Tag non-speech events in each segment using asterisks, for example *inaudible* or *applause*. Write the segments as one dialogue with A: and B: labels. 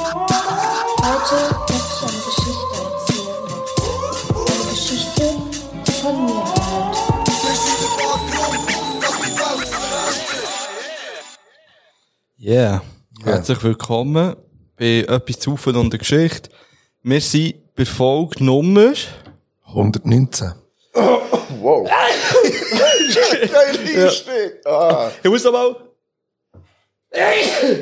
A: Heute möchte ich eine Geschichte erzählen. Eine Geschichte, die von mir handelt.
B: Yeah. Herzlich willkommen bei etwas zu Haufen und der Geschichte. Wir sind bei Folge Nummer.
C: 119.
D: Wow. Einstieg. Ah,
B: Ich muss nochmal.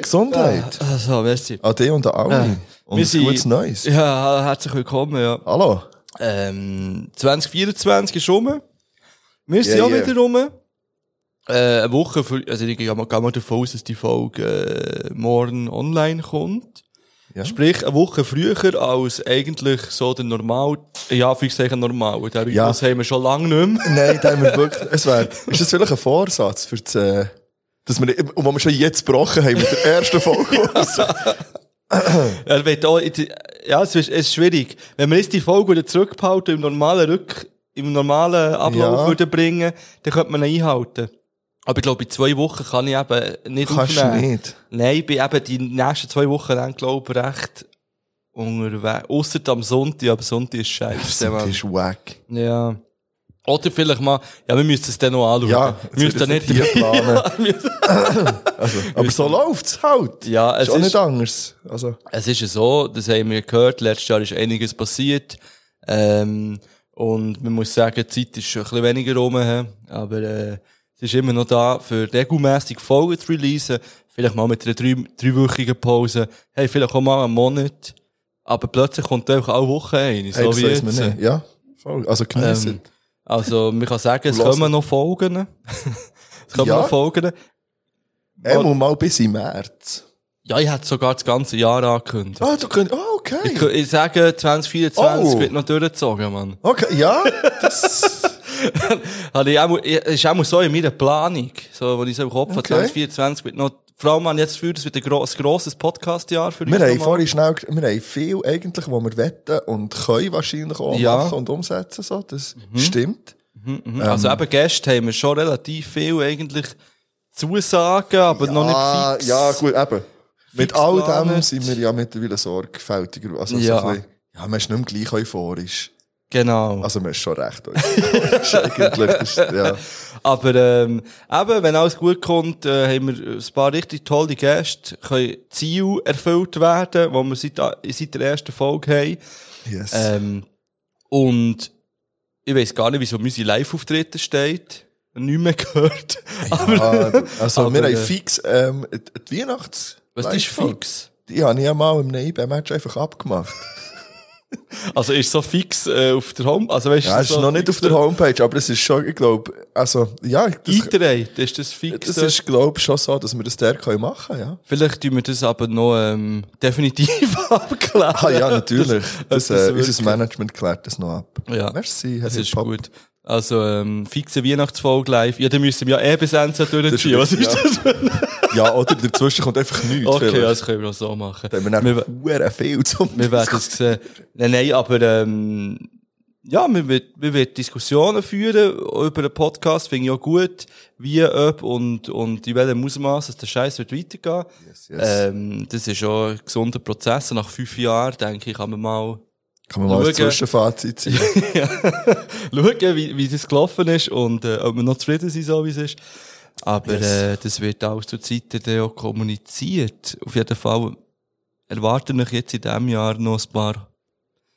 C: Gesundheit.
B: Also, merci.
C: An dich und an alle.
B: Ja.
C: Und ein gutes Neues.
B: Ja, herzlich willkommen, ja.
C: Hallo.
B: Ähm, 2024 ist rum. Wir sind
D: Yeah,
B: auch
D: yeah.
B: wieder rum. Äh, eine Woche, frü- also ich gehe mal, gehe mal davon aus, dass die Folge äh, morgen online kommt.
C: Ja.
B: Sprich, eine Woche früher als eigentlich so der normal, ja, für sagen normal. Der
C: Ja.
B: Rhythmus haben wir schon lange nicht mehr.
C: Nein, da haben wir wirklich, es wär, ist das vielleicht ein Vorsatz für das, äh, dass wir, nicht- und wo wir schon jetzt gebrochen haben mit der ersten Folge.
B: Er wird auch, ja, es ist, es ist schwierig. Wenn wir jetzt die Folge wieder zurückbehalten, im normalen Rück, im normalen Ablauf
C: Ja.
B: würde bringen, dann könnte man ihn einhalten. Aber ich glaube, in zwei Wochen kann ich eben nicht
C: Kannst du nicht.
B: Nein, ich bin eben die nächsten zwei Wochen lang, glaube ich, recht unterwegs. Ausser am Sonntag, aber Sonntag ist scheiße.
C: Das
B: Mann.
C: ist wack.
B: Ja. Oder vielleicht mal, ja, wir müssen es dann noch anschauen.
C: Ja,
B: wir müssen da
C: jetzt
B: nicht *laughs*
C: wird es nicht hier
B: planen.
C: Also, aber so läuft's halt.
B: Ja, es
C: ist auch
B: ist-
C: nicht anders. Also,
B: Es ist ja so, das haben wir gehört, letztes Jahr ist einiges passiert. Ähm, und man muss sagen, die Zeit ist schon ein bisschen weniger rum, hä? aber äh, es ist immer noch da, für regelmässig Folgen zu releasen. Vielleicht mal mit einer drei, dreiwöchigen Pause. Hey, vielleicht auch mal einen Monat. Aber plötzlich kommt einfach alle Wochen ein, so
C: hey, das
B: wie
C: weiss
B: jetzt.
C: man nicht. Ja, voll. Also, geniessen.
B: Ähm, also, man kann sagen, es
C: Lass-
B: kommen noch Folgen. *laughs* es kommen
C: Ja.
B: noch Folgen.
C: Einmal mal bis im März.
B: Ja, ich hätte sogar das ganze Jahr angekündigt.
C: Ah, du könntest, ah, okay.
B: Ich, ich sage, 2024
C: Oh.
B: wird noch durchgezogen, Mann.
C: Okay, *laughs* ja, das,
B: Habe ich auch, mal- ich- ist auch mal so in meiner Planung, so, wenn ich so im Kopf habe,
C: Okay.
B: 2024 wird noch, vor allem an jetzt für das wird ein gro- ein grosses Podcast-Jahr für
C: Wir
B: uns.
C: haben
B: nochmal.
C: vorhin schnell, ge- wir haben viel eigentlich, wo wir wetten und können wahrscheinlich auch
B: Ja.
C: machen und umsetzen, so. Das stimmt.
B: Mhm.
C: Ähm.
B: Also eben Gäste haben wir schon relativ viel eigentlich Zusagen, aber noch
C: Ah,
B: nicht fix.
C: Ja, gut, eben. Mit
B: Fix
C: all dem
B: planen.
C: sind wir ja mittlerweile sorgfältiger. Also,
B: Ja.
C: so ein bisschen, ja, man ist nicht mehr gleich euphorisch.
B: Genau.
C: Also, man ist schon
B: *laughs*
C: recht euphorisch. eigentlich, das ist, ja.
B: Aber ähm, eben, wenn alles gut kommt, äh, haben wir ein paar richtig tolle Gäste, können Ziele erfüllt werden, die wir seit, äh, seit der ersten Folge haben.
C: Yes.
B: Ähm, und ich weiß gar nicht, wieso unsere Live-Auftritte steht. Nicht mehr
C: *laughs*
B: gehört.
C: ah,
B: *laughs*
C: also,
B: aber,
C: wir
B: äh,
C: haben fix, ähm, die- die Weihnachts...
B: Was ist fix?
C: Die habe ich mal im Nebenmatch einfach abgemacht.
B: Also ist so fix äh, auf der Home. Also weißt
C: Ja, es ist
B: so
C: noch nicht auf der Homepage, aber es ist schon, ich glaube, also, ja, das,
B: Eingereicht, ist das fix.
C: Das
B: dort?
C: ist, glaube ich, schon so, dass wir das der können machen, ja.
B: Vielleicht tun wir das aber noch ähm, definitiv *laughs* abklären.
C: Ah, *laughs* ja, natürlich.
B: Das-
C: Das,
B: das
C: äh,
B: wirklich-
C: unser Management klärt das noch ab.
B: Ja.
C: Merci, Herr
B: Das ist
C: Hip-Hop.
B: gut. Also ähm, fixe Weihnachtsfolge live. Ja, dann müssen wir ja eh bis Ende durchziehen. Was ist
C: ja.
B: das?
C: *laughs* Ja, oder dazwischen kommt einfach nichts.
B: Okay,
C: vielleicht.
B: das können wir auch so machen.
C: Dann haben wir
B: Wir-
C: dann wir, viel zum
B: Wir werden es sehen. Nein, nein, aber ähm, ja, wir wird, wir wird Diskussionen führen über den Podcast, finde ich auch gut, wie, ob und, und in welchem Ausmaß dass der Scheiß wird weitergehen.
C: Yes, yes.
B: Ähm, das ist auch ein gesunder Prozess. Nach fünf Jahren, denke ich, kann man mal
C: Kann man mal ein
B: schauen.
C: Zwischenfazit ziehen.
B: schauen, wie, wie das gelaufen ist und äh, ob wir noch zufrieden sind, so wie es ist. Aber
C: Yes.
B: äh, das wird alles zur Zeit dann auch kommuniziert. Auf jeden Fall erwarten euch jetzt in diesem Jahr noch ein paar,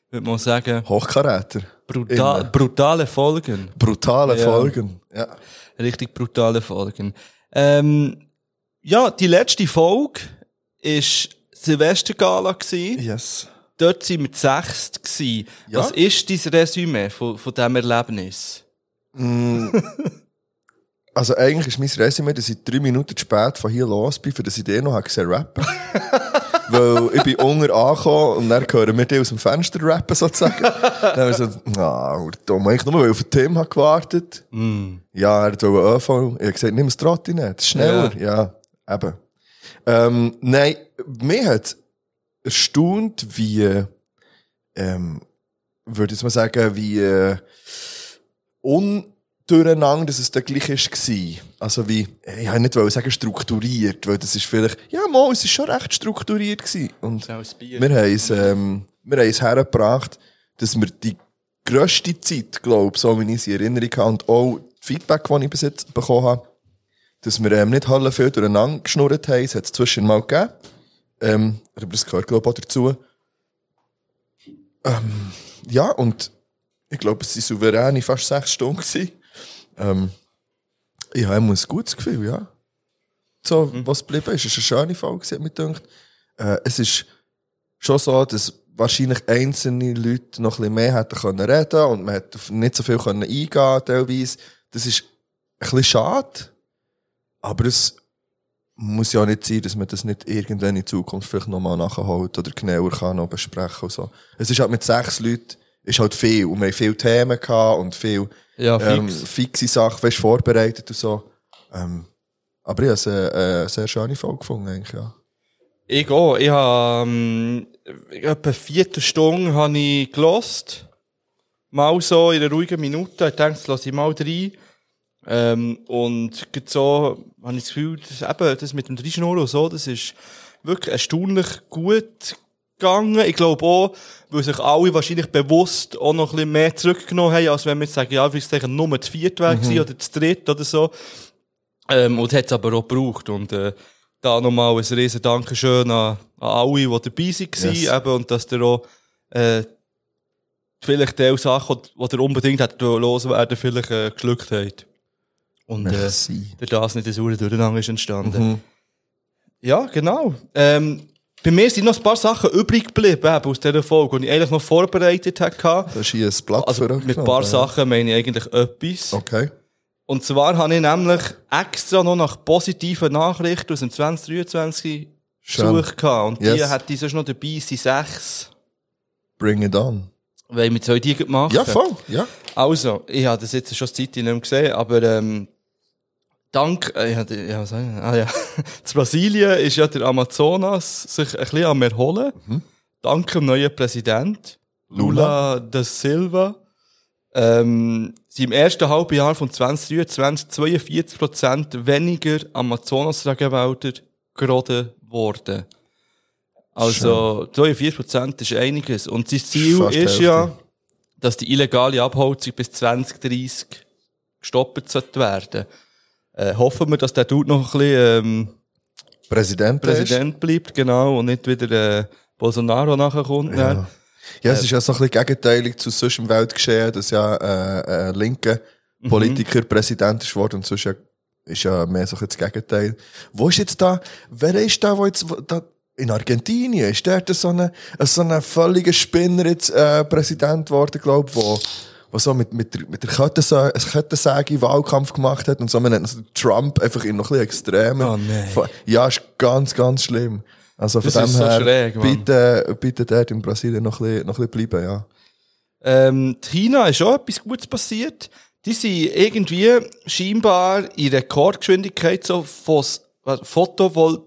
B: würde man sagen,
C: Hochkaräter.
B: Brutal,
C: Immer.
B: brutale Folgen.
C: Brutale
B: Ja.
C: Folgen. Ja.
B: Richtig brutale Folgen. Ähm, ja, die letzte Folge war Silvestergala. Ja.
C: Yes.
B: Dort waren wir sechst. gsi.
C: Ja.
B: Was ist dein Resümee von, von diesem Erlebnis?
C: Also eigentlich ist mein Resümee, dass ich drei Minuten zu spät von hier los bin, für das ich dir noch habe gesehen rappen. *laughs* Weil ich bin unter angekommen und dann hören wir die aus dem Fenster rappen sozusagen. dann habe ich so, na, oh, dumm, eigentlich nur, weil ich auf den Tim habe gewartet. Ja, er hat wollte ÖV. Ich habe gesagt, nimm das Trotti nicht, schneller. Ja, eben. Ähm, nein, mich hat erstaunt, wie, ähm, würde ich jetzt mal sagen, wie, äh, un durcheinander, dass es dann gleich ist. gewesen. Also wie, ich wollte nicht wollen sagen strukturiert, weil das ist vielleicht, ja mal, es ist schon recht strukturiert gewesen. Und
B: Schnell ein Bier.
C: wir haben es, ähm, wir haben es hergebracht, dass wir die grösste Zeit, glaube ich, so wie ich sie in Erinnerung habe, und auch das Feedback, das ich bis jetzt bekommen habe, dass wir ähm, nicht Halle viel durcheinander geschnurrt haben. Es hat es zwischen mal gegeben. Ähm, aber das gehört, glaube ich, auch dazu. Ähm, ja, und ich glaube, es waren souveräne fast sechs Stunden. gewesen. Ähm, ich habe immer ein gutes Gefühl, ja. So, was geblieben ist, ist eine schöne Folge, gewesen, hat mir gedacht. Äh, es ist schon so, dass wahrscheinlich einzelne Leute noch ein bisschen mehr hätten können reden und man hätte auf nicht so viel können eingehen teilweise. Das ist ein bisschen schade, aber es muss ja nicht sein, dass man das nicht irgendwann in Zukunft vielleicht nochmal nachholt oder genauer kann noch besprechen und so. Es ist halt mit sechs Leuten, ist halt viel und wir haben viele Themen gehabt und viel
B: Ja,
C: ähm,
B: fix.
C: fixe Sachen, weißt, vorbereitet und so. Ähm, aber ich habe es eine, eine sehr schöne Folge gefunden, eigentlich, ja.
B: Ich auch. Ich habe ähm, etwa vierte Stunde habe ich gelost. Mal so in einer ruhigen Minute. Ich denke, das lasse ich mal rein. Ähm, und gerade so habe ich das Gefühl, dass eben das mit dem Dreischnurren und so, das ist wirklich erstaunlich gut gegangen. Ich glaube auch, weil sich alle wahrscheinlich bewusst auch noch ein bisschen mehr zurückgenommen haben, als wenn wir jetzt sagen, ja, wir sind nur zu viert wäre gewesen oder zu dritt oder so. Ähm, und hat es aber auch gebraucht. Und äh, da nochmal ein riesen Dankeschön an, an alle, die dabei waren.
C: Yes.
B: Eben, und dass ihr auch äh, vielleicht die Sachen, die die ihr unbedingt hättet loswerden vielleicht äh, geschluckt habt. Und äh,
C: Merci. Mhm.
B: durch das nicht ein saurer Durcheinander ist entstanden. Ja, genau. Ähm, bei mir sind noch ein paar Sachen übrig geblieben eben, aus dieser Folge, die ich eigentlich noch vorbereitet hatte.
C: Da ist hier ein Blatt
B: Also
C: für euch
B: mit ein
C: genommen,
B: paar
C: ja.
B: Sachen meine ich eigentlich etwas.
C: Okay.
B: Und zwar habe ich nämlich extra noch nach positiven Nachrichten aus dem 2023
C: Schön.
B: gesucht. gehabt. Und die
C: Yes.
B: hätte ich sonst noch dabei, sie sechs.
C: Bring it on.
B: Weil wir zwei die gleich machen.
C: Ja, voll. Ja.
B: Also, ich habe das jetzt schon seit nicht mehr gesehen, aber ähm, dank, äh, ich hab- ich hab- was hab ich? ah, ja. *laughs* zu Brasilien ist ja der Amazonas sich ein bisschen am Erholen. Dank dem neuen Präsident Lula, da Silva. Ähm, sind im ersten halben Jahr von 2023 42% weniger Amazonas-Regenwälder geroden worden. Also 42% ist einiges. Und sein Ziel
C: Fast die
B: ist ja,
C: Hälfte.
B: dass die illegale Abholzung bis 2030 gestoppt sollte werden. Äh, hoffen wir, dass der Dude noch ein bisschen ähm,
C: Präsident. der ist-
B: Präsident bleibt, genau, und nicht wieder äh, Bolsonaro nachkommt. ne?
C: Ja. Ja, es ist ja so ein bisschen gegenteilig zu sonst im Weltgeschehen, dass ja äh, äh, linke
B: Mhm.
C: Politiker Präsident ist worden und sonst ja, ist ja mehr so ein bisschen das Gegenteil. Wo ist jetzt da, wer ist da, wo jetzt, wo- da, in Argentinien, ist der da so ein so ein völliger Spinner jetzt äh, Präsident geworden, glaube ich, wo, wo so mit, mit, der- mit der Kettensäge, Kettensäge Wahlkampf gemacht hat und so, man nennt also Trump einfach in noch ein bisschen extremer.
B: Oh nein.
C: Fa- Ja, ist ganz, ganz schlimm. Also von
B: Das
C: dem
B: ist so
C: her,
B: schräg, Mann.
C: bitte, bitte dort in Brasilien noch ein bisschen, noch ein bisschen bleiben, ja.
B: Ähm, in China ist auch etwas Gutes passiert. Die sind irgendwie scheinbar in Rekordgeschwindigkeit so Fos was- Photovol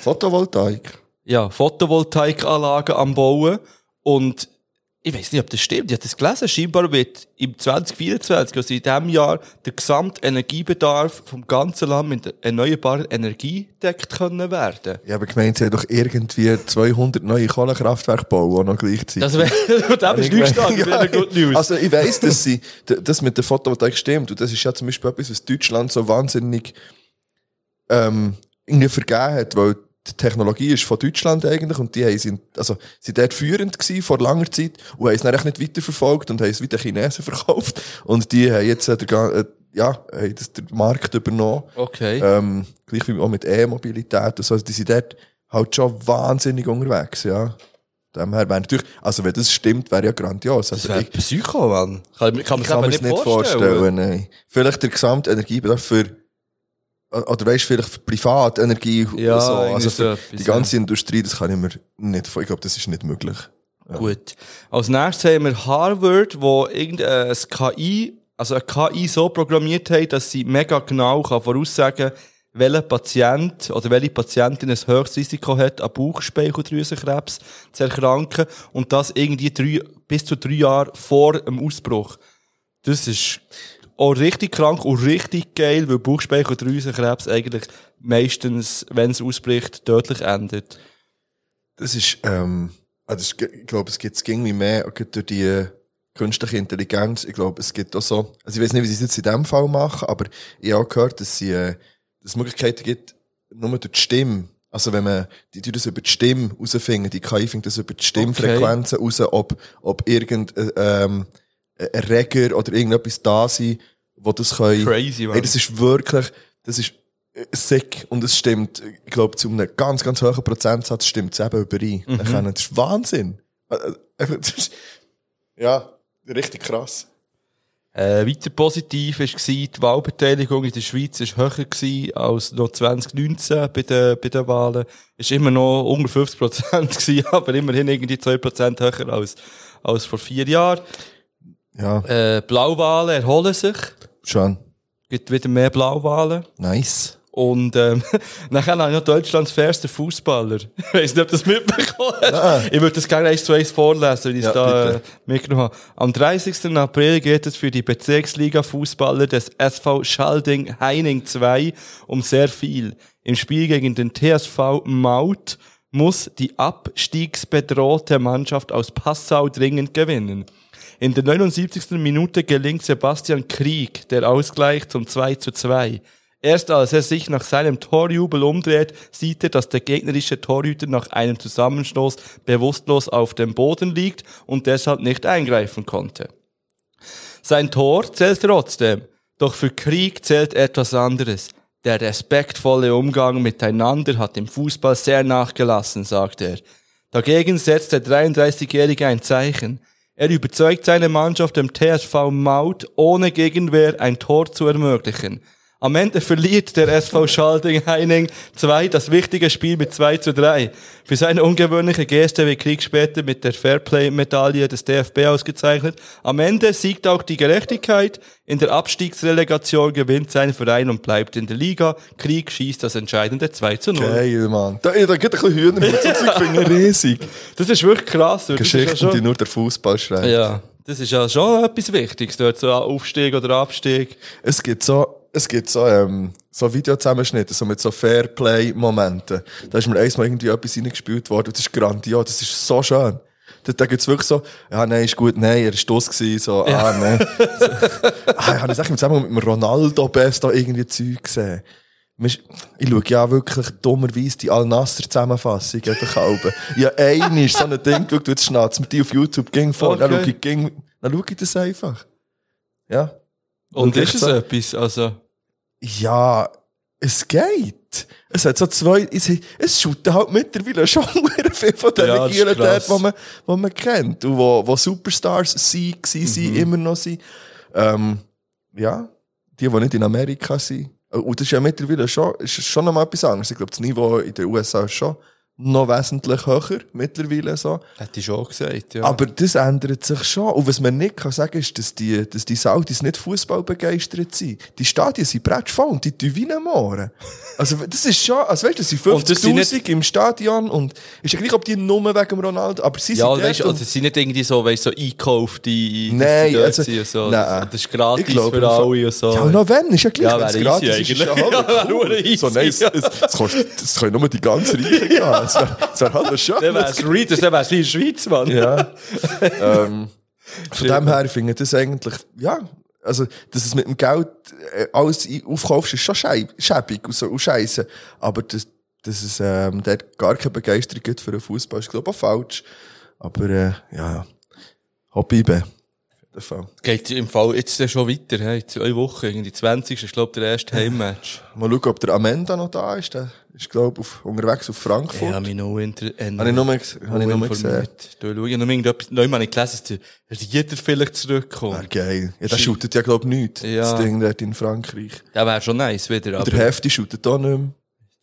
C: Photovoltaik.
B: ja, Photovoltaikanlagen am Bauen. Und ich weiß nicht, ob das stimmt. Ich habe das gelesen. Scheinbar wird im 2024, also in diesem Jahr, der gesamte Energiebedarf vom ganzen Land mit erneuerbarer Energie gedeckt können werden.
C: Ich habe gemeint, sie haben doch irgendwie 200 neue Kohlekraftwerke gebaut, auch noch gleichzeitig.
B: Das wäre, *laughs* das ist nichts da, das wäre Good News.
C: Also ich weiss, dass sie, d- das mit der Photovoltaik stimmt. Und das ist ja zum Beispiel etwas, was Deutschland so wahnsinnig ähm, irgendwie vergeben hat, weil die Technologie ist von Deutschland eigentlich und die haben sind, also, sind dort führend gewesen vor langer Zeit und haben es dann echt nicht weiterverfolgt und haben es wieder Chinesen verkauft. Und die haben jetzt äh, der, ga- äh, ja, haben das, den Markt übernommen.
B: okay.
C: Ähm, gleich wie auch mit E-Mobilität und so. Also die sind dort halt schon wahnsinnig unterwegs, ja. Dem her wäre natürlich, also wenn das stimmt, wäre ja grandios. Also
B: das wäre
C: ich,
B: Psycho, Mann. Kann, kann man
C: ich
B: sich
C: kann
B: aber
C: mir das
B: nicht
C: nicht
B: vorstellen.
C: vorstellen, nein. Vielleicht der gesamte Energiebedarf für, oder weißt du, vielleicht für Privatenergie
B: Ja,
C: und so.
B: irgendwie
C: Also
B: so
C: für
B: etwas,
C: die ganze Industrie, das kann ich mir nicht vorstellen. Ich glaube, das ist nicht möglich.
B: Gut. Als nächstes haben wir Harvard, wo irgendein KI, also eine KI so programmiert haben, dass sie mega genau kann voraussagen kann, welcher Patient oder welche Patientin ein höchstes Risiko hat, an Bauchspeicheldrüsenkrebs zu erkranken und das irgendwie drei, bis zu drei Jahre vor dem Ausbruch. Das ist auch richtig krank und richtig geil, weil Bauchspeichel- und Drüsenkrebs eigentlich meistens, wenn es ausbricht, tödlich endet.
C: Das ist, ähm, also das ist, ich glaube, es gibt es ging wie mehr auch gerade durch die äh, künstliche Intelligenz. Ich glaube, es gibt auch so, also ich weiß nicht, wie sie es jetzt in dem Fall machen, aber ich habe auch gehört, dass sie, äh, dass es Möglichkeiten gibt, nur durch die Stimme. Also wenn man, die tun das über die Stimme herausfinden, die KI findet das über die Stimmfrequenzen raus, ob, ob irgendein, ähm, ein Erreger oder irgendetwas da sein, wo das können.
B: Crazy,
C: Ey,
B: man.
C: das ist wirklich, das ist äh, sick und es stimmt, äh, ich glaube, zu einem ganz, ganz hohen Prozentsatz stimmt es eben überein. Mhm. Können, das ist Wahnsinn. Äh, äh, einfach, das ist- Ja, richtig krass.
B: Äh, weiter positiv war, die Wahlbeteiligung in der Schweiz ist höher gewesen als noch 2019 bei den, bei den Wahlen. Ist immer noch unter 50 Prozent *laughs* aber immerhin irgendwie 2 Prozent höher als, als vor vier Jahren.
C: Ja,
B: Äh, Blauwahlen erholen sich.
C: schon.
B: Gibt wieder mehr Blauwahlen.
C: Nice.
B: Und ähm, *laughs* nachher habe ich noch Deutschlands fairster Fußballer. *laughs* Ich weiß nicht, ob du das mitbekommen hast. Ich würde das gerne eins zu eins vorlesen, weil ich es
C: Ja,
B: da äh,
C: bitte.
B: mitgenommen habe. Am 30. April geht es für die Bezirksliga-Fußballer des SV Schalding-Heining 2 um sehr viel. Im Spiel gegen den TSV Maut muss die abstiegsbedrohte Mannschaft aus Passau dringend gewinnen. In der 79. Minute gelingt Sebastian Krieg der Ausgleich zum 2 zu 2. Erst als er sich nach seinem Torjubel umdreht, sieht er, dass der gegnerische Torhüter nach einem Zusammenstoß bewusstlos auf dem Boden liegt und deshalb nicht eingreifen konnte. Sein Tor zählt trotzdem, doch für Krieg zählt etwas anderes. Der respektvolle Umgang miteinander hat im Fußball sehr nachgelassen, sagt er. Dagegen setzt der 33-Jährige ein Zeichen. Er überzeugt seine Mannschaft, dem TSV Maut ohne Gegenwehr ein Tor zu ermöglichen. Am Ende verliert der SV *laughs* Schalding-Heining 2 das wichtige Spiel mit 2 zu 3. Für seine ungewöhnliche Geste wird Krieg später mit der Fairplay-Medaille des DFB ausgezeichnet. Am Ende siegt auch die Gerechtigkeit. In der Abstiegsrelegation gewinnt sein Verein und bleibt in der Liga. Krieg schießt das entscheidende 2 zu 0.
C: Geil, Mann. Da, da gibt ein bisschen Hühnermut, das ich finde riesig.
B: Das ist wirklich krass. oder? Das ist ja
C: Geschichten,
B: schon-
C: die nur der Fußball schreibt.
B: Ja, das ist ja schon etwas Wichtiges, dort so Aufstieg oder Abstieg.
C: Es gibt so, es gibt so, ähm, so Videozusammenschnitte, so mit so Fairplay-Momenten. Da ist mir einmal irgendwie etwas reingespielt worden, und das ist grandios, das ist so schön. Da, da gibt's wirklich so, ja, nein, ist gut, nein, er ist Stoss gewesen, so, ah, nein. So, *laughs* ah, ich habe das echt im Zusammenhang mit dem Ronaldo-Best da irgendwie Zeug gesehen. Mir ist- Ich schaue ja wirklich dummerweise die Al-Nasser-Zusammenfassung einfach halbe. Ja, eine ist so ein Ding, geschaut, du schnatzt mir die auf YouTube, ging vor, dann
B: Okay.
C: schau ich, ging, dann schau ich das einfach. Ja.
B: Und,
C: Und
B: ist
C: ich
B: es
C: sag-
B: etwas? Also,
C: Ja, es geht. Es hat so zwei, es, es shooten halt mittlerweile schon *laughs* sehr viel von den
B: Ja, das ist
C: Regierungen
B: krass.
C: dort, die man, wo man kennt und wo, wo Superstars sind,
B: Mhm.
C: gsi sind, immer noch sind. Ähm, ja, die, die nicht in Amerika sind. Äh, Und das ist ja mittlerweile schon, ist schon nochmal etwas anderes. Ich glaube, das Niveau in den USA ist schon noch wesentlich höher, mittlerweile so.
B: hätte ich schon gesagt, ja.
C: Aber das ändert sich schon. Und was man nicht kann sagen ist, dass die, dass die Saudis nicht Fußball begeistert sind. Die Stadien sind bretschvoll und die tun wie am Ohren. Also, das ist schon, also weißt du, das sind
B: Und das sind
C: 50.000 im Stadion und ist ja gleich, ob die Nummer wegen dem Ronaldo, aber sie
B: ja,
C: sind
B: weißt du,
C: dort
B: also,
C: und-
B: es sind nicht irgendwie so, weißt du, so eingekaufte, die
C: Nein,
B: dort
C: also,
B: sind und so.
C: nein.
B: Das, das ist gratis
C: Ich glaube,
B: für alle und so.
C: Ja, und noch wenn, ist ja gleich,
B: Ja,
C: wenn es
B: wäre
C: gratis
B: easy
C: ist, ist
B: eigentlich.
C: ja halb
B: Ja, wäre
C: cool.
B: easy,
C: So, nein, es,
B: ja.
C: es, es, kostet, es können nur die ganze Reiche gehen. Es wäre wär halt halb schön.
B: Dann wär's
C: *laughs*
B: Readers, dann wär's wie in der Schweiz, Mann.
C: Ja.
B: *laughs*
C: ähm, von dem her finde ich das eigentlich, ja, also, dass es mit dem Geld äh, alles i- aufkaufst, ist schon schei- schäbig und, so, und scheisse. Aber dass, dass es ähm, dort gar keine Begeisterung gibt für den Fußball, ist, glaube ich, auch falsch. Aber äh, ja, Hobby be.
B: Geht im Fall jetzt dann schon weiter, hey, in zwei Wochen, irgendwie 20. ist, glaube ich, der erste
C: *laughs*
B: Heimmatch.
C: Mal schauen, ob der Amanda noch da ist. Der ist, glaube ich, unterwegs auf Frankfurt.
B: Ja, mich noch inter- äh,
C: Habe ich nur, ges- habe ich nur gesehen.
B: informiert. Da schaue ich noch irgendetwas, neu mal gelesen, dass der Rieder vielleicht
C: Ah,
B: zurückkommt.
C: geil. Ja, der shootet ja, glaube ich, nichts.
B: Ja.
C: Das Ding dort in Frankreich.
B: Der wäre schon nice wieder,
C: Und der
B: aber
C: Hefti shootet auch nicht mehr.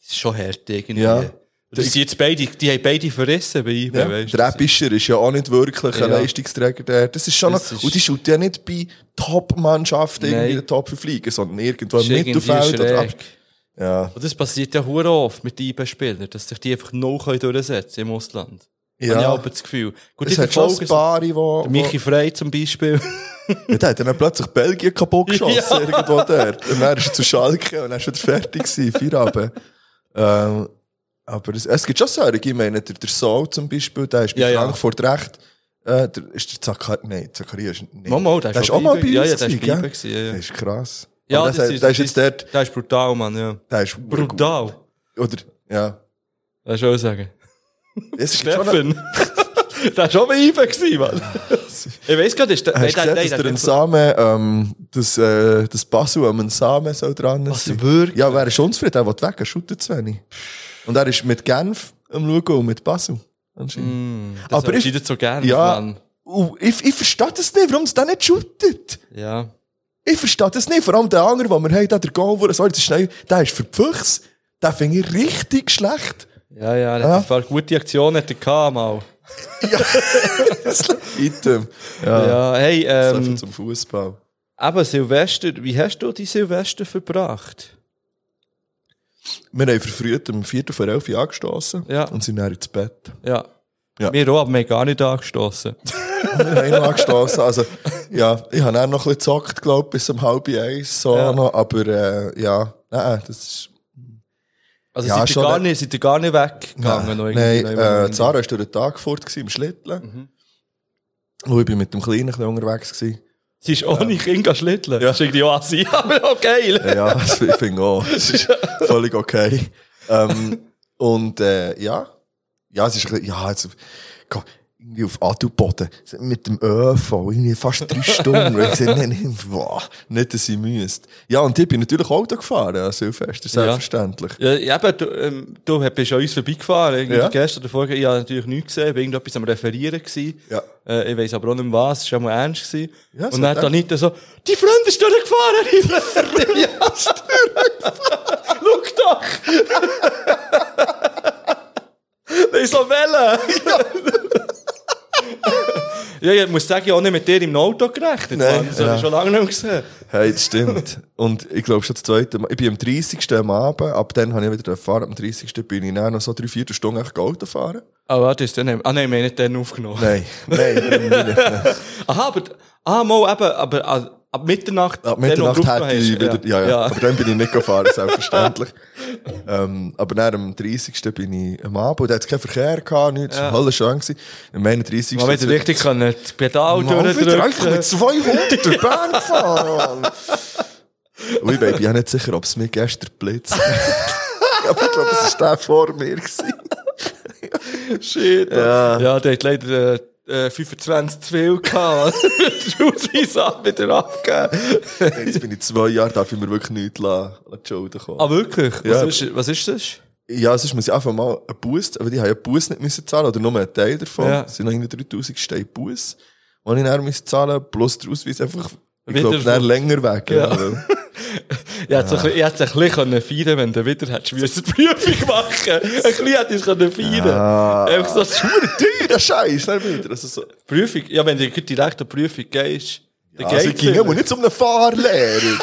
B: ist schon hart irgendwie.
C: Ja.
B: Das sind jetzt beide, die haben beide verrissen bei ihm,
C: Ja,
B: weißt
C: der Ebischer ist ja auch nicht wirklich ein
B: Ja.
C: Leistungsträger der. Das ist schon
B: Das
C: noch,
B: ist-
C: und die schaut ja nicht bei Top-Mannschaften
B: Nein.
C: irgendwie den Top fliegen, sondern irgendwo
B: Das
C: im
B: ist irgendwie
C: Äh, Mittelfeld oder ab.
B: schräg.
C: Ja.
B: Und das passiert ja hure oft mit den IB-Spielern, dass sich die einfach null können durchsetzen im Ausland. Ja. Habe ich
C: Ja.
B: aber das Gefühl. Gut,
C: Es
B: die
C: hat schon
B: Folge
C: ein paar, die... wo-
B: Michi Frey zum
C: *laughs*
B: Beispiel.
C: Ja, der hat dann plötzlich Belgien kaputt geschossen,
B: *laughs* Ja.
C: irgendwo dort. Und dann ist er zu Schalke und dann ist er fertig gewesen, Feierabend. ähm, aber es, es gibt schon solche, ich meine, der, der Saul zum Beispiel, der ist bei
B: Ja, ja.
C: Frankfurt recht, äh, der, ist der Zakaria, nein, Zakaria ist nicht.
B: Mal, mal, der ist
C: der ist
B: schon
C: auch mal bei
B: bleiben. Ja,
C: uns
B: ja, der ist
C: gewesen, gell?
B: bleiben gewesen, ja, ja.
C: Der ist krass.
B: Ja,
C: Aber
B: das
C: der,
B: ist-
C: ist, der ist jetzt dort,
B: Der ist brutal, Mann, ja.
C: der ist
B: Brutal.
C: Oder, ja.
B: Das ist auch sagen.
C: Es ist schon ein,
B: Steffen.
C: *laughs*
B: der war schon bei Ivan, gewesen, Mann. *laughs* Ich weiß gar nicht, ist der,
C: hast du gesehen, dass der ein Samen, ähm, das, äh, das Basu am Samen soll dran
B: Was,
C: sein?
B: wirklich?
C: Ja, wer ist unzufrieden? Er will weg, er shootet zu wenig. Und er ist mit Genf am Schauen und mit Basel. Anscheinend.
B: Mm, das
C: aber
B: aber
C: ich-
B: ich so gerne,
C: Ja.
B: Mann.
C: Und ich, ich verstehe das nicht, warum es da nicht shootet.
B: Ja.
C: Ich verstehe das nicht. Vor allem der andere, den wir haben, der Goal, der, sorry, das ist schnell, der ist für die Füchse. Den finde ich richtig schlecht.
B: Ja, ja, er
C: Ja.
B: hat ein paar gute Aktionen hat er gehabt, mal.
C: *laughs* Item.
B: Ja,
C: Ja,
B: hey,
C: so viel
B: ähm,
C: zum Fußball.
B: aber Silvester, wie hast du die Silvester verbracht?
C: Wir haben verfrüht am 4. vor 11 Uhr angestoßen
B: Ja.
C: und sind dann ins Bett.
B: Ja.
C: Ja.
B: Wir auch, aber wir haben gar nicht angestoßen.
C: Wir haben ihn noch angestoßen. Also, ja, ich habe dann noch ein bisschen gezockt, glaube ich, bis um halb eins. So
B: Ja.
C: noch, aber äh, ja, nein, das ist...
B: Also
C: Ja,
B: seid, ihr
C: schon
B: gar
C: nicht-
B: nicht, seid ihr gar nicht weggegangen? noch
C: Nein,
B: irgendwie,
C: nein
B: noch
C: äh,
B: irgendwie?
C: Zara war durch den Tag fort gewesen, im Schlitteln.
B: Mhm.
C: Und ich bin mit dem Kleinen ein bisschen unterwegs. Gewesen.
B: Sie ist ohne Kind gegangen schlitteln. Das ist irgendwie auch assi, *laughs* aber auch geil.
C: Äh, Ja, *laughs* das finde ich auch. Das ist völlig okay. Ähm, und äh, ja, ja, es ist ein bisschen, ja, jetzt, komm, irgendwie auf Adelboden, mit dem ÖV, irgendwie fast drei Stunden. Und ich sag, nein, nein, boah, nicht, dass ich müsste. Ja, und ich bin natürlich Auto gefahren, an Silvester, selbstverständlich.
B: Ja, eben, du, ähm, du bist an uns vorbeigefahren. Irgendwie
C: Ja.
B: Gestern davor, ich habe natürlich nichts gesehen, ich war irgendetwas am Referieren. Gewesen.
C: Ja.
B: Äh, ich weiß aber auch nicht mehr was, es war auch mal ernst. Gewesen.
C: Ja,
B: Und
C: so
B: dann hat
C: denkt-
B: Anita so, die Freundin ist durchgefahren.
C: *laughs*
B: ja, ist durchgefahren. Schau doch. Nein, so Welle. ja, ich muss sagen, ich habe auch nicht mit dir im Auto gerechnet.
C: Nein,
B: Mann. das habe
C: ja.
B: ich schon lange nicht mehr gesehen.
C: Hey, das stimmt. Und ich glaube schon das zweite Mal. Ich bin am 30. am Abend, ab dann habe ich wieder erfahren, am 30. bin ich dann noch so drei, vier Stunden echt Auto fahren.
B: Ah, warte, ist der nicht... Ah, nein, wir haben nicht den aufgenommen.
C: Nein, nein, nein, nein, nein.
B: Aha, aber... Ah, mal eben, aber ah, ab Mitternacht...
C: Ab
B: den, den
C: Mitternacht
B: du
C: hätte ich
B: aufgenommen
C: wieder,
B: hast.
C: ja, ja, Aber dann bin ich nicht gefahren,
B: *laughs*
C: selbstverständlich. ähm, aber dann am 30. bin ich am Abend, und da hat es keinen Verkehr gehabt, nichts,
B: Ja.
C: ja. alles schön gewesen. Am 31.
B: Man hätte richtig können, das Pedal
C: Mann, wieder eigentlich mit
B: durchdrücken
C: 200 durch Bern gefahren. Ui, Baby, ich bin ja nicht sicher, ob es mir gestern
B: *laughs*
C: blitzt. *laughs* Aber ich glaube, es war der vor mir. Gewesen.
B: Shit. Ja, ja der hat leider äh, äh, 25 zu viel gehabt. *laughs* Der Ausweis hat wieder abgegeben.
C: Jetzt bin ich zwei Jahre, darf ich mir wirklich nichts lassen, lassen zu Schulden kommen.
B: Ah, wirklich? Was,
C: Ja.
B: ist, was ist das?
C: ja, sonst muss ich einfach mal einen Bus, aber die haben ja einen Bus nicht müssen zahlen oder nur einen Teil davon.
B: Ja.
C: Es sind noch irgendwie 3000 Steine Bus, die ich dann müssen zahlen plus der Ausweis einfach, ich
B: Wieder
C: glaube, dann länger weg.
B: Ja. *laughs*
C: Ja. weil-
B: Ich hätte es ein bisschen- ich hätte es ein bisschen können feiern wenn du wieder hättest müssen die Prüfung machen Ein bisschen hätte ich es können feiern
C: Ah.
B: Einfach so, das ist
C: Teurer Scheiß, dann wieder. Also so.
B: Prüfung. Ja, wenn du direkt an die Prüfung gehst, dann
C: Also, es
B: geht's
C: ging
B: wieder.
C: aber nicht um eine Fahrlehre.
B: *laughs*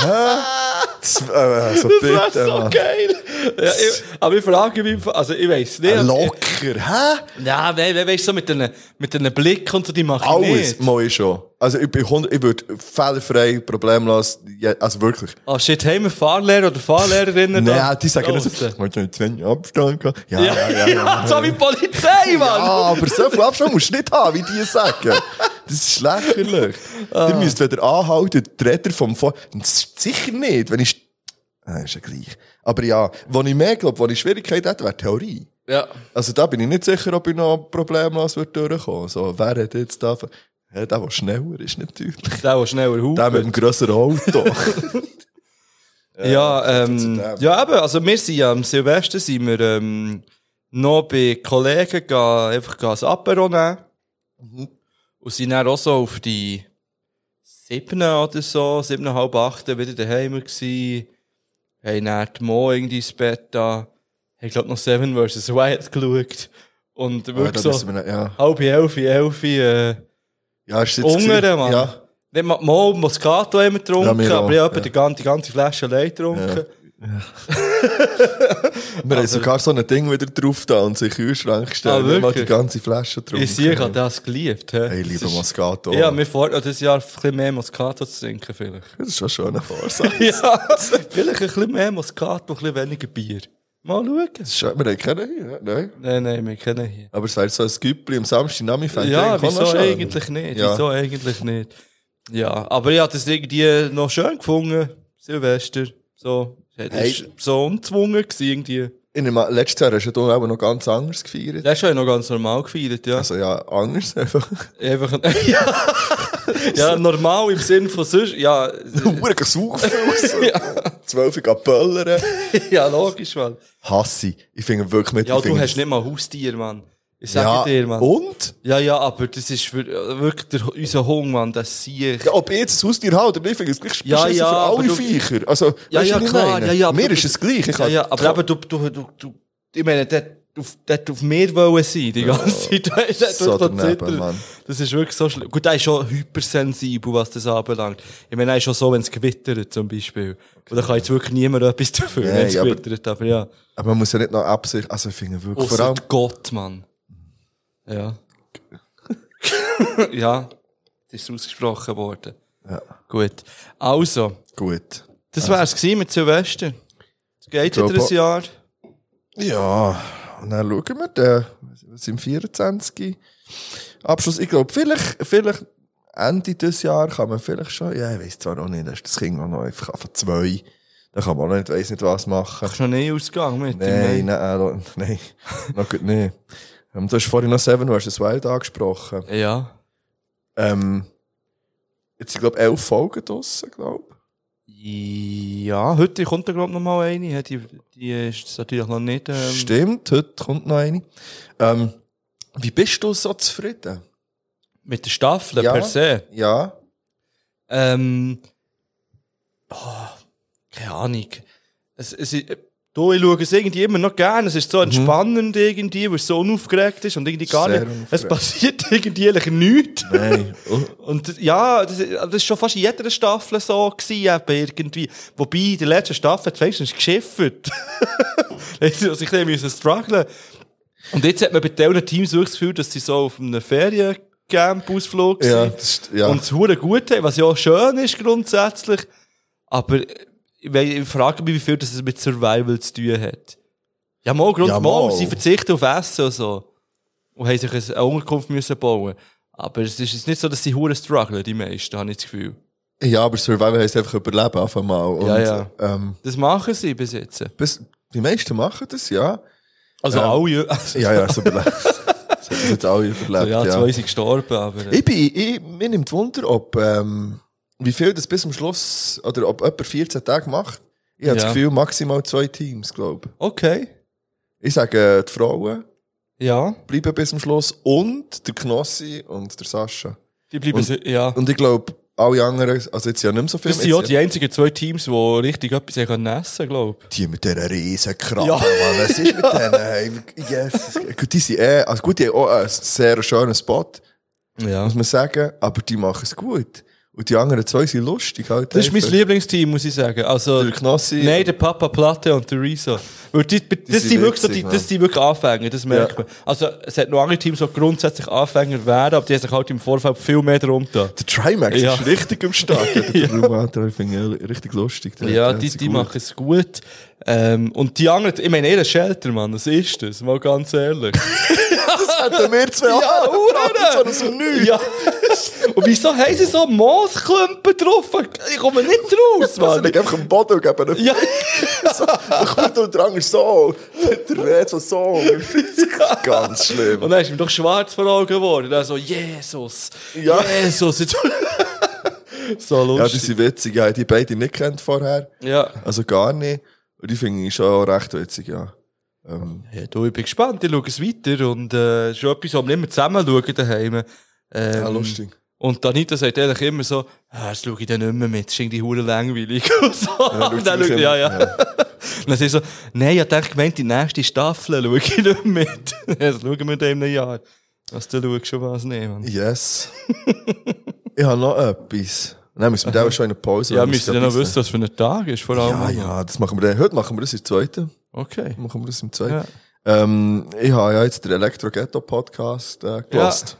C: Hä? Das- äh, Also,
B: Das wär
C: bitte,
B: so
C: Mann.
B: geil. Ja, ich, aber ich frage mich, also ich weiß nicht.
C: Äh, Locker, hä?
B: Nein, nein, nein, weißt du, so mit einem mit einem Blick und so, die mache ich
C: Alles
B: nicht.
C: mal ich schon. Also, ich, bin 100 ich würde fehlerfrei, problemlos, ja, also wirklich.
B: Oh shit, haben wir Fahrlehrer oder Fahrlehrerinnen? da?
C: Nein, die sagen nur so,
B: Draussen?
C: ich möchte nicht 20 Abstand haben. Ja,
B: Ja, ja, *laughs* so wie die Polizei,
C: Ja,
B: Mann.
C: aber so viel Abstand musst du nicht haben, wie die sagen. Das ist lächerlich.
B: Ah.
C: Ihr müsst weder anhalten, die Räder vom Vor... Das ist sicher nicht, wenn ich... Ah, ist ja gleich. Aber ja, wo ich mehr glaube, wo ich Schwierigkeit hätte, wäre Theorie.
B: Ja.
C: Also da bin ich nicht sicher, ob ich noch problemlos würde durchkommen So, wer hat jetzt da... ver- Ja, der, der schneller ist, natürlich.
B: Der, der schneller
C: Der mit
B: hupt.
C: dem grösseren *laughs* Auto. Äh,
B: Ja, ähm,
C: dem.
B: ja, eben, also wir sind ja am Silvester sind wir, ähm, noch bei Kollegen gehen, einfach gehen ein Apero nehmen.
C: Mhm.
B: Und sind dann auch so auf die siebten oder so, siebeneinhalb, achten wieder daheim gewesen. Haben dann die Mo irgendwie ins Bett da. Haben, glaub noch Seven vs. Wild geschaut. Und
C: ja,
B: wirklich
C: Ah, da
B: so,
C: müssen wir- ja.
B: halb elf, elf, äh,
C: ja, ist jetzt...
B: Untere,
C: gewesen.
B: Mann.
C: Ja.
B: Nicht mal mal Moscato haben wir getrunken,
C: Ja, wir
B: aber ich
C: auch,
B: habe
C: ja.
B: die ganze, die ganze Flasche allein getrunken.
C: Wir haben sogar so ein Ding wieder drauf da und sich in den Kühlschrank
B: Ah,
C: gestellt. Ah, mal
B: wirklich?
C: die ganze Flasche drauf.
B: Ich sehe, ich habe das geliebt. hä?
C: Hey, lieber
B: Das ist-
C: Moscato.
B: Ja, mir fordert dieses Jahr ein bisschen mehr Moscato zu trinken,
C: *laughs*
B: vielleicht.
C: das ist schon ein schöner Vorsatz.
B: Ja, *laughs* vielleicht ein bisschen mehr Moscato, ein bisschen weniger Bier. Mal schauen.
C: Das ist- Wir haben keinen hier, nein.
B: Nein, nein, wir kennen hier.
C: Aber es wäre so ein Güppli am Samstag Nachmittag.
B: Ja,
C: eigentlich auch noch
B: wieso
C: schön.
B: eigentlich nicht?
C: Ja.
B: Wieso eigentlich nicht? Ja, aber ich habe das irgendwie noch schön gefunden. Silvester. So. Es war
C: Hey.
B: so umzwungen gewesen, irgendwie.
C: Ich nehme, an, letztes Jahr hast ja du auch noch ganz anders gefeiert.
B: Das habe ich noch ganz normal gefeiert, ja.
C: Also ja,
B: *laughs*
C: anders einfach.
B: Einfach ein- ja. *laughs* ja, normal im Sinn von sonst. Ja, *laughs*
C: Huren Suchfilm. Zwölf Uhr böllern.
B: ja logisch, Mann.
C: Hassi. Ich finde wirklich mit.
B: Ja,
C: ich
B: du
C: finde
B: hast
C: es-
B: nicht mal Haustier, Mann. Ich sage
C: ja, Oh.
B: dir, Mann.
C: Und?
B: Ja, ja, aber das ist für, äh, wirklich der, unser Hunger, Mann. Das sehe ich.
C: Ja, ob ich jetzt ein Haustier habe oder nicht, finde ich es gleich
B: Ja,
C: beschissen
B: ja,
C: für
B: aber
C: alle
B: du-
C: Viecher. Also,
B: Ja,
C: weißt du,
B: ja,
C: was ich
B: klar,
C: meine?
B: ja, ja, aber
C: Mir
B: du-
C: ist es gleich. Ich
B: Ja,
C: habe-
B: ja, aber eben, du, du, du, du, ich meine, der auf, der hat auf mir wollen sein, die ganze Zeit. *laughs* Der hat
C: so
B: dort
C: daneben,
B: zittern.
C: Mann.
B: Das ist wirklich so schlimm. Gut, er ist schon hypersensibel, was das anbelangt. Ich meine, er ist schon so, wenn es gewittert, zum Beispiel. Und da kann jetzt wirklich niemand etwas dafür,
C: Nein,
B: wenn es
C: aber-
B: gewittert, aber ja.
C: Aber man muss ja nicht noch absicht. Also, ich finde wirklich. Vor
B: Ausser
C: allem,
B: Gott, Mann.
C: *laughs*
B: Ja. ja. Jetzt ist es ausgesprochen worden.
C: Ja.
B: Gut. Also,
C: gut.
B: das wär's gewesen mit Silvester. Es geht
C: glaube
B: wieder ein
C: auch.
B: Jahr.
C: Ja, und dann schauen wir, den, was im 24. Abschluss. Ich glaube, vielleicht, vielleicht Ende dieses Jahr kann man vielleicht schon, ja, ich weiß zwar noch nicht, das ist das Kind auch noch einfach von zwei. Da kann man auch nicht, weiss nicht, was machen.
B: Ist noch nie ausgegangen mit
C: Nein, nein, nein, nein, *laughs* noch gut nicht. Ähm, Du hast vorhin noch Seven vs. Wild angesprochen.
B: nein. Ja.
C: Ähm, jetzt sind, glaube ich, elf Folgen draussen, glaube ich.
B: Ja, heute kommt da, glaube ich, noch mal eine. Die, die ist natürlich noch nicht. Ähm,
C: Stimmt, heute kommt noch eine. Ähm, wie bist du so zufrieden?
B: Mit der Staffel
C: Ja.
B: per se.
C: Ja.
B: Ähm, oh, keine Ahnung. Es, es, ist- äh, du, ich schaue es irgendwie immer noch gerne. Es ist so entspannend irgendwie, weil es so unaufgeregt ist und irgendwie gar
C: Mhm. Sehr
B: nicht. Es
C: unaufgeregt.
B: passiert *laughs* irgendwie eigentlich nichts.
C: Nein. oh.
B: Und ja, das, das ist schon fast in jeder Staffel so gewesen, eben irgendwie. Wobei, in der letzten Staffel hat wenigstens *laughs* geschifft. Also ich ein bisschen strugglen. Und jetzt hat man bei diesen Teams wirklich das Gefühl, dass sie so auf einem Feriencamp-Ausflug sind.
C: Ja, das ist, ja.
B: Und es hure gut haben, was ja auch schön ist grundsätzlich. Aber ich, we- ich frage mich, wie viel das mit Survival zu tun hat. Ja, mal, Grund,
C: Ja,
B: mal.
C: mal.
B: sie verzichten auf Essen und so. Und haben sich eine eine Unterkunft müssen bauen. Aber es ist jetzt nicht so, dass sie hure strugglen, die meisten, habe ich das Gefühl.
C: ja, aber Survival heisst einfach überleben auf einmal. Und,
B: Ja, ja.
C: Ähm,
B: Das machen sie bis jetzt.
C: bis, die meisten machen das, ja.
B: Also
C: Ja.
B: alle. *laughs* Also,
C: Ja, ja, so *laughs* überlebt. Das haben jetzt alle überlebt,
B: ja,
C: ja.
B: zwei sind gestorben, aber. äh,
C: Ich bin, ich, mir nimmt Wunder, ob, ähm, wie viel das bis zum Schluss, oder ob jemand 14 Tage macht. Ich habe
B: Ja.
C: das Gefühl, maximal zwei Teams, glaube
B: Okay.
C: ich. Ich sage, äh, die Frauen
B: Ja.
C: bleiben bis zum Schluss und der Knossi und der Sascha.
B: Die bleiben.
C: Und-
B: so- ja.
C: Und ich glaube, alle anderen, also jetzt ja nicht mehr so viel.
B: Das sind
C: jetzt
B: ja die einzigen zwei Teams, die richtig etwas essen können, glaube ich.
C: Die mit dieser riesen Krabbe,
B: Ja.
C: Mann. Was ist mit denen? Hey, Yes. Gut, die sind eh, also gut, die haben auch einen sehr schönen Spot,
B: Ja.
C: muss man sagen, aber die machen es gut. Und die anderen zwei sind lustig halt.
B: Das ist mein
C: einfach.
B: Lieblingsteam, muss ich sagen. Also,
C: Der Knossi.
B: Nein, der Papa Platte und der Riso. Weil die, das,
C: sind
B: sind wirklich so die,
C: witzig,
B: das sind wirklich Anfänger, das merkt man. Also, es hat noch andere Teams, die grundsätzlich Anfänger wären, aber die haben sich halt im Vorfeld viel mehr drum getan.
C: Der
B: *laughs*
C: Trimax
B: Ja.
C: ist richtig am Start. Der Rumator, ich finde ihn richtig lustig. Der-
B: Ja,
C: der
B: die,
C: ist
B: die
C: gut.
B: machen es gut. Ähm, und die anderen, ich meine, ihr Shelter, Mann, das ist das, mal ganz *laughs* ehrlich.
C: Das hätten wir zwei Jahre
B: Hure!
C: so nichts.
B: ja. *laughs* Und wieso haben sie so Moosklumpen drauf? Ich komme nicht raus,
C: Also,
B: Mann.
C: ich einfach am Boden und gebe einen
B: Ja.
C: *laughs* so, dann kommt der Drang so, der redet
B: *laughs*
C: so so. Ganz schlimm.
B: Und dann ist ihm doch schwarz vor Augen geworden. Dann so, Jesus,
C: Ja.
B: Jesus. Jetzt. so
C: Ja, die
B: lustig.
C: sind witzig, ja, die beide nicht kennt vorher.
B: Ja,
C: Also gar nicht. Und die finde ich schon recht witzig, ja. Ähm,
B: ja. du, ich bin gespannt. Ich schaue es weiter. Und äh, ist schon etwas, was wir immer zusammen schauen daheim. Ähm,
C: ja, lustig.
B: Und Danita sagt eigentlich immer so, ah, das schaue ich dann nicht mehr mit, das ist irgendwie hure langweilig. *laughs* Und so. Ja,
C: schaut
B: und dann schaue
C: sie
B: ich,
C: nicht
B: ja,
C: mehr.
B: ja. Und *laughs* dann sie so, nein, ich dachte, gemeint, die nächste Staffel schaue ich nicht mehr mit. *laughs* Jetzt schauen wir in einem Jahr.
C: *laughs*
B: Was du schaust, schon was nehmen.
C: Yes. ich habe noch etwas. Und dann müssen wir dann schon in eine Pause.
B: Ja,
C: weil wir
B: müsst ihr
C: es
B: noch
C: gerade
B: wissen, was für ein Tag ist, vor allem.
C: Ja, ja, das machen wir dann. Heute machen wir das im zweiten.
B: Okay.
C: Machen wir das im zweiten.
B: Ja.
C: Ähm, ich habe ja jetzt den Elektro-Ghetto-Podcast äh, gelost.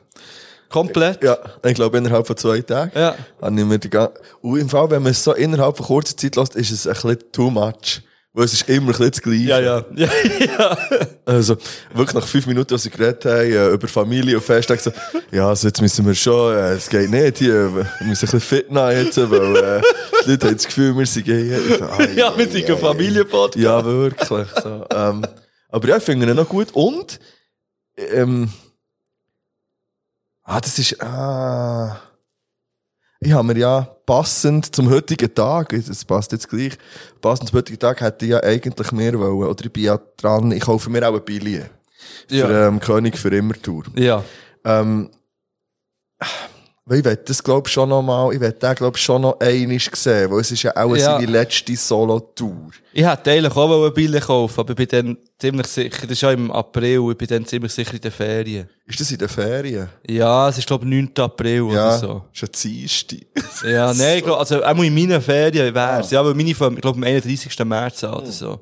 B: Komplett?
C: Ja. ich glaube innerhalb von zwei Tagen.
B: Ja.
C: Habe ich mir die ganze... Und im Fall, wenn man es so innerhalb von kurzer Zeit lässt, ist es ein bisschen too much. Weil es ist immer ein bisschen das Gleiche.
B: Ja, ja. ja, *laughs* ja.
C: Also, wirklich nach fünf Minuten, als ich geredet habe, äh, über Familie und Festtag, so, ja, also jetzt müssen wir schon, äh, es geht nicht hier, äh, wir müssen ein bisschen fit nach jetzt, weil, äh, die Leute haben das Gefühl, wir sind hier. Ich so, ah, ai,
B: *laughs* ja wir sind ein Familienpodcast.
C: ja, wirklich. So. ähm, aber ja, ich finde ihn noch gut. Und, ähm, ah, das ist, ah, ich habe mir ja passend zum heutigen Tag, das passt jetzt gleich, passend zum heutigen Tag hätte ich ja eigentlich mehr wollen, oder ich bin ja dran, ich kaufe mir auch eine Billie.
B: Ja.
C: Für ähm, König für immer Tour.
B: Ja.
C: Ähm, weil ich will das, glaube ich, schon noch mal, ich will den, glaube ich, schon noch einmal sehen, weil es ist ja auch
B: Ja.
C: seine letzte Solo-Tour.
B: Ich hätte eigentlich auch eine Bille kaufen, aber ich bin dann ziemlich sicher, das ist ja im April, ich bin dann ziemlich sicher in den Ferien.
C: Ist das in den Ferien?
B: Ja, es ist glaube ich 9. April oder
C: Ja,
B: so.
C: schon Dienstag.
B: Ja, nein, ich glaub, also einmal in meinen Ferien wär's. Ja, weil meine Familie, ich glaube am 31. März an oder so.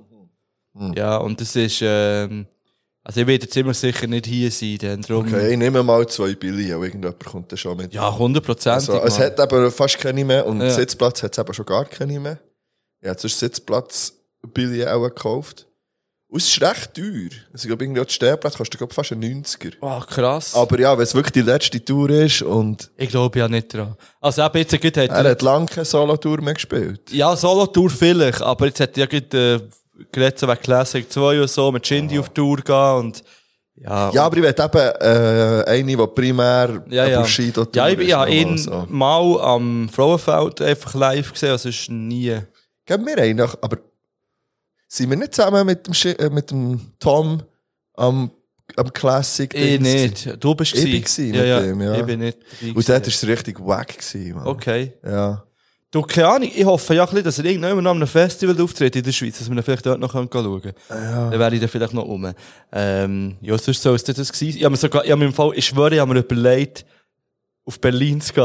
B: Ja, und das ist, ähm, also ich werde ziemlich sicher nicht hier sein, denn drum.
C: *laughs* Okay, ich nehme mal zwei Billionen, und irgendjemand kommt dann schon mit.
B: Ja, hundertprozentig.
C: also, es
B: Mann.
C: hat aber fast keine mehr und
B: Ja.
C: Sitzplatz hat es eben schon gar keine mehr. Ich habe sonst Sitzplatz Billionen auch gekauft. Und es ist recht teuer. Also, ich glaube, irgendwie an den Stehplatz kostet glaub, fast einen 90er.
B: Ah, krass.
C: Aber ja, wenn es wirklich die letzte Tour ist und
B: ich glaube ja nicht dran. Also eben jetzt gerade hat
C: er hat lange keine Solo-Tour mehr gespielt.
B: Ja, Solo-Tour vielleicht, aber jetzt hat ja gerade äh, geredet so wegen Classic 2 und so, mit Shindy auf Tour gehen und ja.
C: Ja,
B: und-
C: aber ich will eben äh, eine, die primär
B: ja, ja.
C: Bushido
B: ja, ich, ich habe
C: nochmal
B: ihn
C: so.
B: mal am Frauenfeld einfach live gesehen, also ist nie.
C: Geben wir eigentlich, aber sind wir nicht zusammen mit dem, Schi- äh, mit dem Tom am, am Classic?
B: Ich
C: Dings
B: nicht. Du bist
C: Ich
B: gewesen.
C: bin gewesen
B: ja,
C: mit
B: ja.
C: dem, ja.
B: Ich bin nicht.
C: gewesen?
B: dabei
C: Und dort war
B: gewesen.
C: es richtig wack. Gewesen, Mann.
B: Okay.
C: Ja.
B: Du, keine Ahnung, ich hoffe ja, ein bisschen, dass er irgendwann noch an einem Festival auftritt in der Schweiz, dass wir ihn vielleicht dort noch schauen können. Dann wäre ich dann vielleicht noch rum. Ähm, ja, sonst soll es das gewesen sein. Ich habe mir sogar, ich habe mir im Fall, ich schwöre, ich habe mir überlegt, auf Berlin zu gehen. *laughs*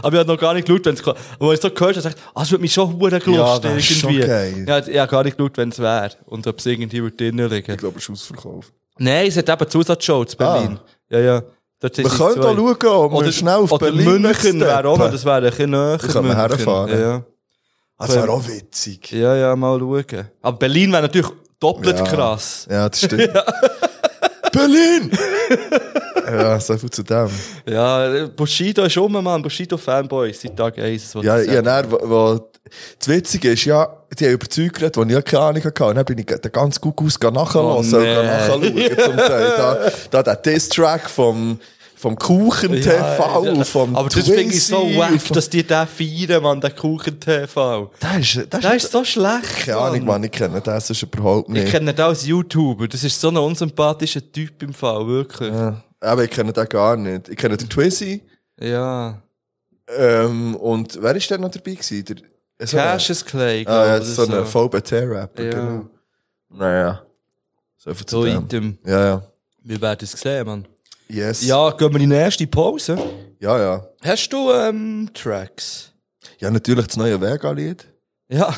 B: Aber ich habe noch gar nicht geschaut, wenn es kommt. Aber als ich so gehört habe, dachte ich, ah, es würde mich schon verdammt gelost,
C: Ja, das ist schon
B: irgendwie.
C: geil.
B: Ja, ich habe gar nicht geschaut, wenn es wäre. Und ob es irgendwie wird drinnen liegen.
C: Ich glaube, es ist ausverkauft.
B: Nein, es hat eben Zusatzshow in Berlin. Ja, ja. Dort sind
C: Ah. Wir
B: sie
C: können
B: zwei.
C: da schauen, ob wir schnell auf
B: oder
C: Berlin
B: München wäre auch noch,
C: steppen.
B: das wäre ein bisschen näher.
C: können wir
B: München.
C: herfahren.
B: Ja.
C: Das wäre Also auch witzig.
B: ja, ja, mal schauen. Aber Berlin wäre natürlich doppelt
C: Ja.
B: krass.
C: Ja,
B: *laughs*
C: das stimmt. Berlin! ja, so viel zu dem.
B: Ja, Bushido ist um, Mann. Bushido-Fanboy seit Tag 1. das
C: Ja,
B: wollte ich
C: ja,
B: sagen.
C: dann, wo, wo, das Witzige ist ja, die haben überzeugt, geredet, wo ich ja keine Ahnung hatte. Und dann bin ich den ganzen Gugus nachhören
B: Oh,
C: und
B: nee.
C: nachschauen. Zum Teil. Da, da der Diss-Track vom, vom Kuchen-TV,
B: ja,
C: vom
B: Aber das finde ich so wack, dass die den feiern, Mann, den Kuchen-TV.
C: Das ist, das
B: Der
C: ist
B: ist so schlecht.
C: keine Ahnung, Mann, ich kenne das sonst überhaupt
B: Ich
C: nicht.
B: kenne den als YouTuber. Das ist so ein unsympathischer Typ im Fall, wirklich.
C: ja. Aber ich kenne den gar nicht. Ich kenne den Twizzy.
B: ja.
C: Ähm, und wer ist denn noch dabei gewesen? Der, äh, so ein-
B: Cassius Clay,
C: ah, ja,
B: glaub ich,
C: so
B: oder
C: ein VBT-Rapper,
B: Ja.
C: genau. Naja. So viel zu
B: So
C: dem.
B: item.
C: Ja, ja.
B: Wir werden es sehen, Mann.
C: Yes.
B: Ja, gehen wir in die nächste Pause.
C: Ja, ja.
B: Hast du ähm, Tracks?
C: Ja, natürlich das neue Vega-Lied.
B: Ja,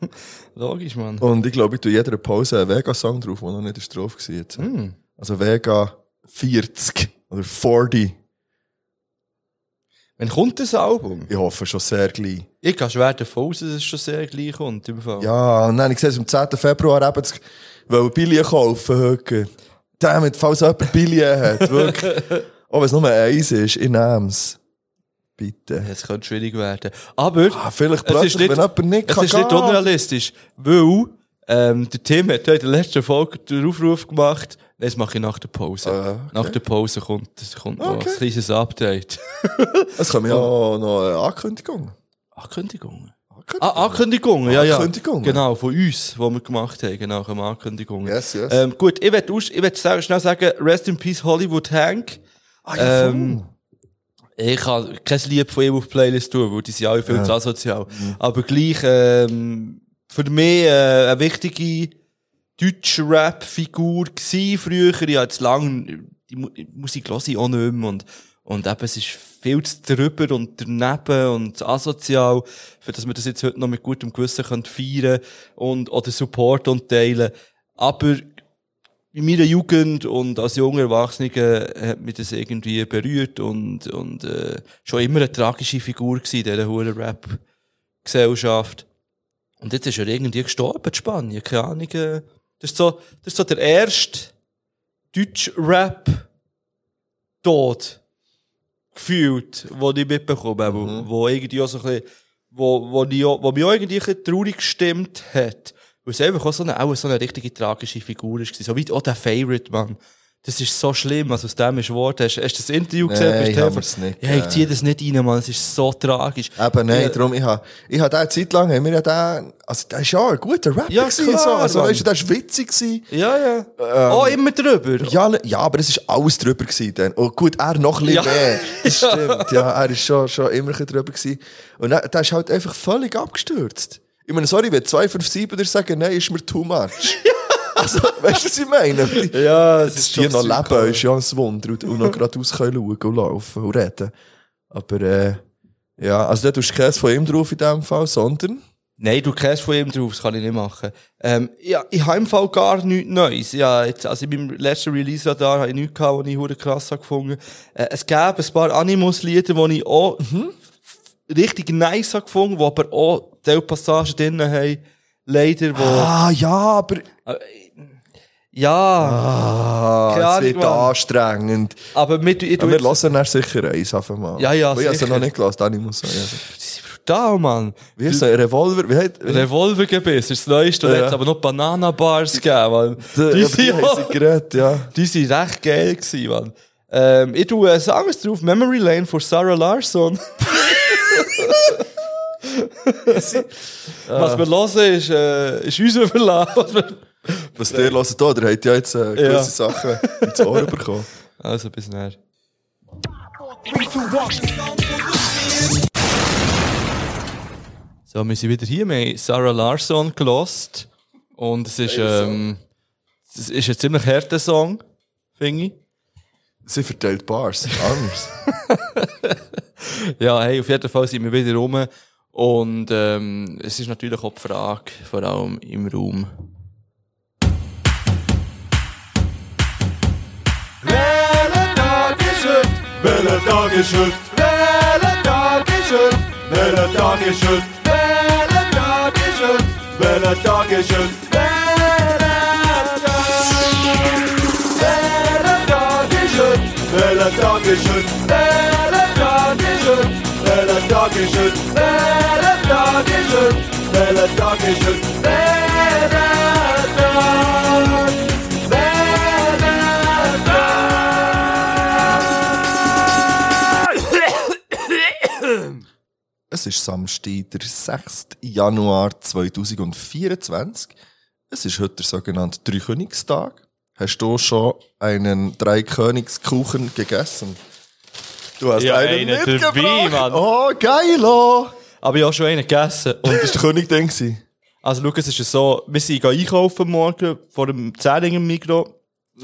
B: *laughs* logisch, Mann.
C: Und ich glaube, ich tue jeder Pause einen Vega-Song drauf, der noch nicht ist drauf war. Jetzt.
B: Hm.
C: Also Vega 40 oder 40.
B: Wann kommt das Album?
C: Ich hoffe schon sehr gleich.
B: Ich kann schwer davon aus, dass es schon sehr gleich kommt. Im Fall.
C: Ja, und dann, ich sehe es am 10. Februar eben, das- weil Billie kaufen heute. Damit, falls jemand Billie hat, wirklich.
B: *laughs*
C: Auch wenn es nur eins ist, ich nehme es. Bitte.
B: Es könnte schwierig werden. Aber
C: Ah, vielleicht
B: es
C: plötzlich,
B: ist nicht,
C: wenn jemand nicht
B: es
C: kann
B: ist nicht
C: gehen.
B: unrealistisch, weil ähm, der Tim hat ja in der letzten Folge den Aufruf gemacht, das mache ich nach der Pause.
C: Ah, okay.
B: Nach der Pause kommt, kommt noch
C: Okay.
B: ein kleines Update.
C: Es kommt ja auch noch eine Ankündigung.
B: Ankündigungen.
C: Ankündigung.
B: Ah, Ankündigungen, ja, ja.
C: Ankündigungen.
B: Genau, von uns, die wir gemacht haben, genau, haben wir Ankündigungen.
C: Yes, yes.
B: Ähm, gut, ich werde ich werd sa- schnell sagen, Rest in Peace Hollywood Hank.
C: Ah, ja,
B: ähm, Ich kann kein Lied von ihm auf die Playlist tun, weil die sind alle viel zu asozial. Aber gleich, ähm, für mich äh, eine wichtige deutsche Rap-Figur gsi früher. Ich habe jetzt lange die Mu- Musik höre ich auch nicht mehr und, Und eben, es ist viel zu drüber und daneben und asozial, für dass wir das jetzt heute noch mit gutem Gewissen können feiern und oder supporten und teilen. Aber in meiner Jugend und als junger Erwachsener äh, hat mich das irgendwie berührt und, und äh, schon immer eine tragische Figur gewesen, in dieser hohen Rap-Gesellschaft. Und jetzt ist er irgendwie gestorben, in Spanien, keine Ahnung. äh, Das ist so, das ist so der erste Deutsch-Rap-Tod, gefühlt, den ich mitbekommen habe,
C: Mhm.
B: wo irgendwie auch so ein bisschen, wo, wo, ich auch, wo mich auch irgendwie ein bisschen traurig gestimmt hat. Weil es einfach auch so eine, auch so eine richtige tragische Figur war. So wie auch der Favorite, Mann. Das ist so schlimm, was aus dem ist geworden. Hast, hast du das Interview gesehen?
C: Nein,
B: Bist du
C: haben
B: einfach-
C: wir's nicht,
B: Ja, ich
C: äh.
B: zieh das nicht rein, Mann. Es ist so tragisch.
C: Eben, nein,
B: Ja.
C: darum, ich habe, ich habe eine Zeit lang, haben wir ja den, also, der ist ja ein guter Rapper
B: Ja,
C: gewesen,
B: klar,
C: so. Also,
B: Mann.
C: weißt du, der ist witzig gewesen.
B: Ja, ja. oh, immer drüber.
C: Ja, ne- ja, aber es ist alles drüber gewesen dann. Oh, gut, er noch ein
B: *laughs*
C: bisschen
B: Ja.
C: mehr. Das stimmt. Ja, er ist schon, schon immer ein bisschen drüber gewesen. Und er, der ist halt einfach völlig abgestürzt. Ich meine, sorry, wenn 257 dir sagen, nein, ist mir too
B: *laughs*
C: much. Also, weißt du, was ich meine?
B: Ja, es
C: Dass
B: ist
C: die
B: schon
C: noch
B: psycho.
C: leben, ist ja ein Wunder. Und, und noch geradeaus können schauen und laufen und reden. Aber, äh, ja, also da tust du keins von ihm drauf in dem Fall, sondern,
B: Nein, du kennst von ihm drauf, das kann ich nicht machen. Ähm, ja, ich habe im Fall gar nichts Neues. Ja, jetzt, also in meinem letzten Release-Radar habe ich nichts gehabt, was ich hure krass habe gefunden äh, Es gab ein paar Animus-Lieder, die ich auch
C: Mhm.
B: richtig nice habe gefunden, die aber auch Teilpassagen drin haben. Leider, wo...
C: ah, ja, aber,
B: Ja,
C: ah,
B: Keine
C: es wird
B: Ahnung, Mann.
C: anstrengend.
B: aber mit... Ich,
C: Ja,
B: tu
C: wir
B: jetzt-
C: hören dann sicher eins einfach mal.
B: Ja, ja,
C: Aber Ich habe
B: sicher.
C: noch nicht gelassen, dann muss ich sagen. Also,
B: Die sind brutal, Mann.
C: Wie ist so ein Revolver? Wie hat...
B: Revolvergebiss ist das Neueste.
C: Ja.
B: Ja. Jetzt aber noch Bananabars gegeben, Mann.
C: Ja,
B: Die
C: aber
B: sind
C: haben
B: auch-
C: sie geredet, ja.
B: Die sind recht geil gewesen, Mann. Ähm, ich tue einen Song drauf, Memory Lane von Sarah Larson. Was wir hören, ist, äh, ist unser Verlag. Was wir-
C: Was der hört da, der hat ja jetzt äh, gewisse
B: Ja.
C: Sachen ins Ohr bekommen.
B: Also, bis näher. So, wir sind wieder hier. Wir haben Sarah Larson gelost. Und es ist, ähm, es ist ein ziemlich harter Song, finde ich.
C: Sie verteilt Bars, anders.
B: Ja, hey, auf jeden Fall sind wir wieder rum. Und ähm, es ist natürlich auch die Frage, vor allem im Raum.
C: es ist Samstag, der 6. Januar 2024. Es ist heute der sogenannte Dreikönigstag. Hast du schon einen Dreikönigskuchen gegessen? Du hast
B: Ja,
C: einen,
B: einen
C: mitgebracht.
B: dabei, Mann.
C: Oh, geil! oh.
B: Aber ich habe schon einen gegessen. Und,
C: Und das war der König dann. gewesen?
B: also, schau, es ist ja so, wir sind gegangen einkaufen morgen vor dem Zähringen Mikro.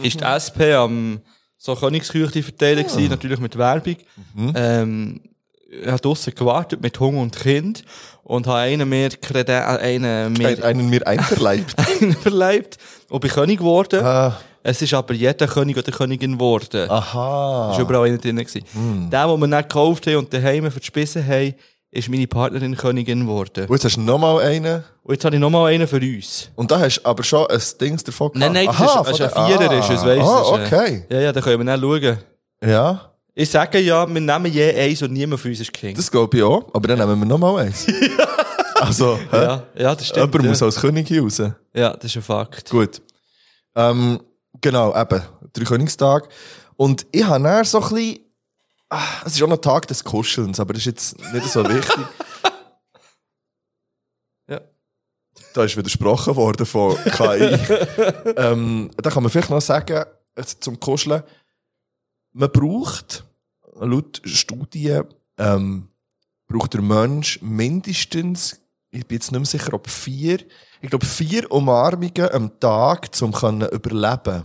B: Ist die SP am so Königsküchli verteilen
C: Ah.
B: gewesen, natürlich mit Werbung.
C: Mhm.
B: Ähm, ich habe draussen gewartet mit Hunger und Kind und habe einen mehr Kredit, einen mehr
C: Ein- Einen
B: *laughs*
C: mir einverleibt.
B: einen verleibt und bin König geworden.
C: Ah.
B: Es ist aber jeder König oder Königin geworden.
C: Aha.
B: Das war überall einer drin.
C: Hm.
B: Mm. Der, den wir dann gekauft haben und daheim verspissen haben, ist meine Partnerin Königin geworden.
C: Und jetzt hast du nochmal einen.
B: Und jetzt habe ich nochmal einen für uns.
C: Und da hast du aber schon ein Dings davon
B: Nein, nein, das
C: Aha,
B: ist, das ist
C: von
B: ein
C: der-
B: Vierer, ist es, weißt du?
C: Ah,
B: das ist, äh,
C: okay.
B: Ja, ja, dann können wir dann schauen.
C: Ja,
B: Ich sage ja, wir nehmen je eins und niemand von uns ist King.
C: das glaube ich auch. Aber dann nehmen wir
B: *laughs*
C: nochmal eins. also, hä?
B: ja, ja, das stimmt.
C: jemand
B: ja.
C: muss als König hier raus.
B: ja, das ist ein Fakt.
C: Gut. Ähm, genau, eben. Dreikönigstag. Und ich habe dann so ein bisschen... Ah, Es ist auch noch Tag des Kuschelns, aber das ist jetzt nicht so wichtig.
B: *laughs* Ja.
C: Da ist widersprochen worden von
B: *laughs*
C: KI. ähm, da kann man vielleicht noch sagen, jetzt zum Kuscheln, man braucht, laut Studien, ähm, braucht der Mensch mindestens, ich bin jetzt nicht mehr sicher, ob vier, ich glaube vier Umarmungen am Tag, um können überleben.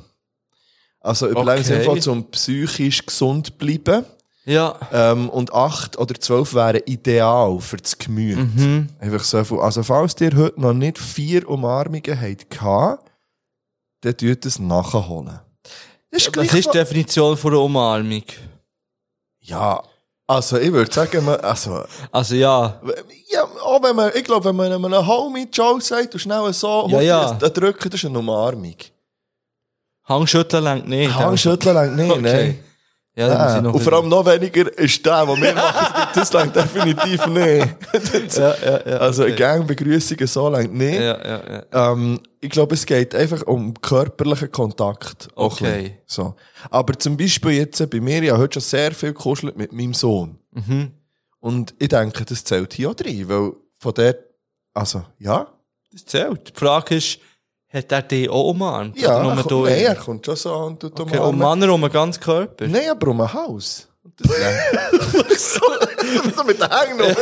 C: Also überleben im
B: Okay.
C: Sinne von, um psychisch gesund zu bleiben.
B: Ja.
C: Ähm, und 8 oder 12 wären ideal für das Gemüt.
B: mhm.
C: Einfach so viel. Also, falls ihr heute noch nicht vier Umarmungen habt, gehabt, dann tut es nachholen. Das ist
B: Was
C: gleich
B: ist die Definition von einer Umarmung?
C: Ja, also ich würde sagen, man, also,
B: Also ja,
C: ja, auch wenn man, ich glaube, wenn man einem Homie Joe sagt und schnell so,
B: Ja, ja.
C: da drücken, das ist eine Umarmung.
B: Hangschütteln lenkt nicht.
C: Handschütteln lang nicht,
B: Okay.
C: nein.
B: Ja, dann muss ich
C: Nein.
B: noch
C: Und vor allem noch weniger ist der, den wir machen, das lang definitiv
B: *laughs*
C: nicht.
B: Ja, ja, ja.
C: also,
B: okay.
C: eine Gangbegrüßungen so lang nicht.
B: Ja, ja, ja.
C: Ähm, ich glaube, es geht einfach um körperlichen Kontakt. Auch
B: Okay.
C: ein bisschen. So. Aber zum Beispiel jetzt bei mir, ich habe heute schon sehr viel gekuschelt mit meinem Sohn. Und ich denke, das zählt hier auch rein, weil von der, also, ja.
B: Das zählt. Die Frage ist, hat er dich auch umarmt? Oder
C: Ja, er
B: nur
C: kommt,
B: du
C: nein,
B: ihn?
C: er kommt schon so und tut
B: Okay,
C: umarmen.
B: um Männer um den ganzen Körper.
C: Nein, aber um ein Haus. Das so, so mit den Hängen rum.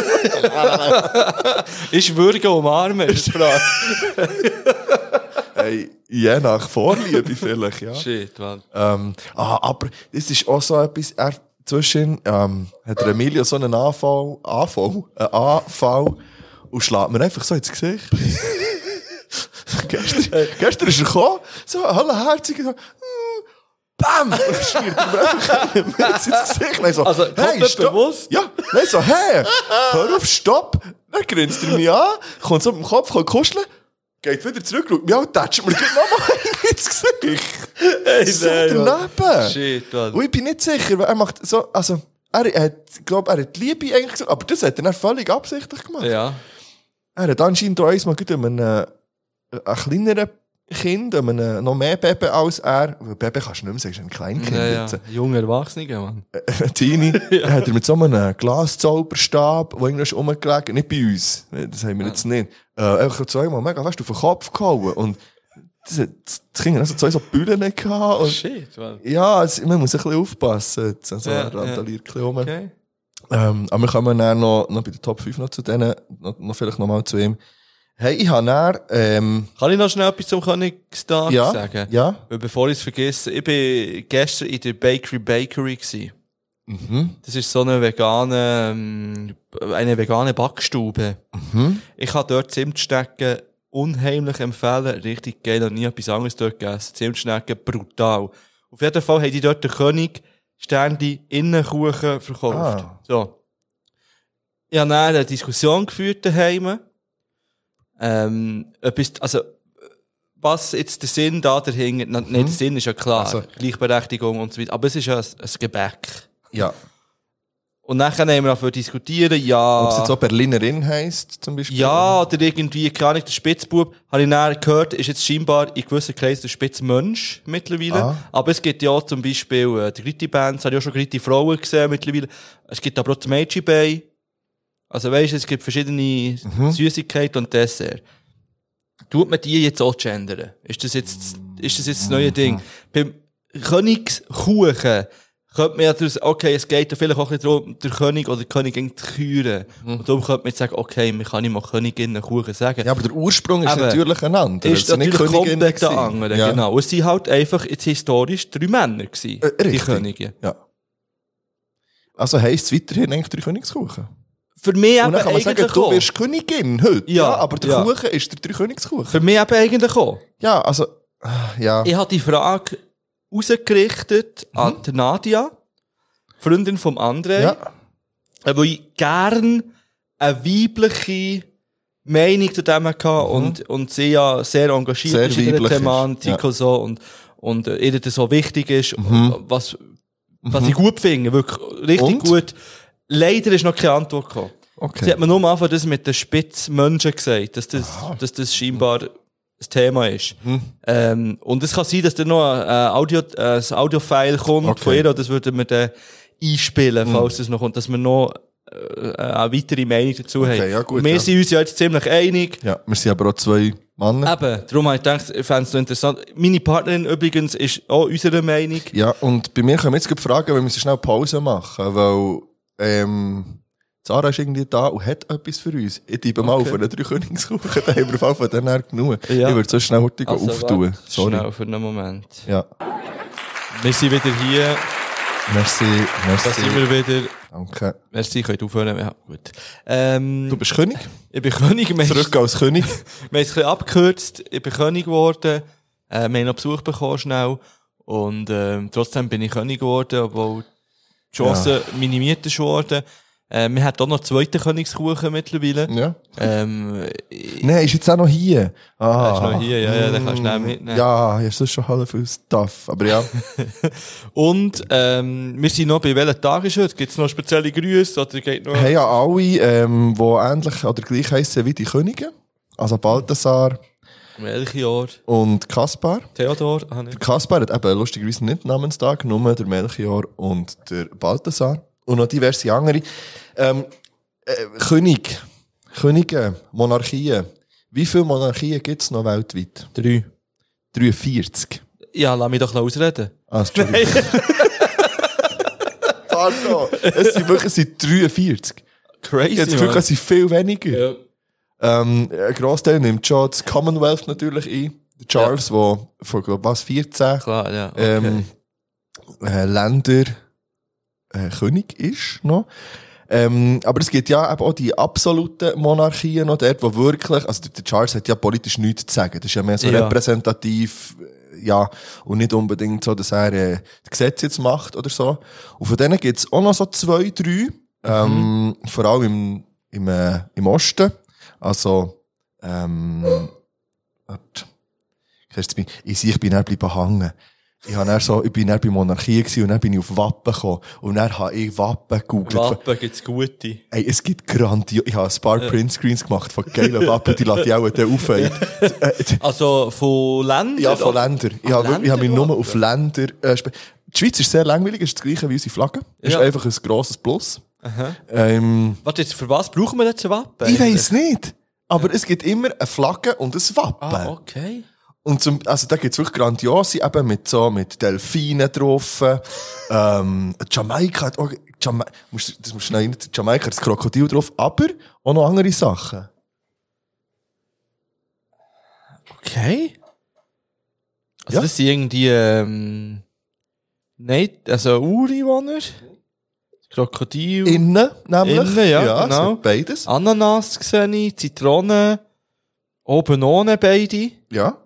B: Ist Würgen umarmen? Ist die Frage.
C: *laughs* Hey, je nach Vorliebe vielleicht, ja.
B: Shit, man.
C: Ähm, ah, aber das ist auch so etwas, er, zwischen ähm, hat der Emilio so einen Anfall, Anfall, einen Anfall und schlägt mir einfach so ins Gesicht. *laughs* gestern, gestern ist er gekommen, so halbherzig, so, mm, bam, und schmiert mir einfach *laughs* mit ins Gesicht. Nein, so,
B: Also, komplett
C: stopp.
B: bewusst?
C: Ja, nein, so, hey, hör auf, stopp. Dann grinst er mich an, kommt so mit dem Kopf, kommt kuscheln, geht wieder zurück, schaut mich an und tätscht mir gleich *laughs* nochmal ins Gesicht.
B: Hey,
C: so
B: nein, Mann.
C: daneben.
B: Shit, man.
C: Und ich bin nicht sicher, weil er macht so, also, er hat, ich glaube, er hat die Liebe eigentlich gesagt, aber das hat er dann völlig absichtlich gemacht.
B: Ja.
C: Er hat anscheinend auch einmal gut um einen, äh, einen kleineren Kind, um einen noch mehr Baby als er, weil Baby kannst du nicht mehr sagen, ist ein Kleinkind
B: Ja, ja.
C: jetzt,
B: Junge Erwachsene, Mann. *laughs*
C: ein Teenie, ja. hat er mit so einem äh, Glaszauberstab, der irgendwo ist rumgelegen, nicht bei uns, das haben
B: Ah.
C: wir jetzt nicht, äh, einfach zweimal mega, weißt du, auf den Kopf gehauen und das, hat- das Kind hat also zwei so Bühnen gehabt und
B: Shit, man.
C: ja, es, man muss ein bisschen aufpassen. Jetzt. Also,
B: Ja,
C: er randaliert ein bisschen rum.
B: Okay.
C: Ähm, aber wir kommen dann noch, noch bei der Top 5 noch zu denen, noch, noch vielleicht nochmal zu ihm. Hey, ich habe dann, ähm,
B: Kann ich noch schnell etwas zum Königstag
C: ja,
B: sagen?
C: ja,
B: Weil bevor ich es vergesse, ich war gestern in der Bakery Bakery. Gewesen.
C: mhm,
B: Das ist so eine vegane, ähm, eine vegane Backstube.
C: mhm.
B: Ich kann dort Zimtschnecken unheimlich empfehlen. Richtig geil, noch nie etwas anderes dort gegessen. Zimtschnecken brutal. Auf jeden Fall haben die dort den König ständig Innenkuchen verkauft.
C: Ah.
B: So. Ich habe dann eine Diskussion geführt daheim. Ähm, ob es- also, was jetzt der Sinn da dahinter, nein, der Sinn ist ja klar.
C: Mhm. Also-
B: Gleichberechtigung und so weiter. Aber es ist ja ein, ein Gebäck.
C: ja.
B: Und nachher haben wir dafür diskutieren, ja.
C: Ob es jetzt auch Berlinerin heisst, zum Beispiel.
B: Ah. Ja, oder irgendwie, keine Ahnung, der Spitzbub, habe ich nachher gehört, ist jetzt scheinbar in gewissen Kreisen der Spitzmensch mittlerweile.
C: Ah.
B: Aber es gibt ja auch zum Beispiel äh, die Gritti-Bands, habe ich auch schon Gritti-Frauen gesehen mittlerweile. Es gibt aber auch die Meiji Bay. Also weißt du, es gibt verschiedene
C: Mhm.
B: Süßigkeiten und Dessert. Tut man die jetzt auch gendern? Ist das jetzt, ist das jetzt das neue Ding? Beim Königskuchen könnte man ja daraus, okay, es geht ja vielleicht auch ein bisschen darum, der König oder die Königin zu küren. Und darum könnte man jetzt sagen, okay, man kann nicht mal Königinnenkuchen sagen.
C: Hm. Ja, aber der Ursprung ist
B: Eben.
C: natürlich ein anderer.
B: ist
C: Es sind
B: natürlich
C: Königinnen
B: komplett der
C: gewesen.
B: andere,
C: ja.
B: genau. Es sind halt einfach jetzt historisch drei Männer gewesen,
C: Äh,
B: nou- die
C: richtig.
B: Könige.
C: Ja. Also heisst es weiterhin eigentlich drei Königskuchen?
B: Für mich
C: Und
B: eben
C: dann kann man
B: eigentlich
C: sagen, du
B: auch.
C: wirst Königin heute.
B: Ja,
C: aber der
B: ja.
C: Kuchen ist der drei Königskuchen.
B: Für mich eben eigentlich auch.
C: Ja, also, ah, ja.
B: Ich habe die Frage rausgerichtet an die Nadia, Freundin vom André,
C: Mhm. ja.
B: Äh, weil ich gerne eine weibliche Meinung zu dem hatte und, und sie ja sehr engagiert
C: Mhm. Sehr
B: ist in der
C: weiblich ist,
B: Thematik
C: ja. Mhm.
B: und so und, und äh, ihr das so wichtig ist, und was, was ich gut finde, wirklich richtig
C: Und?
B: gut. Leider ist noch keine Antwort gekommen. Sie
C: Okay.
B: hat mir nur am Anfang das mit den Spitzmenschen gesagt, dass das, dass das scheinbar das Thema ist.
C: Hm.
B: Ähm, und es kann sein, dass da noch ein Audio, äh, ein Audio-File kommt
C: Okay. Hm.
B: von ihr, das würden wir dann einspielen, falls das noch kommt, dass wir noch äh, eine weitere Meinung dazu haben.
C: ja, gut,
B: wir
C: ja.
B: sind uns ja jetzt ziemlich einig.
C: Ja, wir sind aber auch zwei Männer.
B: Eben, darum habe ich gedacht, ich fände es noch interessant. Meine Partnerin übrigens ist auch unserer Meinung.
C: Ja, und bei mir können wir jetzt gerade fragen, weil wir müssen schnell Pause machen, weil ähm, Zara ist irgendwie da und hat etwas für uns. Ich tippe mal auf einen Dreikönigskuchen, *laughs* da haben wir auf jeden Fall dann her genug.
B: Ja.
C: Ich würde so schnell heute
B: Also,
C: auftun.
B: warte,
C: Sorry.
B: Schnell, für einen Moment.
C: Ja.
B: Wir sind wieder hier.
C: Merci,
B: Da sind
C: merci.
B: wir wieder.
C: Danke.
B: Merci, könnt aufhören. Ja, gut. Ähm,
C: Du bist König?
B: ich bin König. Wir haben-
C: Zurück als
B: *laughs*
C: König?
B: Wir haben es ein bisschen abgekürzt. Ich bin König geworden. Äh, wir haben noch Besuch bekommen, schnell. Und ähm, trotzdem bin ich König geworden, obwohl die Chancen minimiert ist worden. Äh, wir haben auch noch einen zweiten Königskuchen mittlerweile.
C: Ja.
B: Ähm, ich-
C: Nein, ist jetzt auch noch hier. Ah.
B: Er ist noch hier, ja, ja, den kannst du dann mitnehmen.
C: Mm, Ja, hier ist schon halb viel Stuff. Aber ja. *laughs*
B: Und ähm, wir sind noch bei welchem Tag ist heute? Gibt es noch spezielle Grüße oder geht noch...
C: haben ja alle, ähm, die ähnlich oder gleich heißen wie die Könige. Also Balthasar
B: Welche Jahr?
C: und Kaspar.
B: um Theodor? Ah, nicht.
C: Der Kaspar hat eben lustigerweise nicht Namenstag, nur der Melchior und der Balthasar. Und noch diverse andere. Ähm, äh, König, Könige, Monarchien. Wie viele Monarchien gibt es noch weltweit?
B: Drei.
C: 43.
B: Ja, lass mich doch noch ausreden.
C: Ah, Entschuldigung. *laughs* Pardon. Es sind wirklich es sind 43.
B: Crazy,
C: Ich habe das Gefühl,
B: Mann.
C: es sind viel weniger.
B: Ja.
C: Ähm, ein Grossteil nimmt schon das Commonwealth natürlich ein. Der Charles, der vor, glaub, was, 14
B: Klar, ja. Okay.
C: ähm, äh, Länder äh, König ist noch. Ähm, aber es gibt ja eben auch die absoluten Monarchien noch dort, wo wirklich, also der- der Charles hat ja politisch nichts zu sagen. Das ist ja mehr so
B: Ja.
C: repräsentativ, äh, ja, und nicht unbedingt so, dass er äh, das Gesetz jetzt macht oder so. Und von denen gibt's auch noch so zwei, drei, ähm, vor allem im, im, äh, im Osten. Also, ähm, warte. Kennst du mich? Ich sehe, ich bin dann bleiben hängen. Ich, hab dann so, ich bin dann bei Monarchie gewesen und dann bin ich auf Wappen gekommen. Und dann habe ich Wappen gegoogelt.
B: Wappen gibt's gute.
C: Ey, es gibt grandios... Ich habe ein paar Printscreens gemacht von geilen Wappen, die lasse ich auch dann auf. ey.
B: Also von Ländern?
C: Ja, von Länder. Ich habe wirklich- ich habe mich
B: Länder-
C: nur auf Länder... Äh, spe- die Schweiz ist sehr langweilig, ist das gleiche wie unsere Flagge. Ist
B: Ja.
C: einfach ein grosses Plus. Ähm,
B: Warte, jetzt, für was brauchen wir jetzt ein Wappen?
C: ich weiss nicht. Aber es gibt immer eine Flagge und ein Wappen.
B: Ah, okay.
C: Und zum, also da gibt's wirklich grandiose, eben mit so, mit Delfinen drauf, ähm, Jamaika, hat auch- Jama musst, das musst du schnell rein, Jamaika hat das Krokodil drauf, aber auch noch andere Sachen.
B: Okay. Also
C: Ja.
B: das sind irgendwie, ähm, nicht, also Ureinwohner, Krokodil,
C: Innen, nämlich.
B: Innen, ja,
C: es
B: genau.
C: hat Beides.
B: Ananas sehe ich, Zitrone, oben ohne beide,
C: Ja.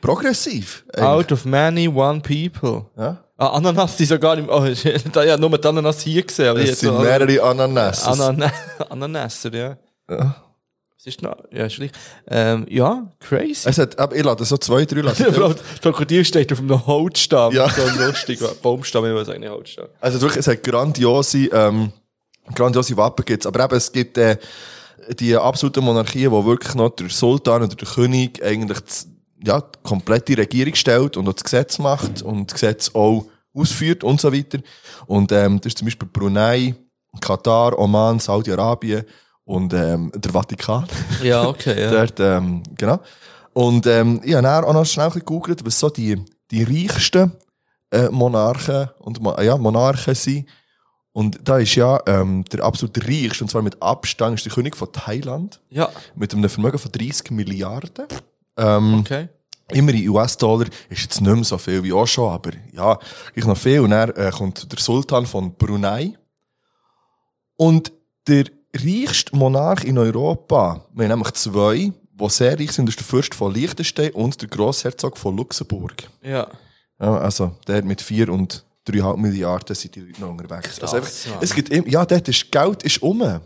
C: Progressiv. eigentlich.
B: out of many, one people.
C: Ja.
B: Ah, Ananas sind sogar im, oh, *laughs* shit, da ja nur die Ananas hier gesehen. aber
C: Es
B: jetzt
C: sind
B: noch-
C: mehrere Ananas.
B: Anana *laughs* Ananasser, ja. Was ist noch? Ja, ist gleich. ähm, ja, crazy.
C: Es hat, aber ich lade so zwei,
B: *laughs*
C: drei lasse ich
B: Vor
C: drauf.
B: allem, das Krokodil steht auf einem Holzstamm.
C: Ja.
B: So ein lustiger Baumstamm, ich weiß eigentlich Holzstamm.
C: Also wirklich, es hat grandiose, ähm, grandiose Wappen gibt's. Aber eben, es gibt, äh, die absoluten Monarchien, wo wirklich noch der Sultan oder der König eigentlich das, ja, die komplette Regierung stellt und auch das Gesetz macht und das Gesetz auch ausführt und so weiter. Und, ähm, das ist zum Beispiel Brunei, Katar, Oman, Saudi-Arabien und, ähm, der Vatikan.
B: Ja, okay, ja.
C: Dort, ähm, genau. Und ähm, ich habe dann auch noch schnell ein bisschen gegoogelt, was so die, die reichsten äh, Monarchen und Mo- ja, Monarchen sind. Und da ist ja ähm, der absolut reichste, und zwar mit Abstand, ist der König von Thailand
B: Ja,
C: mit einem Vermögen von 30 Milliarden. Ähm,
B: okay.
C: Immer in US-Dollar ist jetzt nicht mehr so viel wie auch schon, aber ja, ich noch viel. Und dann äh, kommt der Sultan von Brunei. Und der reichste Monarch in Europa, wir haben nämlich zwei, die sehr reich sind, das ist der Fürst von Liechtenstein und der Grossherzog von Luxemburg.
B: Ja.
C: Ja, also der mit vier und 3,5 Milliarden sind die Leute noch unterwegs. also einfach,
B: Mann.
C: es gibt immer, ja, dort ist, Geld ist um. Geld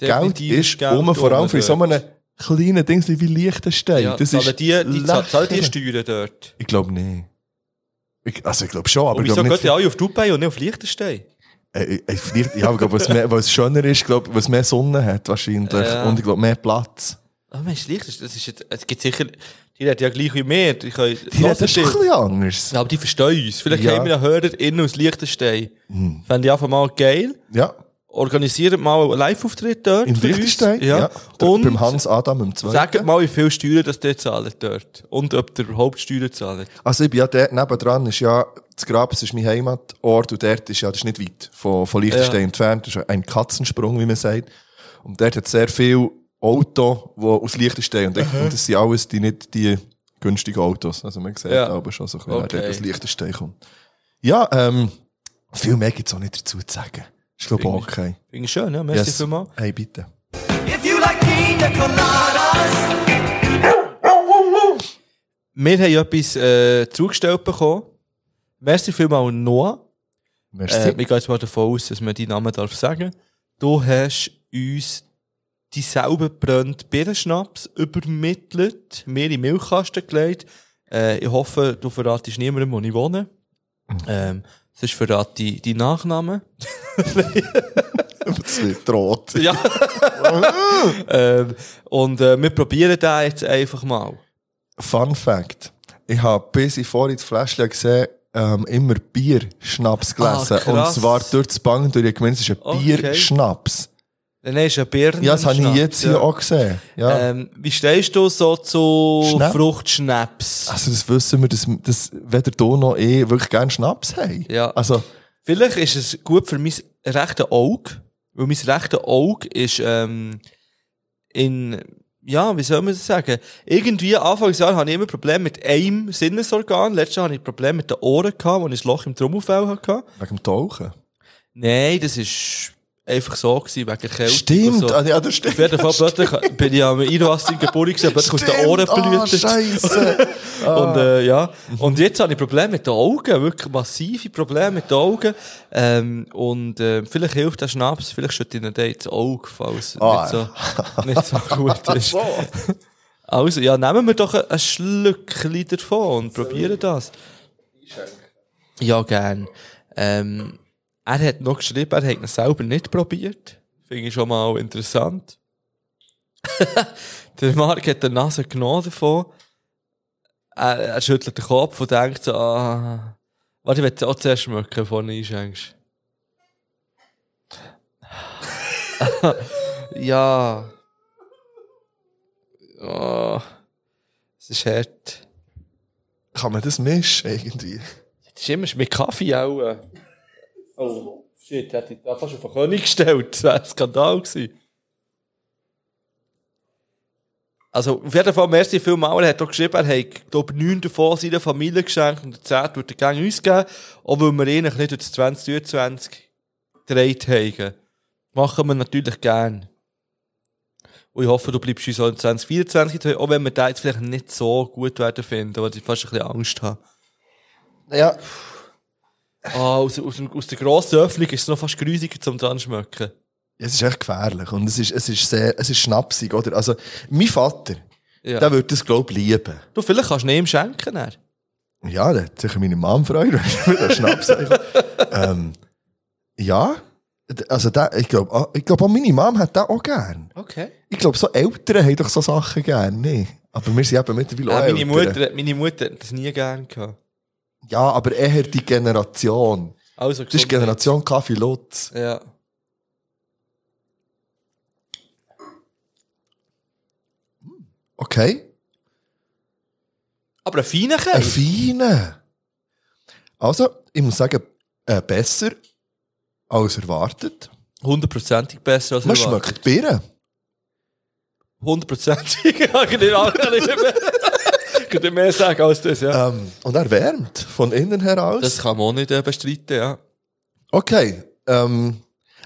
B: Definitiv
C: ist um, vor allem für so
B: dort.
C: einen kleinen Ding wie Liechtenstein.
B: Ja,
C: das
B: das zahlen
C: ist
B: die, die zahlen zahlen die
C: lächerlich.
B: Steuern dort.
C: Ich glaube nicht. Ich, also ich glaube schon, aber
B: Und
C: ich
B: wieso
C: glaube
B: gehen
C: nicht.
B: die alle auf Dubai und nicht auf Liechtenstein?
C: Äh, äh, vielleicht, ja, ich glaube, was, mehr- was schöner ist, glaub, was mehr Sonne hat wahrscheinlich
B: Ja.
C: und ich glaube mehr Platz.
B: Ah, Mensch, Liechtenstein, das ist jetzt, es gibt sicher, die reden ja gleich wie mehr. Die können,
C: Die
B: Hören
C: hat das ist
B: die?
C: schon ein bisschen anders.
B: Ja, aber die verstehen uns. Vielleicht
C: Ja. Hm.
B: haben wir einen Hörer innen aus Liechtenstein. Fände ich einfach mal geil.
C: Ja,
B: Organisiert mal einen Live-Auftritt dort.
C: in
B: für uns.
C: Liechtenstein.
B: Ja.
C: Da-
B: Und
C: beim Hans Adam im Zweiten.
B: sagt mal, wie viel Steuern das die zahlen dort. Und ob der Hauptsteuern zahlt.
C: Also ich bin ja dort nebendran, ist ja das Grab, das ist mein Heimatort und dort ist ja, das ist nicht weit von, von Liechtenstein
B: Ja.
C: entfernt, das ist ein Katzensprung, wie man sagt. Und dort hat sehr viel Auto, die aus Liechtenstein und, und das sind alles die nicht die günstigen Autos. Also man sieht
B: Ja.
C: aber schon so ein bisschen,
B: Okay.
C: wer dort aus Liechtenstein kommt. Ja, ähm, Viel mehr gibt es auch nicht dazu zu sagen. Ist, glaube ich, auch okay.
B: Finde ich schön, ja. Merci
C: Yes.
B: vielmals.
C: Hey, bitte.
E: If you like pina coladas,
B: Wir haben etwas äh, zugestellt bekommen. Merci vielmals, Noah.
C: Merci.
B: Äh, ich gehe jetzt mal davon aus, dass man deinen Namen darf sagen Du hast uns die selber brennend Birnenschnaps übermittelt, mir in den Milchkasten gelegt. Äh, ich hoffe, du verratest niemandem, wo ich wohne.
C: Mhm.
B: Ähm, sonst verrate ich deinen Nachnamen.
C: das *laughs* wird rot.
B: Ja. *laughs* ähm, und äh, wir probieren den jetzt einfach mal.
C: Fun Fact. Ich habe bis ich vorhin das Fläschchen gesehen ähm, immer Bierschnaps gelesen.
B: Ah, krass.
C: und zwar durch das Bank, durch die Gemeinde, es ist ein
B: Okay.
C: Bierschnaps.
B: Dann hast du einen Birnen.
C: Ja, das habe ich jetzt hier auch gesehen. Ja.
B: Ähm, wie stehst du so zu
C: Schnapp?
B: Fruchtschnaps?
C: also das wissen wir, dass, dass weder du noch ich wirklich gerne Schnaps haben.
B: Ja.
C: Also,
B: Vielleicht ist es gut für mein rechtes Auge, weil mein rechtes Auge ist ähm, in, ja, wie soll man das sagen? Irgendwie, Anfangsjahr hatte ich immer Probleme mit einem Sinnesorgan. Letztes Jahr hatte ich Probleme mit den Ohren, gehabt, wo ich ein Loch im Trommelfell hatte.
C: wegen dem Tauchen.
B: Nein, das ist einfach so gewesen, wegen der Kälte. und
C: Stimmt,
B: so.
C: ah, ja, das stimmt.
B: Auf jeden Fall plötzlich bin ich am einrastigen Geburtstag gewesen, plötzlich aus den Ohren
C: Ah,
B: blutet.
C: Scheiße.
B: *laughs* Und, äh, ja. Und jetzt habe ich Probleme mit den Augen, wirklich massive Probleme mit den Augen. Ähm, und äh, vielleicht hilft der Schnaps, vielleicht schütte ich ihn dann ins Auge, falls es
C: Ah,
B: nicht, so, nicht so gut ist. Also, ja, nehmen wir doch ein, ein Schlückchen davon und probieren das. Ja, gern. Ähm, er hat noch geschrieben, er hat ihn selber nicht probiert. Finde ich schon mal interessant. *laughs* Der Marc hat die Nase genommen davon. Er, Äh, er schüttelt den Kopf und denkt so, ah, warte, ich will es auch zuerst schmecken, bevor du einschenkst. *laughs* ja. Oh, es ist hart.
C: Kann man das mischen irgendwie?
B: Das ist immer mit Kaffee auch. äh. Oh, shit, hätte ich da fast auf den König gestellt. Das wäre ein Skandal gewesen. Also, auf jeden Fall, merci vielmals. Er hat auch geschrieben, er hat, glaube ich, neun davon seiner Familie geschenkt und zehn würde er gerne uns geben. Auch weil wir ihn nicht durch das 2023 gedreht haben. Machen wir natürlich gerne. Und ich hoffe, du bleibst uns auch in 2024 treu, auch wenn wir den jetzt vielleicht nicht so gut werden finden, weil ich fast ein bisschen Angst habe.
C: Ja.
B: Ah, aus, aus, aus der grossen Öffnung ist es noch fast grusiger zum dran schmecken.
C: Ja, Es ist echt gefährlich und es ist, es ist sehr, es ist schnapsig, oder? Also, mein Vater,
B: Ja.
C: der würde das, glaube ich, lieben.
B: Du, vielleicht kannst du ihm schenken. Dann.
C: Ja, da hat sicher meine Mom Freude, *laughs* wenn ich wieder Schnaps habe. ähm, ja, d- also da, ich glaube, auch- ich glaube auch meine Mom hat das auch gern.
B: Okay.
C: Ich glaube, so Eltern haben doch so Sachen gern, nee. Aber wir sind eben mittlerweile auch
B: Äh, meine,
C: Eltern.
B: Mutter, hat- meine Mutter hat das nie gern gehabt.
C: Ja, aber eher die Dus Generation.
B: Also,
C: Das
B: gesund.
C: ist Generation Kaffee Lutz.
B: Ja.
C: Okay?
B: Aber ein feiner
C: Ein
B: Käse.
C: feiner. Also, ich muss sagen, äh, besser als erwartet.
B: Hundertprozentig besser als
C: Man
B: erwartet.
C: schmeckt die Birne.
B: Hundertprozentig. *laughs* Ich kann nicht mehr- Ich kann nicht mehr sagen als das, ja.
C: Ähm, und er wärmt von innen heraus.
B: Das kann man auch nicht äh, bestreiten, ja.
C: Okay, ähm,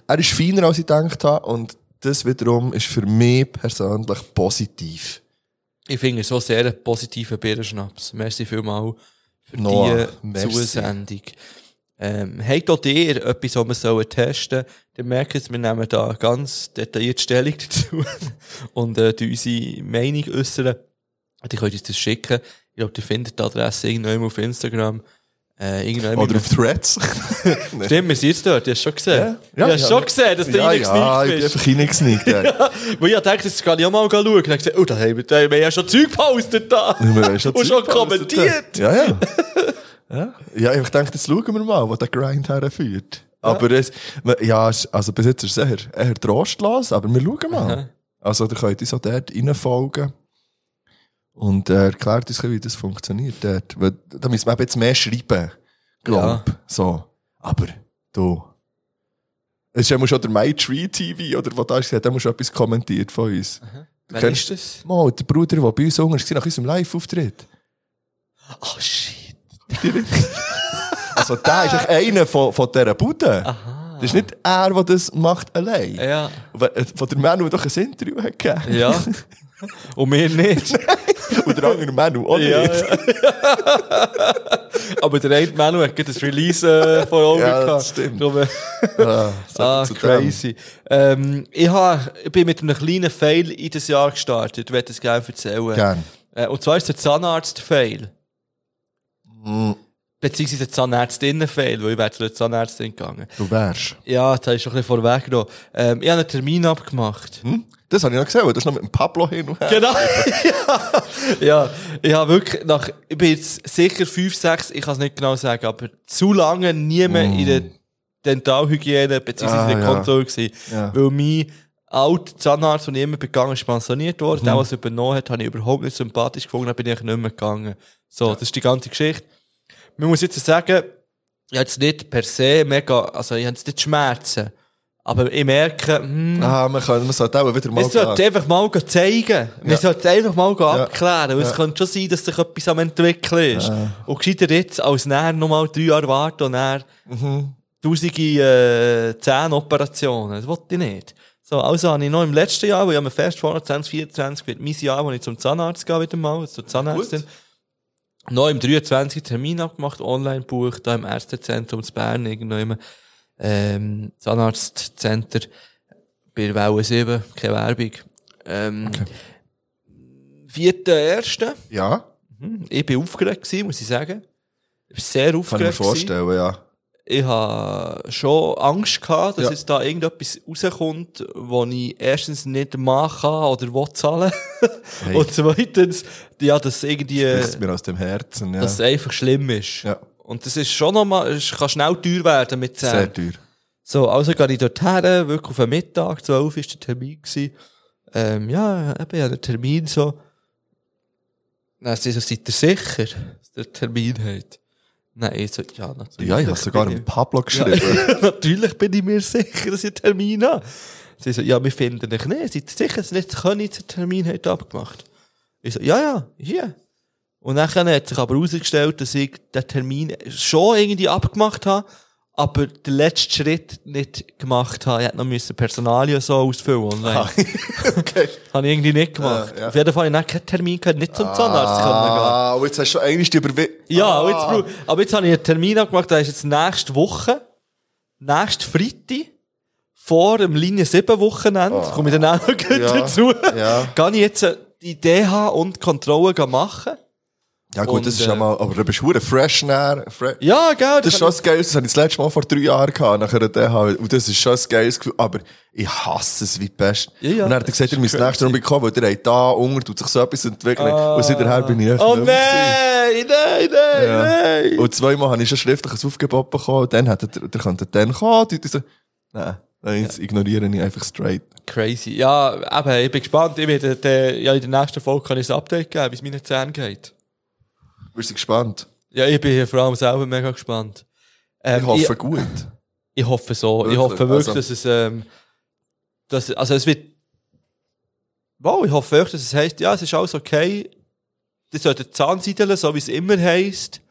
C: er ist feiner, als ich gedacht habe und das wiederum ist für mich persönlich positiv.
B: Ich finde so sehr einen positiven Bärenschnaps. Merci vielmals für
C: Noah,
B: die
C: merci.
B: Zusendung. Ähm, habt auch ihr etwas, was wir sollen testen Dann merkt ihr, wir nehmen da ganz detailliert Stellung *laughs* dazu und äh, tun unsere Meinung äußern. Ihr könnt uns das schicken. Ich glaube, ihr findet die Adresse irgendwo auf Instagram. Äh, irgendwann
C: Oder auf Threads.
B: Stimmt, wir sind jetzt dort. Du hast schon gesehen.
C: Ja,
B: du hast
C: ja.
B: schon gesehen,
C: *laughs*
B: dass du
C: ja,
B: reingesneakt
C: ja, ich bin
B: bist.
C: einfach
B: *laughs*
C: reingesneakt. Ja.
B: Weil ich dachte, das kann ich auch mal schauen. Und dann gesagt, oh, da haben wir, da haben wir ja schon Zeug gepostet da.
C: Wir haben *laughs*
B: Und schon
C: Zeit gepostet.
B: kommentiert.
C: Ja, ja. *laughs* ja. ja, ich dachte, jetzt schauen wir mal, wo der Grind herführt. Aber es, ja, es- also bis jetzt ist es eher, eher trostlos, aber wir schauen mal. Also, da könnt ihr so dort reinfolgen. Und äh, erklärt uns, ein bisschen, wie das funktioniert dort. Weil, da müssen wir eben jetzt mehr schreiben. Glaub. So. Aber, du. Es ist ja schon der MyTree-TV, oder was da ist, da muss etwas kommentiert von uns.
B: Wer ist
C: kennst-
B: das?
C: Mal, der Bruder, der bei uns unten war, nach unserem Live-Auftritt.
B: Oh shit.
C: *laughs* Also der ist echt einer von, von dieser Bude. Das ist nicht er, der das macht allein.
B: Ja.
C: Aber, äh, Von der Manu, der doch ein Interview hat gegeben. *laughs*
B: Ja. Und mir *laughs* nicht.
C: Und der andere Manu auch
B: Ja,
C: nicht.
B: Aber der eine Manu hat gerade das Release äh, vor Augen
C: Ja,
B: gehabt.
C: das stimmt.
B: Darum, äh,
C: *laughs* Ah, so
B: ah,
C: viel zu dem.
B: crazy. Ähm, ich, hab, ich bin mit einem kleinen Fail in das Jahr gestartet. Ich werde das gerne erzählen.
C: Gern.
B: Äh, und zwar ist der Zahnarzt-Fail.
C: Mm.
B: Beziehungsweise der Zahnärztinnen-Fail, weil ich wäre zu der Zahnärztin gegangen.
C: Du wärst.
B: Ja, das habe ich schon ein bisschen vorweggenommen. Ähm, ich habe einen Termin abgemacht.
C: Hm? Das habe ich noch gesehen, weil du hast noch mit dem Pablo hin und her.
B: Genau. *laughs* ja, ich habe wirklich nach, ich bin jetzt sicher 5, 6, ich kann es nicht genau sagen, aber zu lange nie mehr in der Dentalhygiene bzw.
C: Ah,
B: in der
C: ja.
B: Kontrolle gewesen.
C: Ja.
B: Weil mein alter Zahnarzt, den ich immer begangen ist pensioniert worden.
C: Mhm.
B: Der, was übernommen hat, habe ich überhaupt nicht sympathisch gefunden, dann bin ich nicht mehr gegangen. So, das ist die ganze Geschichte. Man muss jetzt sagen, ich habe jetzt nicht per se mega, also ich habe jetzt nicht Schmerzen, aber ich merke, hm,
C: Ah, man, kann, man sollte auch wieder mal
B: wir sollten einfach mal zeigen. Wir
C: Ja.
B: sollten einfach mal abklären. Weil es könnte schon sein, dass sich etwas am Entwickeln ist. Und gescheiter jetzt, als näher nochmal drei Jahre warten und näher tausende äh, Zähnoperationen. Das wollte ich nicht. So, also habe ich noch im letzten Jahr, weil ich mir fest vorne 2024 wird mein Jahr, wo ich zum Zahnarzt gehe wieder mal, zur Zahnärztin, noch im 23. Termin abgemacht, online bucht, da im Ärztezentrum zu Bern, irgendwo immer, ähm, Zahnarztcenter bei Welle 7, keine Werbung. Ähm, vierten ersten
C: Ja,
B: Ich war aufgeregt, gewesen, muss ich sagen. Ich war sehr
C: kann ich mir
B: aufgeregt. gewesen.
C: vorstellen, ja.
B: Ich hatte schon Angst, gehabt, dass
C: Ja.
B: jetzt da irgendetwas rauskommt, was ich erstens nicht machen kann oder will zahlen.
C: Hey.
B: Und zweitens, ja, dass irgendwie,
C: Bricht mir aus dem Herzen, ja.
B: dass es einfach schlimm ist.
C: Ja.
B: Und das ist schon nochmal, es kann schnell teuer werden mit Zähnen.
C: Sehr teuer.
B: So, also gehe ich dorthin, wirklich auf den Mittag, 12 war der Termin. Gewesen. Ähm, ja, eben, ich habe einen Termin so. Dann sie so, seid ihr sicher, dass ihr einen Termin habt? Nein, ich so, ja, natürlich.
C: Ja, ich habe sogar
B: bin
C: dem
B: *laughs*
C: Pablo geschrieben.
B: ich- Natürlich bin ich mir sicher, dass ich einen Termin habe. Sie so, ja, wir finden dich nicht. Seid ihr sicher, dass ihr nicht können, den Termin habt abgemacht? Ich so, ja, ja, hier. Und nachher hat sich aber herausgestellt, dass ich den Termin schon irgendwie abgemacht habe, aber den letzten Schritt nicht gemacht habe. Ich hätte noch müssen Personalien so ausfüllen online.
C: okay.
B: Habe ich irgendwie nicht gemacht.
C: Ah, ja.
B: Auf jeden Fall habe ich dann keinen Termin gehabt, nicht zum Zahnarzt können gehen.
C: Ah, und jetzt hast du schon einmal die Ah. Überwindung.
B: Ja, und jetzt, brau- aber jetzt habe ich einen Termin abgemacht, der ist jetzt nächste Woche, nächste Freitag, vor dem Linie 7 Wochenende, komme ich dann auch noch gleich
C: Ah. Ja,
B: dazu,
C: ja.
B: kann ich jetzt äh, die DH und die Kontrolle gehen machen.
C: Ja gut,
B: Und,
C: das ist
B: äh,
C: ja mal, aber du bist verdammt fresh näher. fre-
B: Ja, also gell?
C: Das ist schon das Geilste, das hatte ich das letzte Mal vor drei Jahren gehabt, nach einer DH. Und das ist schon das Geiles Gefühl. Aber ich hasse es wie die Pest.
B: Ja, ja,
C: und dann hat er
B: das
C: gesagt, ihr müsst nächstes Runde kommen, weil ihr habt da unter, tut sich so etwas entwickeln. Und seither bin ich echt
B: Oh nein,
C: nicht mehr gewesen.
B: nein, nein, nein.
C: Und zweimal habe ich schon schriftlich ein Aufgebot bekommen. Und dann hat er, der könnte dann kommen. Und ich so, nein, nein, das ignoriere ich einfach straight.
B: Crazy. Ja, eben, ich bin gespannt. Ich werde, äh, ja, in der nächsten Folge kann ich ein Update geben, wie es meinen Zähnen geht.
C: Bist du gespannt?
B: Ja, ich bin hier vor allem selber mega gespannt. Ähm,
C: Ich hoffe gut.
B: Ich hoffe so.
C: Wirklich?
B: Ich hoffe wirklich,
C: Also-
B: dass es, ähm, dass, also es wird, wow, ich hoffe wirklich, dass es heisst, ja, es ist alles okay. Die sollten Zahnseideln, so wie es immer heisst.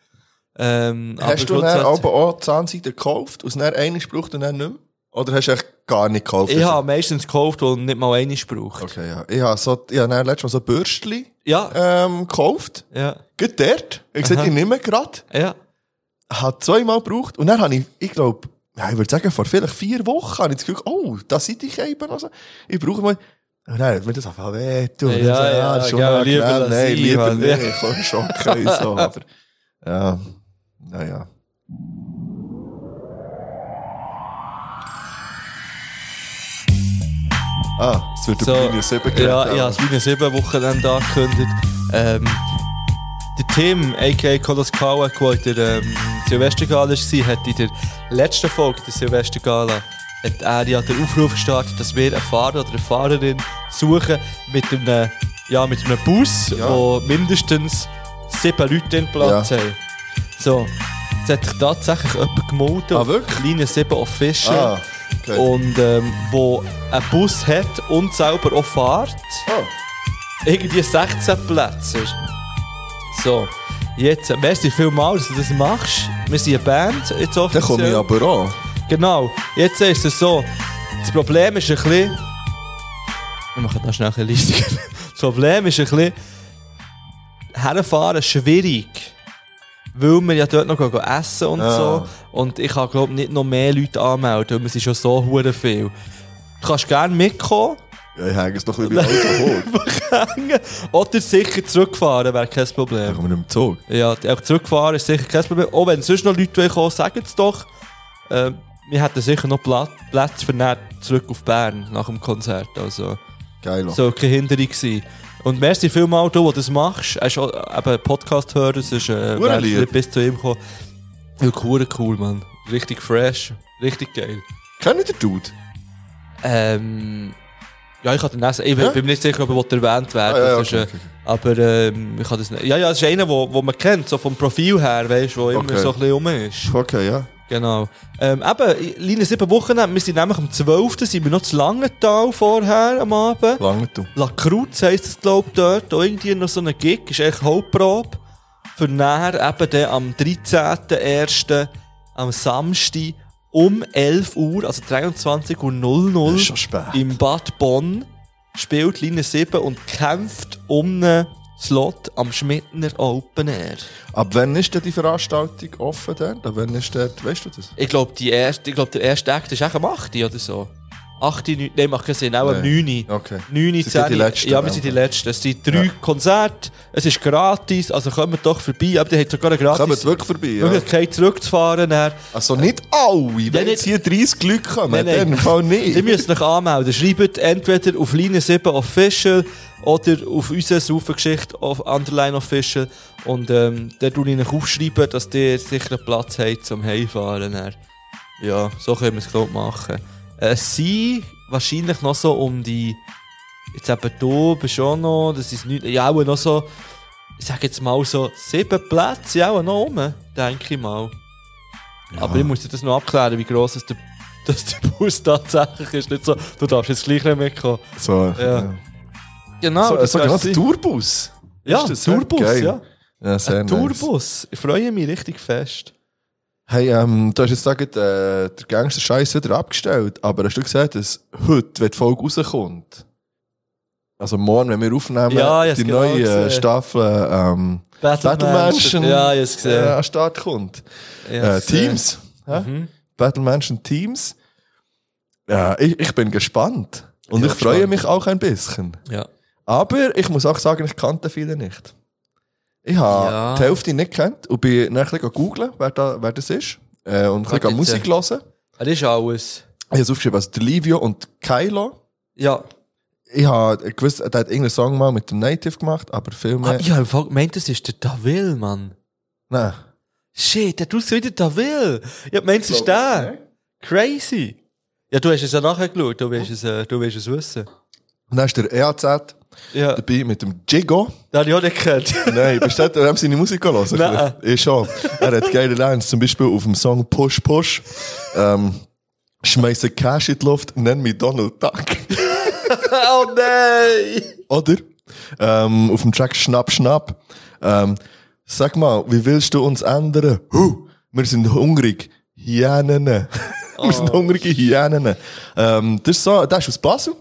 B: Ähm,
C: Hast du dann
B: grundsätzlich-
C: aber auch Zahnseide gekauft und dann eine gebraucht und dann nicht mehr? Oder hast du echt gar nicht gekauft?
B: Ich habe meistens gekauft und nicht mal eine braucht.
C: Okay, ja. Ich habe, so, ich habe dann letztes Mal so Bürstchen
B: Ja,
C: ähm, gekauft.
B: ja,
C: Geht dort. Ich gesagt,
B: Aha.
C: ich nehme gerade.
B: ja.
C: Habe zweimal gebraucht. Und dann habe ich, ich glaube, ja, ich würde sagen, vor vielleicht vier Wochen habe ich das Gefühl, oh, da sind ich eben noch so. Ich brauche mal. Und dann hat mir das einfach weh tun. Und
B: Ja,
C: dann so,
B: ja,
C: das ist
B: gell,
C: unangenehm.
B: lieber lass
C: Nein,
B: sein,
C: lieber
B: Mann. *laughs*
C: nicht. Komm, ist okay, so. Aber, ja, nou naja. Ah, es wird
B: So,
C: der Bühne 7 gegeben.
B: ja, ich habe es Linie 7 Wochenende angekündigt. Ähm, der Tim, a.k.a. Koloskawa, der in der ähm, Silvestergala war, hat in der letzten Folge der Silvestergala hat er ja den Aufruf gestartet, dass wir einen Fahrer oder eine Fahrerin suchen mit einem, ja, mit einem Bus,
C: Ja.
B: wo mindestens sieben Leute in Platz
C: Ja.
B: haben. So, jetzt hat sich tatsächlich jemand gemeldet.
C: Ah, wirklich?
B: Linie 7 Official.
C: Ah, okay.
B: Und ähm, wo einen Bus hat und selber auch fährt.
C: Oh.
B: Irgendwie 16 Plätze. So, jetzt, äh, merci vielmals, dass du das machst. Wir sind eine Band, jetzt
C: Dann komme ich
B: offiziell.
C: aber auch.
B: Genau, jetzt ist es so. Das Problem ist ein bisschen. Wir machen das schnell ein bisschen leiser. *laughs* Das Problem ist ein bisschen. Herfahren ist schwierig. Weil wir ja dort noch gehen essen und
C: Ja.
B: so. Und ich kann, glaube nicht noch mehr Leute anmelden, weil wir sind schon so hure viel. Du kannst gerne mitkommen, *laughs*
C: Ja, ich hänge es noch ein bisschen bei Alkohol.
B: hängen oder sicher zurückfahren, wäre kein Problem.
C: Dann kommen wir nicht im Zug.
B: Ja, die- auch zurückfahren ist sicher kein Problem. Auch wenn sonst noch Leute wollen kommen, sagen es doch. Ähm, wir hätten sicher noch Pla Plätze für nachher zurück auf Bern nach dem Konzert. Also,
C: Geil.
B: so keine Hinderung sein. Und merci vielmals, du, der das machst. Er ist auch eben Podcast-Hörer, es ist äh,
C: Hure
B: wer
C: lieb.
B: nicht bis zu ihm gekommen. Wirklich hure cool, Mann. Richtig fresh, richtig geil.
C: Kennt ihr den Dude?
B: Ähm, ja, ich kann den Nasen. Ich
C: Ja?
B: bin mir nicht sicher, ob er will erwähnt werden
C: Ah, ja,
B: das ist,
C: okay,
B: äh,
C: okay,
B: Aber ähm, ich kann das nicht. Ja, ja, es ist einer, wo, wo man kennt, so vom Profil her, weißt du, wo immer
C: Okay.
B: so ein bisschen rum ist.
C: Okay, ja.
B: Genau. Ähm, eben, Linie sieben Wochen, wir sind nämlich am 12. sind wir noch zu Langenthal vorher am Abend.
C: Lange du.
B: La Cruz heisst es, glaube ich, dort. Auch irgendwie noch so ein Gig, ist echt Hauptprobe. Für nachher eben dann am 13.01. am Samstag um 11 Uhr, also 23.00 Uhr
C: Das ist schon spät.
B: im Bad Bonn spielt Linie 7 und kämpft um einen Slot am Schmidtner Open Air.
C: Ab wann ist denn die Veranstaltung offen dort? Ab wann ist dort, weißt du das?
B: Ich glaube, glaub, der erste Act ist auch am 8. oder so. 8, 9, nein, macht keinen Sinn, auch am
C: Nee.
B: 9.
C: Okay.
B: 9,
C: Sind ihr
B: 10.
C: die Letzten,
B: ja, wir sind die
C: oder?
B: Letzten. Es sind drei Konzerte, es ist gratis, also kommt doch vorbei. Aber die hat sogar eine
C: Kommt
B: gratis
C: wirklich vorbei, ja.
B: Möglichkeit zurückzufahren. Dann.
C: Also nicht alle, wenn
B: nicht-
C: jetzt hier 30 Leute kommen,
B: Nein, nein.
C: dann im Fall
B: *laughs* Ihr
C: nicht.
B: müsst euch anmelden. Schreibt entweder auf Linie 7 Official oder auf unsere Saufengeschichte auf Underline Official. Und ähm, dann tue ich euch aufschreiben, dass ihr sicher einen Platz habt zum Heimfahren. dann. Ja, so können wir es glaub ich, machen. Äh, sie wahrscheinlich noch so um die. Jetzt eben du bist auch noch, das ist nicht. Ja, auch noch so. Ich sag jetzt mal so, sieben Plätze, ja, auch noch rum, denke ich mal. Aber ich muss dir das noch abklären, wie gross ist der, dass der Bus tatsächlich ist. Nicht so, du darfst jetzt gleich nicht mitkommen.
C: So,
B: Ja.
C: ja.
B: Genau,
C: so,
B: das
C: so
B: kann
C: genau,
B: sein.
C: der Tourbus.
B: Ja,
C: Ist das
B: Tourbus,
C: geil?
B: ja.
C: Ja, sehr nice.
B: Tourbus. Ich freue mich richtig fest.
C: Hey, ähm, du hast jetzt gesagt, äh, der Gangster-Scheiß wieder abgestellt, aber hast du gesagt, dass heute, wenn die Folge rauskommt, also morgen, wenn wir aufnehmen,
B: Ja, ich hab's
C: die
B: genau
C: neue
B: gesehen.
C: Staffel ähm, Battle Mansion
B: Ja, ich habe es
C: äh, an
B: gesehen.
C: den Start kommt.
B: Ich
C: Äh,
B: hab's gesehen. Mhm.
C: Teams. hä? Battle Mansion Teams. Ja, ich, ich bin gespannt. Und
B: Ja,
C: ich freue
B: gespannt.
C: mich auch ein bisschen.
B: Ja.
C: Aber ich muss auch sagen, ich kannte viele nicht. Ich habe
B: Ja.
C: die Hälfte nicht gekannt und bin dann ein bisschen googeln, wer, da, wer das ist. Äh, und
B: Warte
C: ein bisschen
B: jetzt,
C: Musik
B: äh.
C: hören.
B: Das ist alles.
C: Ich habe es aufgeschrieben, also der Livio und Kylo.
B: Ja.
C: Ich habe gewusst, der hat irgendeinen Song mal mit dem Native gemacht, aber viel
B: Ah,
C: mehr.
B: ich habe gemeint, das ist der Davil, Mann.
C: Nein.
B: Shit, der tut wieder Davil. Ich habe gemeint, es ist der. Crazy. Ja, du hast es ja nachher geschaut, du willst es, äh, du willst es wissen.
C: Und dann ist der EAZ
B: Ja, den
C: dabei mit dem Jigo.
B: habe ich auch nicht gekannt.
C: *laughs* Nein, bist du da, haben seine Musik hören?
B: Nein.
C: Ich schon. Er hat geile Lines, zum Beispiel auf dem Song Push Push. Ähm, Schmeiße Cash in die Luft, nenn mich Donald Duck.
B: *laughs* oh nein!
C: Oder? Ähm, auf dem Track Schnapp Schnapp. Ähm, sag mal, wie willst du uns ändern? Huh, wir sind hungrig. Hyänen. *laughs* wir
B: Oh.
C: sind hungrige Hyänen. Ähm, das ist so, das ist aus Basel.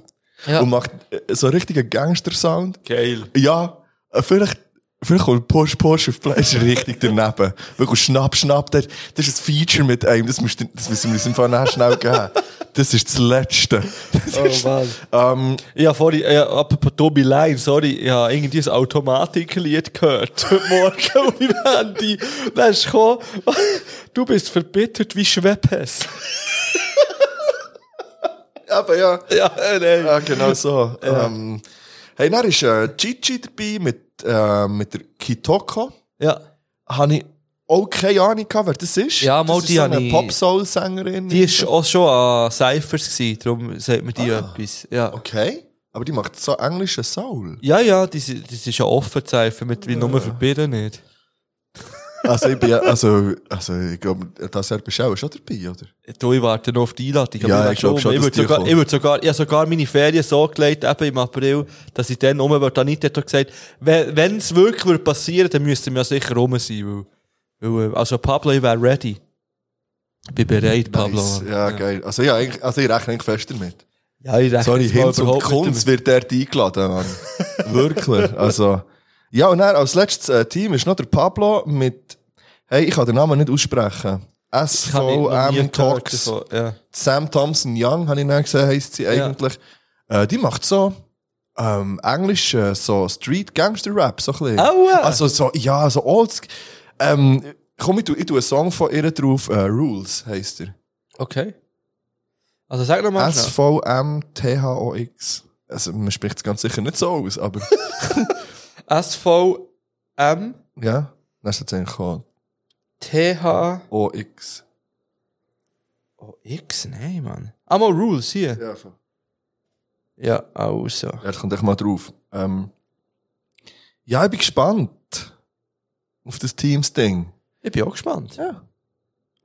B: Ja.
C: Und macht äh, so einen richtigen Gangster-Sound.
B: Geil.
C: Ja, äh, vielleicht, vielleicht kommt Push Push auf Play, ist richtig daneben. *laughs* Wirklich Schnapp Schnapp, das, das ist ein Feature mit einem, das, musst, du- das müssen wir uns im Fall nachher schnell geben. Das ist das Letzte. *laughs* Das ist,
B: Oh, Mann.
C: ähm,
B: Ja, vorhin, äh, apropos Tobi Line, sorry, ich habe irgendwie ein Automatiklied gehört. *laughs* Heute Morgen auf meinem Handy. Da ist gekommen, *laughs* du bist verbittert wie Schweppes.
C: aber ja,
B: *laughs* ja, äh, nein.
C: ja, genau so. Ähm, hey, dann ist äh, Gigi dabei mit, äh, mit der Kitoko.
B: Ja,
C: Habe ich auch keine Ahnung gehabt, wer das ist.
B: Ja, mal,
C: das ist
B: die
C: so
B: habe
C: eine
B: ich-
C: Pop-Soul-Sängerin.
B: die ist auch schon an Cyphers gewesen, darum sagt mir die etwas. Ja.
C: Okay, aber die macht so englischen Soul.
B: Ja, ja, das ist ja offen Zeichen mit wie nur verbieten nicht.
C: Also ich bin ja, also, also ich glaube, das Jahr bist du auch schon dabei, oder?
B: Du, ich warte noch auf die Einladung.
C: Ja,
B: aber
C: ich glaub
B: warte
C: schon,
B: Ich
C: dass
B: würde
C: die
B: sogar,
C: kommt.
B: ich würde sogar, ich habe sogar meine Ferien so gelegt, eben im April, dass ich dann rum war. Anita hat doch gesagt, wenn es wirklich würde passieren, dann müssten wir ja sicher rum sein, weil Weil, äh, Also Pablo, ich wäre ready. Ich bin bereit, Pablo.
C: Nice. Ja, geil. Also, ja, eigentlich- also ich rechne eigentlich fest damit.
B: Ja, ich rechne
C: *laughs* Sorry,
B: jetzt mal
C: Hinz und
B: überhaupt mit
C: Kunz wird der eingeladen, Mann. *laughs* Wirklich. Also, ja, und dann als letztes äh, Team ist noch der Pablo mit, hey, ich kann den Namen nicht aussprechen.
B: dem- Hab ich noch nie
C: SVM
B: gehört
C: Talks.
B: davon, Ja.
C: Sam Thompson Young, habe ich dann gesehen, heisst sie
B: Ja.
C: eigentlich. Äh, die macht so, ähm, Englisch, äh, so Street Gangster Rap, so ein bisschen.
B: Aua.
C: Also, so, ja, so old. Ähm, komm, ich tu, ich tu einen Song von ihr drauf, äh, Rules heisst er.
B: Okay. Also sag noch mal. schnell.
C: S-V-M-T-H-O-X. Also, man spricht es ganz sicher nicht so aus, aber *laughs*
B: SVM
C: ja. Dann ist es eigentlich O-X.
B: TH oh, X, nein, Mann. Einmal Rules hier.
C: Ja, voll.
B: Ja, oh, also.
C: Ja, das kommt echt mal drauf. Ähm, ja, ich bin gespannt auf das Teams-Ding.
B: Ich bin auch gespannt.
C: Ja.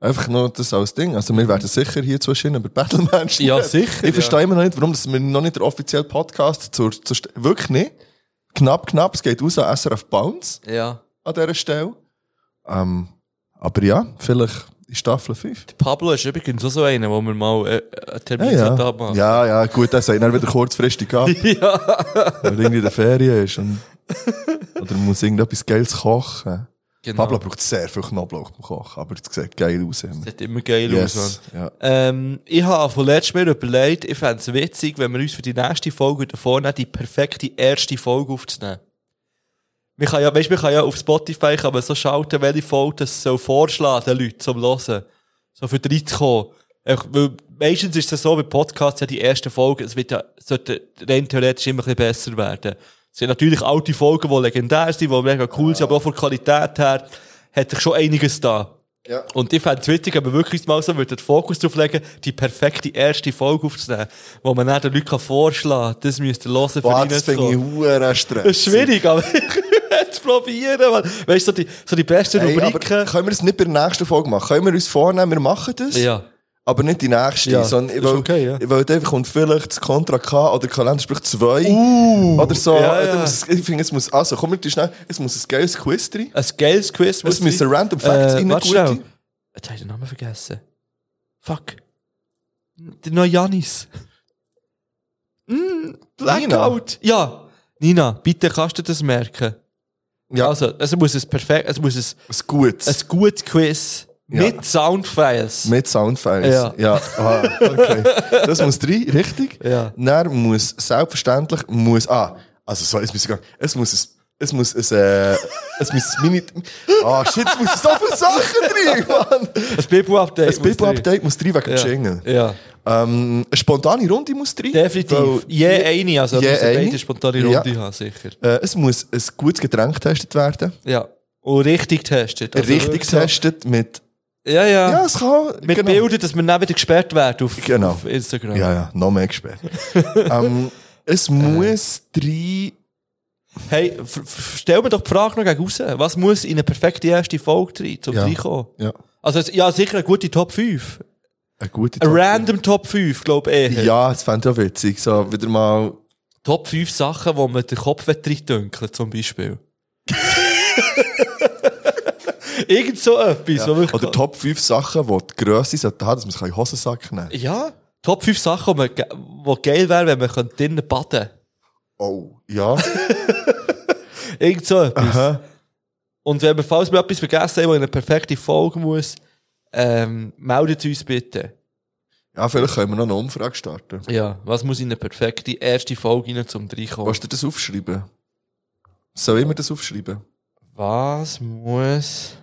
C: Einfach nur das als Ding. Also, wir werden sicher hier zwischen über Battle Menschen.
B: Ja,
C: reden.
B: sicher,
C: Ich
B: ja.
C: verstehe immer noch nicht, warum das wir noch nicht der offizielle Podcast zur, zur St- Wirklich nicht. Knapp, knapp, es geht raus an SRF Bounce.
B: Ja.
C: an dieser Stelle. Ähm, aber ja, vielleicht in Staffel 5.
B: Pablo ist übrigens auch so einer, wo wir mal äh, einen Termin
C: ja.
B: sollten abmachen.
C: ja, ja, gut, er sagt dann wieder kurzfristig
B: *laughs*
C: ab,
B: ja.
C: wenn er irgendwie in der Ferien ist. Und, oder muss irgendetwas Geiles kochen.
B: Genau.
C: Pablo braucht sehr viel Knoblauch beim Kochen, aber es sieht geil aus. immer.
B: Das sieht immer geil aus. Mann.
C: Yes. Ja.
B: Ähm, ich habe von letztem Mal überlegt, ich fände es witzig, wenn wir uns für die nächste Folge davor nehmen, die perfekte erste Folge aufzunehmen. Man kann ja, weißt, man kann ja auf Spotify kann man so schalten, welche Folge das soll vorschlagen, den Leuten zum Hören. So für die reinzukommen. Einfach, Weil meistens ist es so, bei Podcasts ja die erste Folge, es wird ja, sollte rein theoretisch immer ein bisschen besser werden. Es sind natürlich alte Folgen, die legendär sind, die mega cool sind, aber auch von der Qualität her hat sich schon einiges da. Und ich fände es witzig, wenn wir wirklich mal so den Fokus drauf legen, die perfekte erste Folge aufzunehmen, wo man dann den Leuten vorschlagen kann, das müsst ihr hören, für
C: Boah, das finde ich
B: reinzukommen.
C: huere Stress.
B: Das ist schwierig, aber *laughs* ich werde es probieren. Mann. Weißt du, so die, so die besten
C: Hey, aber
B: Rubriken.
C: können wir es nicht bei der nächsten Folge machen? Können wir uns vornehmen, wir machen das?
B: Ja.
C: Aber nicht die nächste,
B: Ja,
C: sondern
B: ist
C: weil,
B: okay, ja.
C: weil dann kommt vielleicht das Contra K oder Kalenderspruch 2 oder so.
B: Uh, ja,
C: Dann
B: ja.
C: Muss, es- ich finde, es muss, also komm, wir schnell, es muss ein geiles Quiz drin.
B: Ein geiles Quiz. muss
C: Es müssen
B: sein.
C: Random Facts
B: äh,
C: rein,
B: warte
C: gute.
B: schnell. Jetzt habe ich den Namen vergessen. Fuck. Der neue Janis. Mm, Blackout. Ja. Nina, bitte kannst du das merken.
C: Ja,
B: Also, es muss ein perfekt, es muss ein
C: ein gutes.
B: ein gutes Quiz
C: Ja.
B: mit Soundfiles.
C: mit Soundfiles.
B: Ja.
C: Ah, okay. Das muss rein, richtig?
B: Ja.
C: Dann muss selbstverständlich, muss, ah, also so, es muss, es muss, es, es muss, es, äh, es muss, ein mini, ah, shit, es muss so
B: *laughs*
C: viele Sachen drin, Mann.
B: Ein Bibu-Update.
C: Das Bibo-Update muss drin wegen dem Jingle.
B: Ja.
C: Ähm, eine spontane Runde muss drin.
B: Definitiv.
C: Weil-
B: je eine, also
C: je
B: dass wir
C: eine.
B: beide spontane Runde
C: Ja.
B: haben, sicher.
C: Äh, es muss ein gutes Getränk getestet werden.
B: Ja. Und richtig getestet. Also
C: Richtig
B: wirklich so-
C: getestet mit...
B: Ja, ja.
C: Ja, es kann...
B: mit Bildern, dass wir dann wieder gesperrt werden auf,
C: Genau.
B: auf Instagram.
C: Ja, ja, noch
B: *laughs*
C: mehr gesperrt. ähm, es muss drei...
B: Hey, f- f- stell mir doch die Frage noch gegen raus. Was muss in eine perfekte erste Folge rein, zum
C: Ja.
B: reinkommen?
C: Ja,
B: Also, es- ja, sicher eine gute Top 5.
C: eine gute...
B: Eine
C: Top-
B: random Top 5, glaube ich. eher.
C: Ja, das fände ich auch witzig. So, wieder mal...
B: Top 5 Sachen, wo man den Kopf reindünkeln zum Beispiel. *laughs* Irgend so etwas. wo man-
C: Oder Top 5 Sachen, die die Grösse sollte haben, dass man sich in den Hosensack nehmen kann.
B: Ja, Top 5 Sachen, die man ge- wo geil wäre, wenn man könnte drinnen baden
C: Oh. Ja.
B: könnte. Irgend so etwas.
C: Aha.
B: Und wenn wir, falls wir etwas vergessen haben, was in eine perfekte Folge muss, ähm, meldet uns bitte.
C: Ja, vielleicht können wir noch eine Umfrage starten.
B: Ja, was muss in eine perfekte erste Folge rein, zum reinkommen?
C: Willst du das aufschreiben? Soll ich mir das aufschreiben?
B: Was muss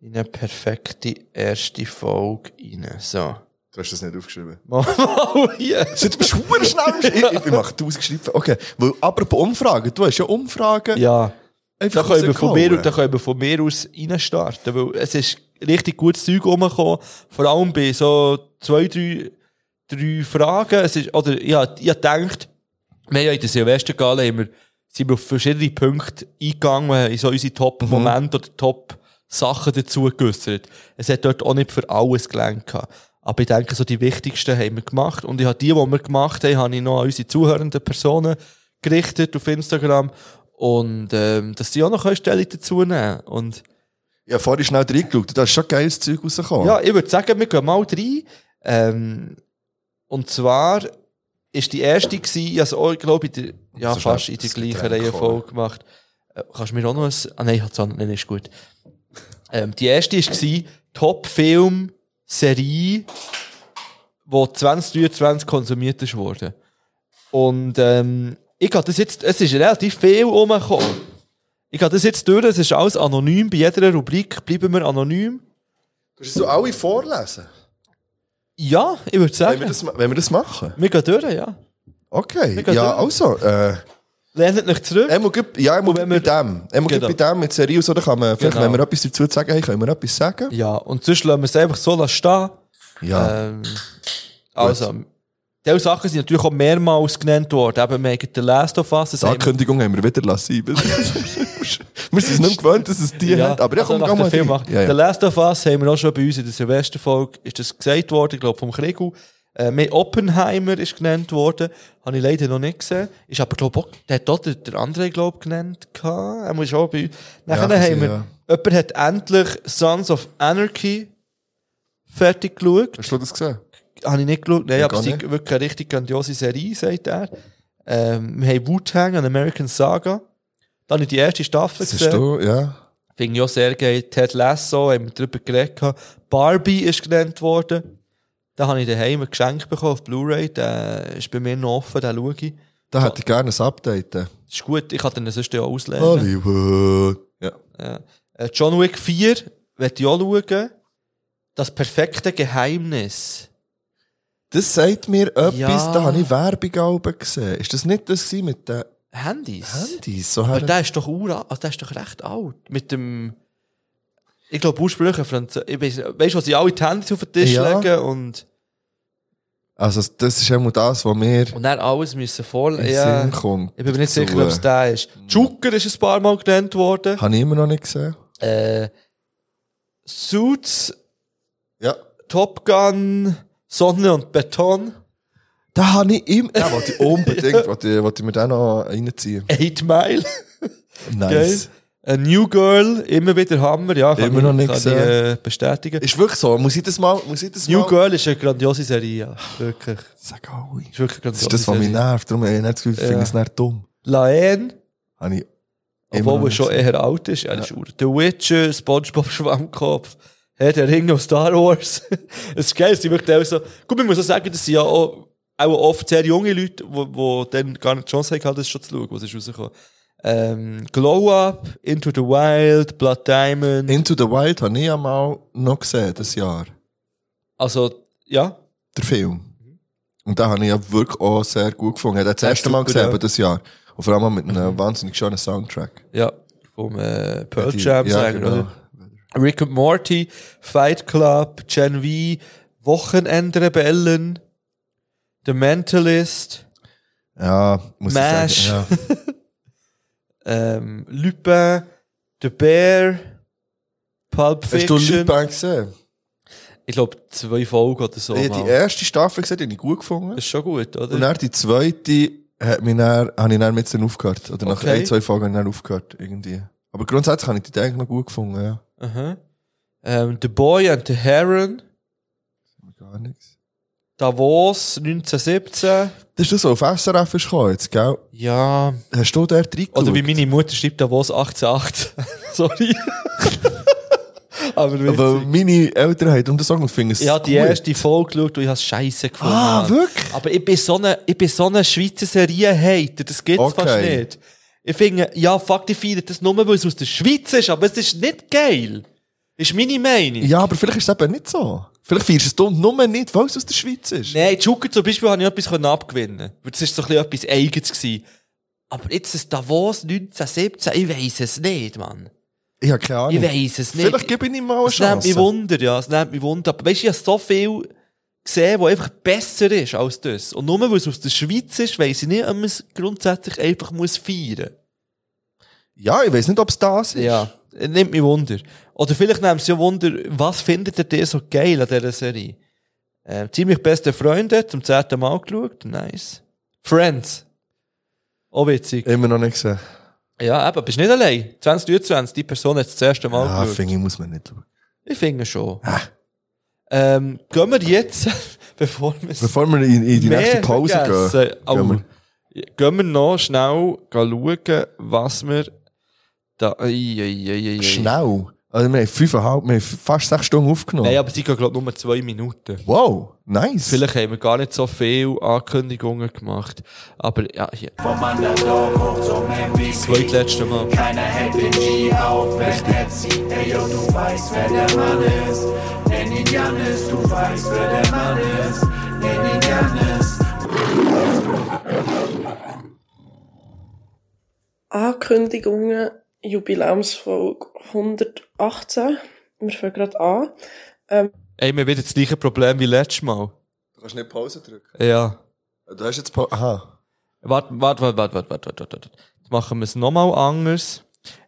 B: in eine perfekte erste Folge rein? So. *laughs*
C: Du hast das nicht aufgeschrieben.
B: Mal, mal hier.
C: Jetzt bist du verdammt
B: *laughs*
C: schnell. Ich, ich, ich mache 1000 Schreiben. Okay. Weil, aber bei Umfragen, du hast ja Umfragen.
B: Ja. Da
C: einfach
B: können, wir von mir,
C: rausgehauen.
B: da können wir von mir aus reinstarten, weil es ist richtig gutes Zeug rumgekommen, vor allem bei so zwei, drei, drei Fragen. Es ist, oder ich hab- ich hab gedacht, wir haben ja in der Silvestergala haben wir, sind wir auf verschiedene Punkte eingegangen, haben in so unsere Top-Momente oder Top-Sachen dazu geäussert. Es hat dort auch nicht für alles gelangt. gehabt. Aber ich denke, so die wichtigsten haben wir gemacht. Und ich habe die, die wir gemacht haben, habe ich noch an unsere zuhörenden Personen gerichtet auf Instagram. Und ähm, dass die auch noch Stellung dazu nehmen können. Und
C: Ich habe vorhin schnell reingeschaut, da ist schon geiles Zeug rausgekommen.
B: Ja, ich würde sagen, wir gehen mal rein. Ähm, und zwar ist die erste, gewesen, ich also, glaube ich, der, ja,
C: So
B: fast
C: schnell
B: in der
C: das
B: gleichen
C: Getränk
B: Reihenfolge gemacht. Äh, kannst du mir auch noch ein. Ah, nein, hat's auch- nein, ist gut. Ähm, die erste war Top-Film-Serie, die 2023 konsumiert ist worden. Und ähm, ich habe das jetzt, es ist relativ viel rumgekommen. Ich habe das jetzt durch, es ist alles anonym, bei jeder Rubrik bleiben wir anonym.
C: Kannst du alle vorlesen?
B: Ja, ich würde sagen.
C: Wenn wir, das, ma- wenn wir das machen?
B: Wir gehen durch, ja.
C: Okay,
B: gehen
C: ja,
B: durch.
C: also. Äh,
B: Lehnt nicht zurück.
C: er muss gleich- ja, er muss
B: wenn
C: gleich bei dem. Er muss gleich
B: Genau.
C: bei dem mit Serie so, dann kann man, vielleicht,
B: Genau.
C: wenn wir etwas dazu zu sagen haben, können wir etwas sagen.
B: Ja, und sonst lassen wir es einfach so stehen.
C: Ja.
B: Ähm, also, diese Sachen sind natürlich auch mehrmals genannt worden. Eben, wir haben den Last of Us. Das
C: Die
B: haben wir-
C: Ankündigung haben wir wieder lassen. wir
B: *laughs*
C: sind es nicht gewöhnt, dass es die
B: ja,
C: hat. Aber ich
B: also nach
C: komme gar
B: dem
C: mal
B: Film
C: rein.
B: machen.
C: ja,
B: Der
C: ja.
B: Last of Us haben wir auch schon bei uns in der Silvesterfolge ist das gesagt worden, ich glaube vom Kriegel. Äh, mehr Oppenheimer ist genannt worden, habe ich leider noch nicht gesehen. Ist aber, glaube ich, der hat auch der, der andere, glaube ich, genannt. gehabt. Er muss auch bei uns. Nachher
C: kann
B: haben
C: sein,
B: wir,
C: ja.
B: jemand hat endlich Sons of Anarchy fertig geschaut.
C: Hast du das gesehen?
B: Habe ich nicht geschaut. Nein,
C: Ja,
B: aber
C: gar
B: es ist
C: nicht.
B: wirklich eine richtig grandiose Serie, sagt er. Ähm, wir haben Wu-Tang, an American Saga. Dann habe ich die erste Staffel
C: Das hast du, ja.
B: Finde ich auch sehr geil. Ted Lasso, haben wir darüber geredet. gehabt. Barbie ist genannt worden. Da habe ich daheim ein Geschenk bekommen auf Blu-ray. Der ist bei mir noch offen, den schaue ich.
C: Da hätte ich gerne ein Update.
B: Ist gut, ich kann den sonst ja auch auslehnen.
C: Hollywood. Ja.
B: Äh, John Wick 4 werde ich auch schauen. Das perfekte Geheimnis.
C: Das sagt mir etwas,
B: Ja.
C: da habe ich Werbung oben gesehen. Ist das nicht das gewesen mit den
B: Handys.
C: Handys? So
B: Aber
C: her-
B: der ist doch ura, also der ist doch recht alt. Mit dem, ich glaube ursprünglich ein Französisch. Weißt du, was sie alle die Handys auf den Tisch
C: Ja.
B: legen und,
C: also das ist immer das, was mir in
B: und dann alles müssen vorlesen.
C: den
B: Ja.
C: Sinn kommt.
B: Ich bin mir nicht
C: So,
B: sicher, ob es
C: äh,
B: der ist. Mhm. Joker ist ein paar Mal genannt worden.
C: Habe ich immer noch nicht gesehen.
B: Äh, Suits,
C: Ja.
B: Top Gun, Sonne und Beton,
C: Da habe ich immer... Ja, wollte
B: *laughs*
C: ich unbedingt, wollte ich, wollte ich mir den noch reinziehen.
B: Eight Mile, *laughs*
C: Nice.
B: A New Girl, immer wieder Hammer, ja, kann
C: Immer
B: ich,
C: noch nicht
B: kann ich,
C: gesehen.
B: äh, bestätigen.
C: Ist wirklich so, muss ich das mal... Muss ich das
B: New
C: mal...
B: Girl ist eine grandiose Serie, ja. wirklich.
C: Sag alle.
B: Ist wirklich eine
C: Das
B: grandiose
C: ist das, was mich
B: Serie.
C: nervt. Darum habe ich nicht das Gefühl, ich finde
B: Ja.
C: es nicht dumm.
B: Laen,
C: Habe ich immer noch
B: obwohl er
C: nicht
B: schon
C: gesehen.
B: eher alt ist, ja, das ist ur- The Witcher, Spongebob *laughs* Schwammkopf, Herr der Ringe und Star Wars. *laughs* Es ist geil, sie sind wirklich auch so. Gut, man muss auch sagen, das sind ja auch, auch oft sehr junge Leute, die dann gar nicht die Chance hatten, das schon zu schauen, was ist rausgekommen. Ähm, Glow Up, Into the Wild, Blood Diamond.
C: Into the Wild habe ich ja mal noch gesehen, das Jahr.
B: Also, ja.
C: Der Film. Und den habe ich ja wirklich auch sehr gut gefunden. Ich habe den das erste
B: super,
C: Mal gesehen,
B: ja. Mhm.
C: aber das Jahr. Und vor allem auch mit einem wahnsinnig schönen Soundtrack.
B: Ja. Vom äh, Pearl
C: Die-
B: Jam,
C: ja,
B: sagen
C: genau.
B: oder? Rick and Morty, Fight Club, Gen V, Wochenendrebellen, The Mentalist,
C: Ja, muss
B: Mash. *laughs*
C: ich sagen. Ja.
B: ähm, Lupin, The Bear, Pulp
C: Hast du
B: Fiction. Oh,
C: Lupin gesehen?
B: Ich glaube, zwei Folgen oder so.
C: Ich habe
B: mal.
C: die erste Staffel gesehen, die habe ich gut
B: das
C: gefunden.
B: ist schon gut, oder?
C: Und dann die zweite hat mich dann, habe ich dann mit dann aufgehört. Oder nach
B: Okay.
C: ein, zwei Folgen habe ich dann aufgehört. Irgendwie. Aber grundsätzlich habe ich die eigentlich noch gut gefunden. Ja.
B: Aha. Ähm, the Boy and the Heron,
C: Gar nichts.
B: Davos 1917.
C: Das ist das, was auf SRF ist gekommen jetzt, gell?
B: Ja,
C: Hast du dort reingeschaut?
B: oder wie meine Mutter schreibt Davos 1818. *laughs* Sorry. Aber witzig.
C: Aber meine Eltern haben um das sagen und finden es
B: Ich habe die
C: gut.
B: erste Folge geschaut und ich habe es scheisse gefunden.
C: Ah,
B: Mann.
C: wirklich?
B: Aber ich bin so ein, ich bin so ein Schweizer Serienhater, das gibt's
C: Okay.
B: fast nicht. Ich finde, ja, fuck, die feiern das nur, weil es aus der Schweiz ist, aber es ist nicht geil. Ist meine Meinung.
C: Ja, aber vielleicht ist es eben nicht so. Vielleicht feierst du es dumm, nur nicht, weil es aus der Schweiz ist.
B: Nein, Joker zum Beispiel habe ich etwas können abgewinnen Weil das war so ein bisschen etwas Eigenes. Gewesen. Aber jetzt das Davos 1917, ich weiss es nicht, Mann.
C: Ich habe keine Ahnung.
B: Ich weiss es nicht.
C: Hm. Vielleicht gebe ich ihm mal eine
B: Es nimmt mich
C: Oh, Chance.
B: Wunder, ja. Es nimmt mich Wunder. Aber weißt du, ich habe so viel gesehen, wo einfach besser ist als das. Und nur weil es aus der Schweiz ist, weiss ich nicht, ob man es grundsätzlich einfach muss feiern
C: Ja, ich weiß nicht, ob es das ist.
B: Ja. Es nimmt mich Wunder. Oder vielleicht nimmt es ja Wunder, was findet ihr denn so geil an dieser Serie? Äh, ziemlich beste Freunde, zum zehnten Mal geschaut. Nice. Friends. Auch witzig.
C: Äh. Immer noch nicht gesehen.
B: Ja, eben, bist nicht allein. 2023, die Person hat es das erste Mal
C: Ah,
B: geschaut.
C: finde ich, muss man nicht schauen.
B: Ich finde schon.
C: Ah.
B: Ähm, gehen wir jetzt, *laughs* bevor wir es
C: Bevor wir in, in die
B: mehr
C: nächste Pause
B: vergessen,
C: gehen, gehen wir.
B: Au. Gehen wir noch schnell schauen, was wir da... Ei, ei, ei, ei, ei.
C: Schnell. Also wir haben fünfeinhalb, wir haben fast sechs Stunden aufgenommen.
B: Nein, aber sie gehen, glaube ich, nur zwei Minuten.
C: Wow, nice.
B: Vielleicht haben wir gar nicht so viel Ankündigungen gemacht. Aber ja, hier.
E: Vom Underdog hoch zum MVP.
B: Zweitletzte Mal.
E: Keiner hält den G auf, wenn er zieht. Ey, yo, du weißt, wer der Mann ist. Nenn ihn Janis, du weißt, wer der Mann ist. Nenn ihn Janis.
F: Ankündigungen, Jubiläumsfolge 118. Wir fangen gerade an.
B: Ey, wir wieder das gleiche Problem wie letztes Mal.
C: Du kannst nicht Pause drücken.
B: Ja.
C: Du hast jetzt Pause. Aha.
B: Warte, warte, warte, warte, warte, warte, warte, warte. Jetzt machen wir es nochmal anders.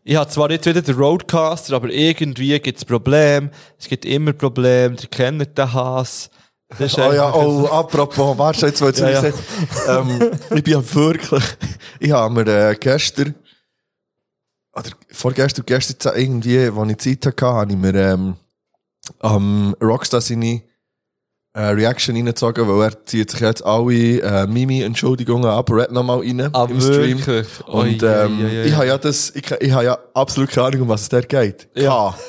B: Ich habe zwar jetzt wieder den Roadcaster, aber irgendwie gibt es Probleme. Es gibt immer Probleme. Ihr kennt den Hass. Das
C: *laughs*
B: ist
C: Oh ja,
B: eigentlich-
C: oh, apropos, warte, jetzt wollte ich
B: *laughs* Ja, ja.
C: sagen. Ähm, ich bin ja wirklich, ich habe mir äh, gestern, oder vorgestern, gestern Zeit- irgendwie, als ich Zeit hatte, habe ich mir ähm, am Rockstar seine äh, Reaction reingezogen, weil er zieht sich jetzt alle äh, Mimi-Entschuldigungen ab, red nochmal rein
B: Ah, wirklich? Oi,
C: Und ähm,
B: oi, oi, oi.
C: ich habe ja das, ich, ich habe ja absolut keine Ahnung, um was es da geht.
B: Ja.
C: Ja.
B: *laughs*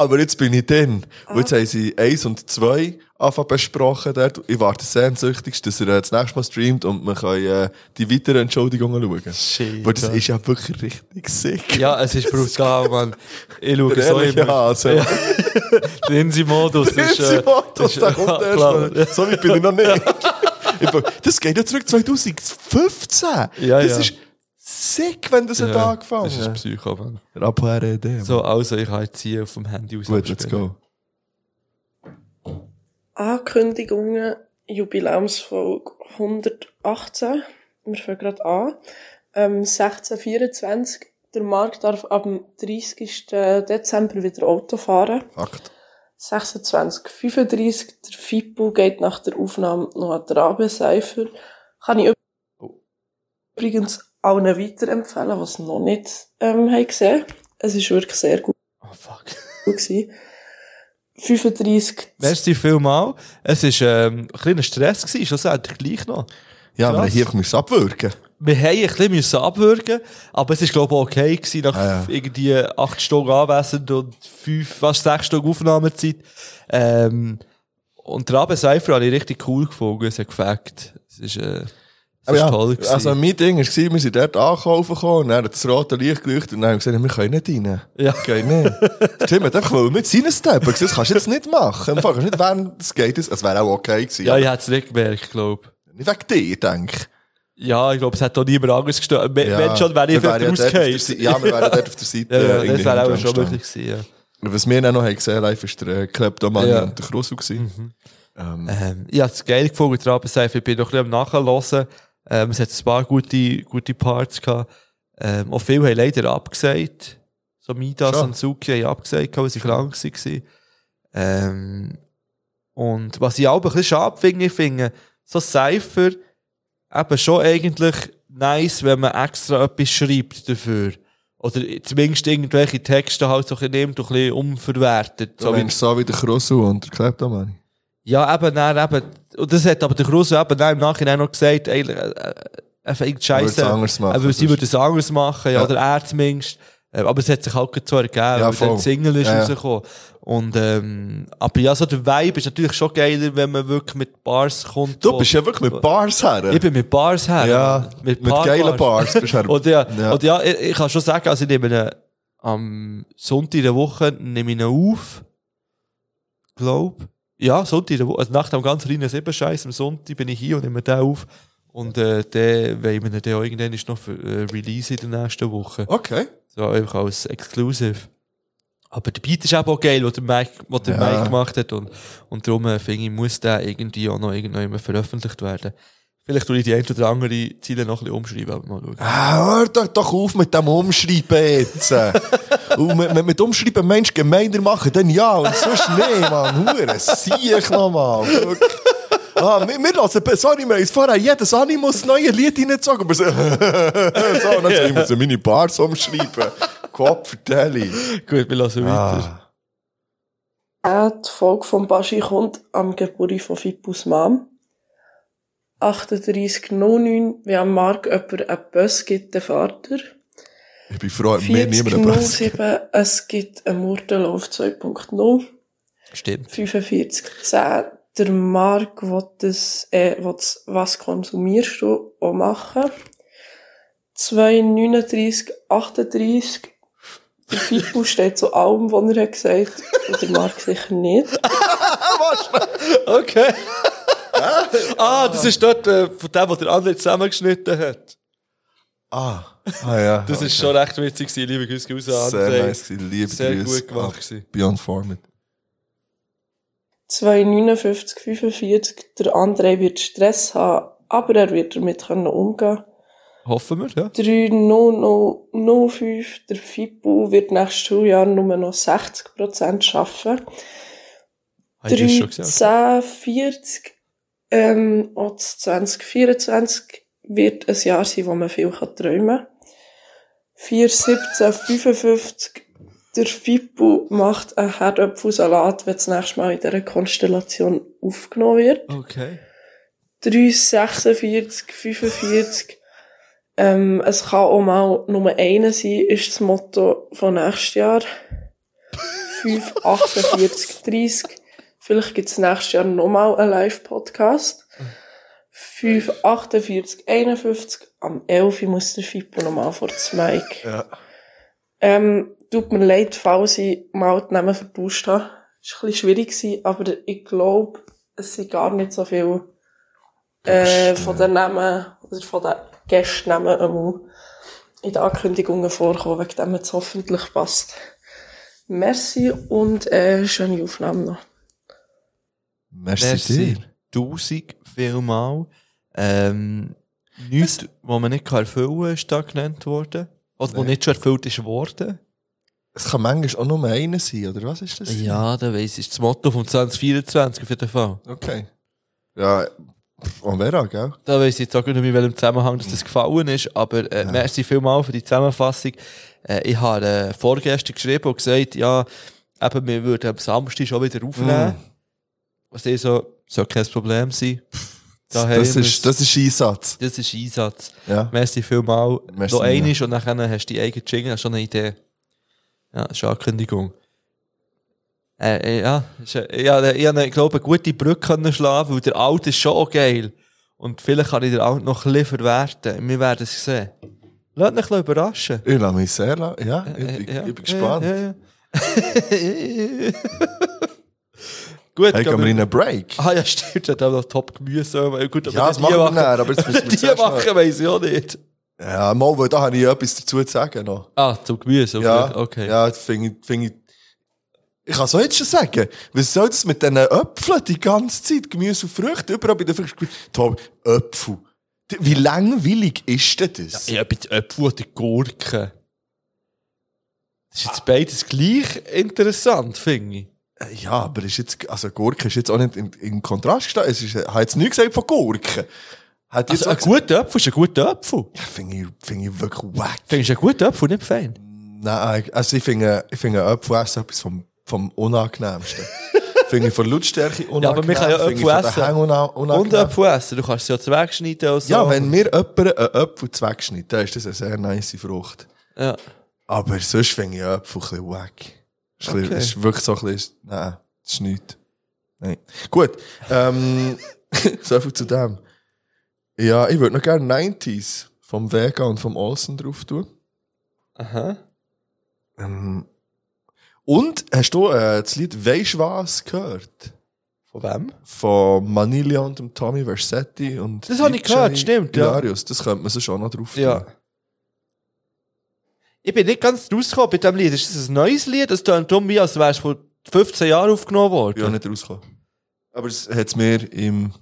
C: Aber jetzt bin ich drin. Und jetzt haben sie eins und zwei anfangen besprochen dort. Ich warte sehnsüchtigst, dass er äh, das nächste Mal streamt und wir können äh, die weiteren Entschuldigungen schauen.
B: Shit,
C: Weil das
B: ja.
C: ist ja wirklich richtig sick. *laughs*
B: Ja, es ist brutal, Mann. Ich schaue so
C: Ehrlich, ja,
B: immer.
C: also.
B: Der Insi-Modus
C: *laughs*
B: ist... äh,
C: Das
B: ist- *laughs*
C: da kommt erst
B: klar.
C: noch. So weit bin ich noch nicht. *laughs* Ich bin- das geht ja zurück 2015.
B: Ja,
C: das
B: ja.
C: ist sick, wenn das
B: ja,
C: hat angefangen
B: Das ist Psycho, Mann.
C: Rapparede.
B: So, also, ich kann jetzt hier auf dem Handy aus.
C: Gut, let's go.
F: Ankündigungen, Jubiläumsfolge 118. Wir fangen gerade an. Ähm, 1624. Der Markt darf ab dem 30. Dezember wieder Auto fahren.
C: Fakt.
F: 26.35. Der Fippo geht nach der Aufnahme noch an den Rabenseifer. Kann ich übrigens allen weiterempfehlen, die es noch nicht ähm, haben gesehen Es war wirklich sehr gut.
B: Oh, fuck.
F: Gewesen. 35.
B: Merci vielmal. Es war ähm, ein kleiner Stress, gewesen, schlussendlich gleich noch.
C: Ja, aber
B: Krass.
C: hier muss es abwirken.
B: Wir haben ein bisschen müssen abwürgen, aber es ist, glaube ich, okay gewesen, nach
C: Ah, ja.
B: irgendwie acht Stunden anwesend und fünf, fast sechs Stunden Aufnahmezeit. Ähm, und Rabe Seifer habe ich richtig cool gefunden, es hat gefällt. Es ist, äh, es ist
C: ja,
B: toll gewesen.
C: also mein Ding war, wir sind dort ankaufen gekommen, und dann hat das rote Licht geleuchtet und dann haben wir gesagt, wir können nicht rein.
B: Ja.
C: Das
B: *laughs*
C: geht nicht. Das stimmt, einfach weil wir mit seinen Steppen gesagt, das kannst du jetzt nicht machen. Im Fall kannst du nicht während es geht, es wäre auch okay gewesen.
B: ja, ich hätte es nicht gemerkt, glaube ich.
C: Nicht wegen dir, denke ich.
B: Ja, ich glaube, es hat auch niemand anders gestört. Wenn
C: Ja,
B: wenn schon, wäre ich
C: wir wären ja
B: vielleicht
C: dort auf der Se-
B: rausgeheilt.
C: Ja, wir wären dort auf der Seite.
B: *laughs* Ja,
C: äh,
B: ja, das
C: irgendwie
B: wäre auch
C: hinten
B: schon
C: gestanden.
B: möglich gewesen, ja.
C: Was wir dann noch haben gesehen live, ist der äh, Kleptomanie
B: Ja. Mhm.
C: und der Krusel gewesen.
B: Ähm, ich habe es geil gefunden, Trabenseife. Ich bin noch ein bisschen am Nachhören. Ähm, es hat ein paar gute, gute Parts gehabt. Ähm, auch viele haben leider abgesagt. So Midas
C: Schon.
B: und Suki haben abgesagt, weil sie krank waren. Ähm, und was ich auch ein bisschen schade finde, ich finde, so Cypher eben schon eigentlich nice, wenn man extra etwas schreibt dafür. Oder zumindest irgendwelche Texte halt so ein bisschen nimmt und ein bisschen umverwertet.
C: So,
B: So wie
C: wie, so wie der Krusel und der Kleptomanie.
B: ja, eben, dann, eben. Und das hat aber der Kruse eben dann im Nachhinein noch gesagt, eigentlich, äh, äh, einfach irgendeine Scheiße.
C: Würde es anders machen,
B: Aber sie
C: sonst.
B: würde es anders machen, ja,
C: Ja.
B: oder er zumindest. Äh, Aber es hat sich halt gerade so ergeben, weil
C: voll.
B: dann die Single ist
C: Ja, ja.
B: rausgekommen. Und, ähm, aber ja, so der Vibe ist natürlich schon geiler, wenn man wirklich mit Bars kommt.
C: Du
B: wo-
C: bist ja wirklich mit Bars her.
B: Ich bin mit Bars her.
C: ja, mit,
B: Mit, Paar-
C: geilen Bars bist du halt-
B: *laughs*
C: her.
B: Und ja,
C: Ja.
B: Und ja ich, ich kann schon sagen, also ich nehme ihn am Sonntag in der Woche nehme ich ihn auf. Glaub. Ja, Sonntag in der Woche. Also nach dem ganz reinen Siebenscheiß am Sonntag bin ich hier und nehme den auf. Und äh, den wollen wir den auch irgendwann ist noch für, äh, Release in der nächsten Woche.
C: Okay.
B: So einfach als Exclusive. Aber der Beat ist eben auch geil, was der Mike, was der
C: Ja.
B: Mike gemacht hat. Und, und darum äh, finde ich, muss der irgendwie auch noch irgendwann veröffentlicht werden. Vielleicht tue ich die ein oder andere Ziele noch ein bisschen umschreiben, aber mal schauen.
C: Ah, hör doch, doch auf mit dem Umschreiben
B: *laughs*
C: jetzt. und mit, mit, mit Umschreiben Mensch gemeiner machen, dann ja, und sonst nee, Mann. Hure, sieh ich nochmal. Ah, wir, wir lassen, sorry, wir haben uns vorher jedes Animus neue Lied reingezogen, aber so, so, und dann *laughs* so, ich muss meine Bars umschreiben. Kopf, Telly.
B: Gut, wir lassen weiter.
C: Ah,
F: Äh, die Folge von Baschi kommt am Geburtstag von Fippus Mom. 38.09, wie am Markt jemand einen Bus gibt, den Vater.
C: ich bin froh, mir niemand einen Preis.
F: 40.07, es gibt einen Mordelauf 2.0.
B: Stimmt.
F: 45.10, der Markt will das, äh, will das «Was konsumierst du?» auch machen. 2.39, 38, der Fipu steht zu allem, was er hat gesagt hat, und der Markt sicher nicht.
B: Okay. ah, das ist dort äh, von dem, was der andere zusammengeschnitten hat.
C: Ah, ah ja.
B: Das ist schon recht witzig gewesen, liebe Grüße raus an
C: sehr
B: André.
C: nice gewesen. Liebe
B: Sehr
C: Grüße
B: gut gemacht
C: an
B: gewesen.
C: Beyond Format.
F: 259, 45, der André wird Stress haben, aber er wird damit können umgehen.
B: Hoffen wir, ja.
F: 3005, der FIPU wird nächstes Schuljahr nur noch 60% arbeiten.
B: Hast du schon gesagt?
F: 1340, ähm, auch das 2024 wird ein Jahr sein, wo man viel kann träumen kann. 41755, der FIPU macht einen Herdöpfelsalat, wenn das nächste Mal in dieser Konstellation aufgenommen wird.
B: Okay.
F: 3, 46, 45. Ähm, es kann auch mal Nummer einer sein, ist das Motto von nächstes Jahr. 5, 48, 30. Vielleicht gibt's nächstes Jahr nochmal einen Live-Podcast. 5, 48, 51. Am 11. Uhr muss der Fippo nochmal vor das Mike.
C: Ja.
F: Ähm, tut mir leid, falls ich mal die Namen vertauscht habe. Es war ein bisschen schwierig, gewesen, aber ich glaube, es sind gar nicht so viele äh, von den Namen oder von den Gästennamen einmal in den Ankündigungen vorkommen, wegen dem es hoffentlich passt. Merci und äh, schöne Aufnahme noch.
C: Merci,
B: Merci.
C: dir.
B: Tausend vielmal. Ähm, nichts, was man nicht kann erfüllen kann, ist da genannt worden. Oder was nicht schon erfüllt ist worden.
C: Es kann manchmal auch nur einer sein, oder was ist das?
B: Ja, da weiss ich. Das ist das Motto vom 2024 auf jeden Fall.
C: Okay. Ja, und Vera, gell?
B: Da weiss ich jetzt auch nicht, in welchem Zusammenhang dass das gefallen ist, aber äh, merci vielmal für die Zusammenfassung. Äh, ich habe äh, vorgestern geschrieben und gesagt, ja, eben, wir würden am Samstag schon wieder
C: Mm.
B: aufnehmen. Was ich so, soll kein Problem sein. Daher
C: Das ist, das ist Einsatz.
B: das ist Einsatz.
C: Ja.
B: Merci vielmal.
C: Merci,
B: Noch
C: ja.
B: einmal und dann hast du die eigene Jingle, hast schon eine Idee. eh, Ja, das ist eine Ankündigung. Äh, äh, ja, ist, äh, ja, ich habe, ich glaube, eine gute Brücke können schlagen, weil der Alte ist schon auch geil. Und vielleicht kann ich den Alte noch ein bisschen verwerten. Wir werden es sehen. Lass mich ein bisschen überraschen.
C: Ich lasse mich sehr la- Ja, ich,
B: Äh,
C: ich,
B: ja.
C: ich bin gespannt.
B: Ja, *laughs* ja, ja. Gut,
C: Hey,
B: gehen
C: gehen wir
B: wir-
C: in einen Break?
B: Ah ja, stimmt, da hat auch noch Top-Gemüse. Gut,
C: Ja,
B: wir
C: das
B: die
C: machen wir
B: machen-
C: nachher,
B: *laughs*
C: aber jetzt müssen wir
B: Die
C: zuerst noch-
B: machen, weiss ich auch nicht.
C: Ja, mal, weil da habe ich etwas dazu zu sagen noch.
B: Ah, zum Gemüse,
C: Ja,
B: okay.
C: Ja, das finde ich, finde ich, ich kann es auch jetzt schon sagen. Was soll das mit diesen Äpfeln die ganze Zeit? Gemüse und Früchte, überall bei der Früchte. Tom, Äpfel. Die- Wie langweilig ist denn das?
B: Ich habe jetzt Äpfel oder Gurken. Das ist jetzt beides gleich interessant, finde ich.
C: Ja, aber ist jetzt, also Gurke ist jetzt auch nicht im, im Kontrast gestanden. Es ist, hat jetzt nichts gesagt von Gurken. Hat jetzt
B: Also,
C: also,
B: ein
C: auch
B: guter Äpfel ist ein guter Äpfel.
C: gesagt, finde ich, finde ich wirklich wack.
B: Findest du einen guten Äpfel nicht fein?
C: Nein, also ich finde, ich finde Äpfel essen etwas vom, vom
B: *laughs*
C: unangenehmsten. finde ich von Lautstärke unangenehm.
B: Ja, aber wir können ja
C: finde ich
B: Äpfel
C: von den
B: essen.
C: Hängen una-
B: Und
C: unangenehm.
B: Äpfel essen, du kannst sie ja wegschneiden und so.
C: Ja, wenn mir jemand einen Apfel zweckschneidet, dann ist das eine sehr nice Frucht.
B: Ja.
C: Aber sonst finde ich Äpfel ein bisschen wack. Ist, ein bisschen-
B: Okay.
C: ist wirklich so ein bisschen, nein, das ist nichts. Nein. Gut, ähm, *laughs* so viel zu dem. Ja, ich würde noch gerne 90s vom Vega und vom Olsen drauf tun.
B: Aha.
C: Ähm, und hast du äh, das Lied Weisst was gehört?
B: Von wem?
C: Von Maniglia und dem Tommy Versetti und
B: Das habe ich
C: DJ
B: gehört, stimmt, ja.
C: Hilarious. Das könnte man so schon noch drauf tun.
B: Ja. Ich bin nicht ganz rausgekommen bei diesem Lied. Ist das ein neues Lied? Das klingt dumm wie, als wäre es vor 15 Jahren aufgenommen worden.
C: bin auch nicht rausgekommen. Aber es hat es mir im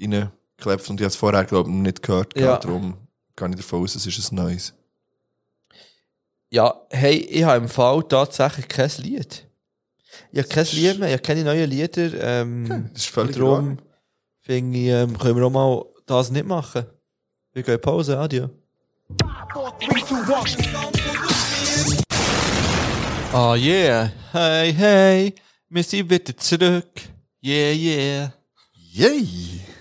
C: reingeklebt und ich habe es vorher, glaube ich, nicht gehört.
B: Ja.
C: Ja. Darum gehe ich davon aus, es ist ein neues.
B: Ja, hey, ich habe im Fall tatsächlich kein Lied. Ich habe kein Lied mehr, ich habe keine neuen Lieder. Ähm,
C: das ist völlig
B: und darum
C: in Ordnung.
B: finde ich, ähm, können wir auch mal das nicht machen. Wir gehen Pause, adieu. Ah yeah, hey, hey, wir sind wieder zurück. Yeah, yeah.
C: Yay!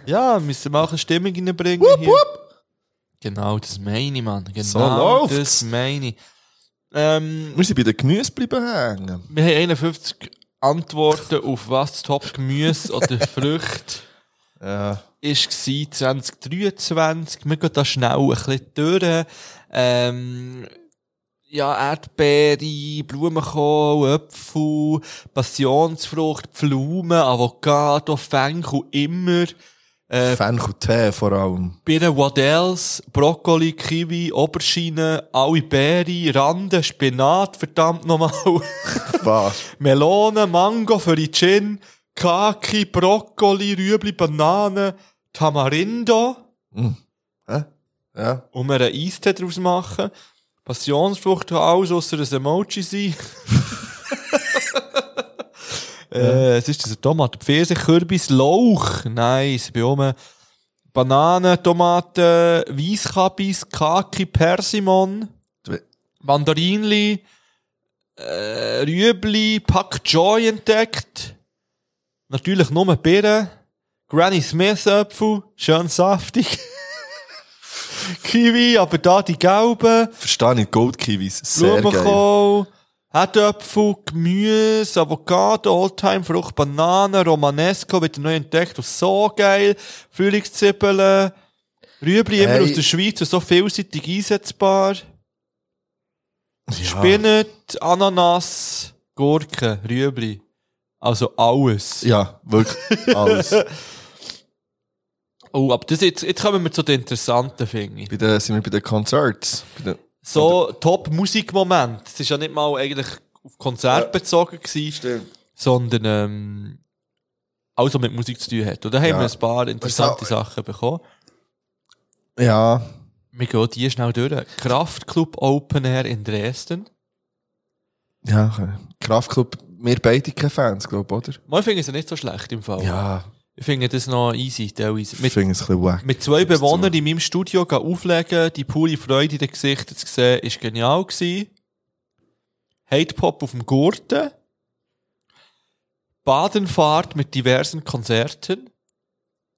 B: Ja, müssen wir auch eine Stimmung reinbringen hier. Genau, das meine ich, Mann. Genau,
C: So läuft's.
B: das meine ich. Ähm,
C: Wir sind bei den Gemüse bleiben hängen.
B: wir haben 51 Antworten auf was das Top-Gemüse oder Früchte
C: Ja.
B: ist gsi 2023. Wir gehen da schnell ein bisschen durch. Ähm, ja, Erdbeere, Blumenkohl, Äpfel, Passionsfrucht, Pflaumen, Avocado, Fenchel, immer. Äh,
C: Fenchel-Tee vor allem.
B: Birnen, Wadells, Brokkoli, Kiwi, Oberschiene, alle Beeren, Randen, Spinat, verdammt nochmal.
C: Was?
B: Melone, Mango, Fettuccine, Kaki, Brokkoli, Rüebli, Banane, Tamarindo.
C: Ja.
B: Und wir um einen Eistee daraus machen. Passionsfrucht kann alles ausser ein Emoji sein. äh, es ist das eine Tomate. Pfirsich, Kürbis, Lauch. Nice, bei oben. Bananen, Tomaten, Weisskabis, Kaki, Persimon,
C: Du-
B: Mandarinli, äh, Rüebli, Pak Joy entdeckt. Natürlich nur Birnen. Granny Smith Äpfel, schön saftig. Kiwi, aber da die gelben.
C: Verstehe ich Goldkiwis. Sehr geil.
B: Blumenkohl, Herdöpfel, Gemüse, Avocado, Oldtime-Frucht, Bananen, Romanesco, wieder neu entdeckt und so geil. Frühlingszwiebeln, Rüebli immer
C: Hey.
B: aus der Schweiz und so vielseitig einsetzbar.
C: Ah.
B: Spinat, Ananas, Gurken, Rüebli. Also alles.
C: Ja, wirklich. Alles.
B: Oh, aber das jetzt, jetzt kommen wir zu den interessanten, finde ich.
C: bei den, sind wir bei den Konzerts. Bei den,
B: So Top-Musikmoment. Es ist ja nicht mal eigentlich auf Konzert bezogen gewesen.
C: stimmt.
B: sondern ähm, also mit Musik zu tun hat. Und da haben
C: Ja.
B: wir ein paar interessante
C: Das
B: Sachen bekommen.
C: Ja.
B: Wir gehen die schnell durch. Kraftclub Open Air in Dresden.
C: Ja, okay. Kraftclub, wir beide keine Fans, glaube ich, oder?
B: Mal finde ich es nicht so schlecht im Fall.
C: Ja.
B: Ich finde das noch easy, teilweise.
C: Ich
B: Mit,
C: finde es ein bisschen wack.
B: mit zwei
C: Gibt's
B: Bewohnern
C: zu.
B: in meinem Studio gehen auflegen, die pure Freude in den Gesichtern zu sehen, ist genial gewesen. Hatepop auf dem Gurten. Badenfahrt mit diversen Konzerten.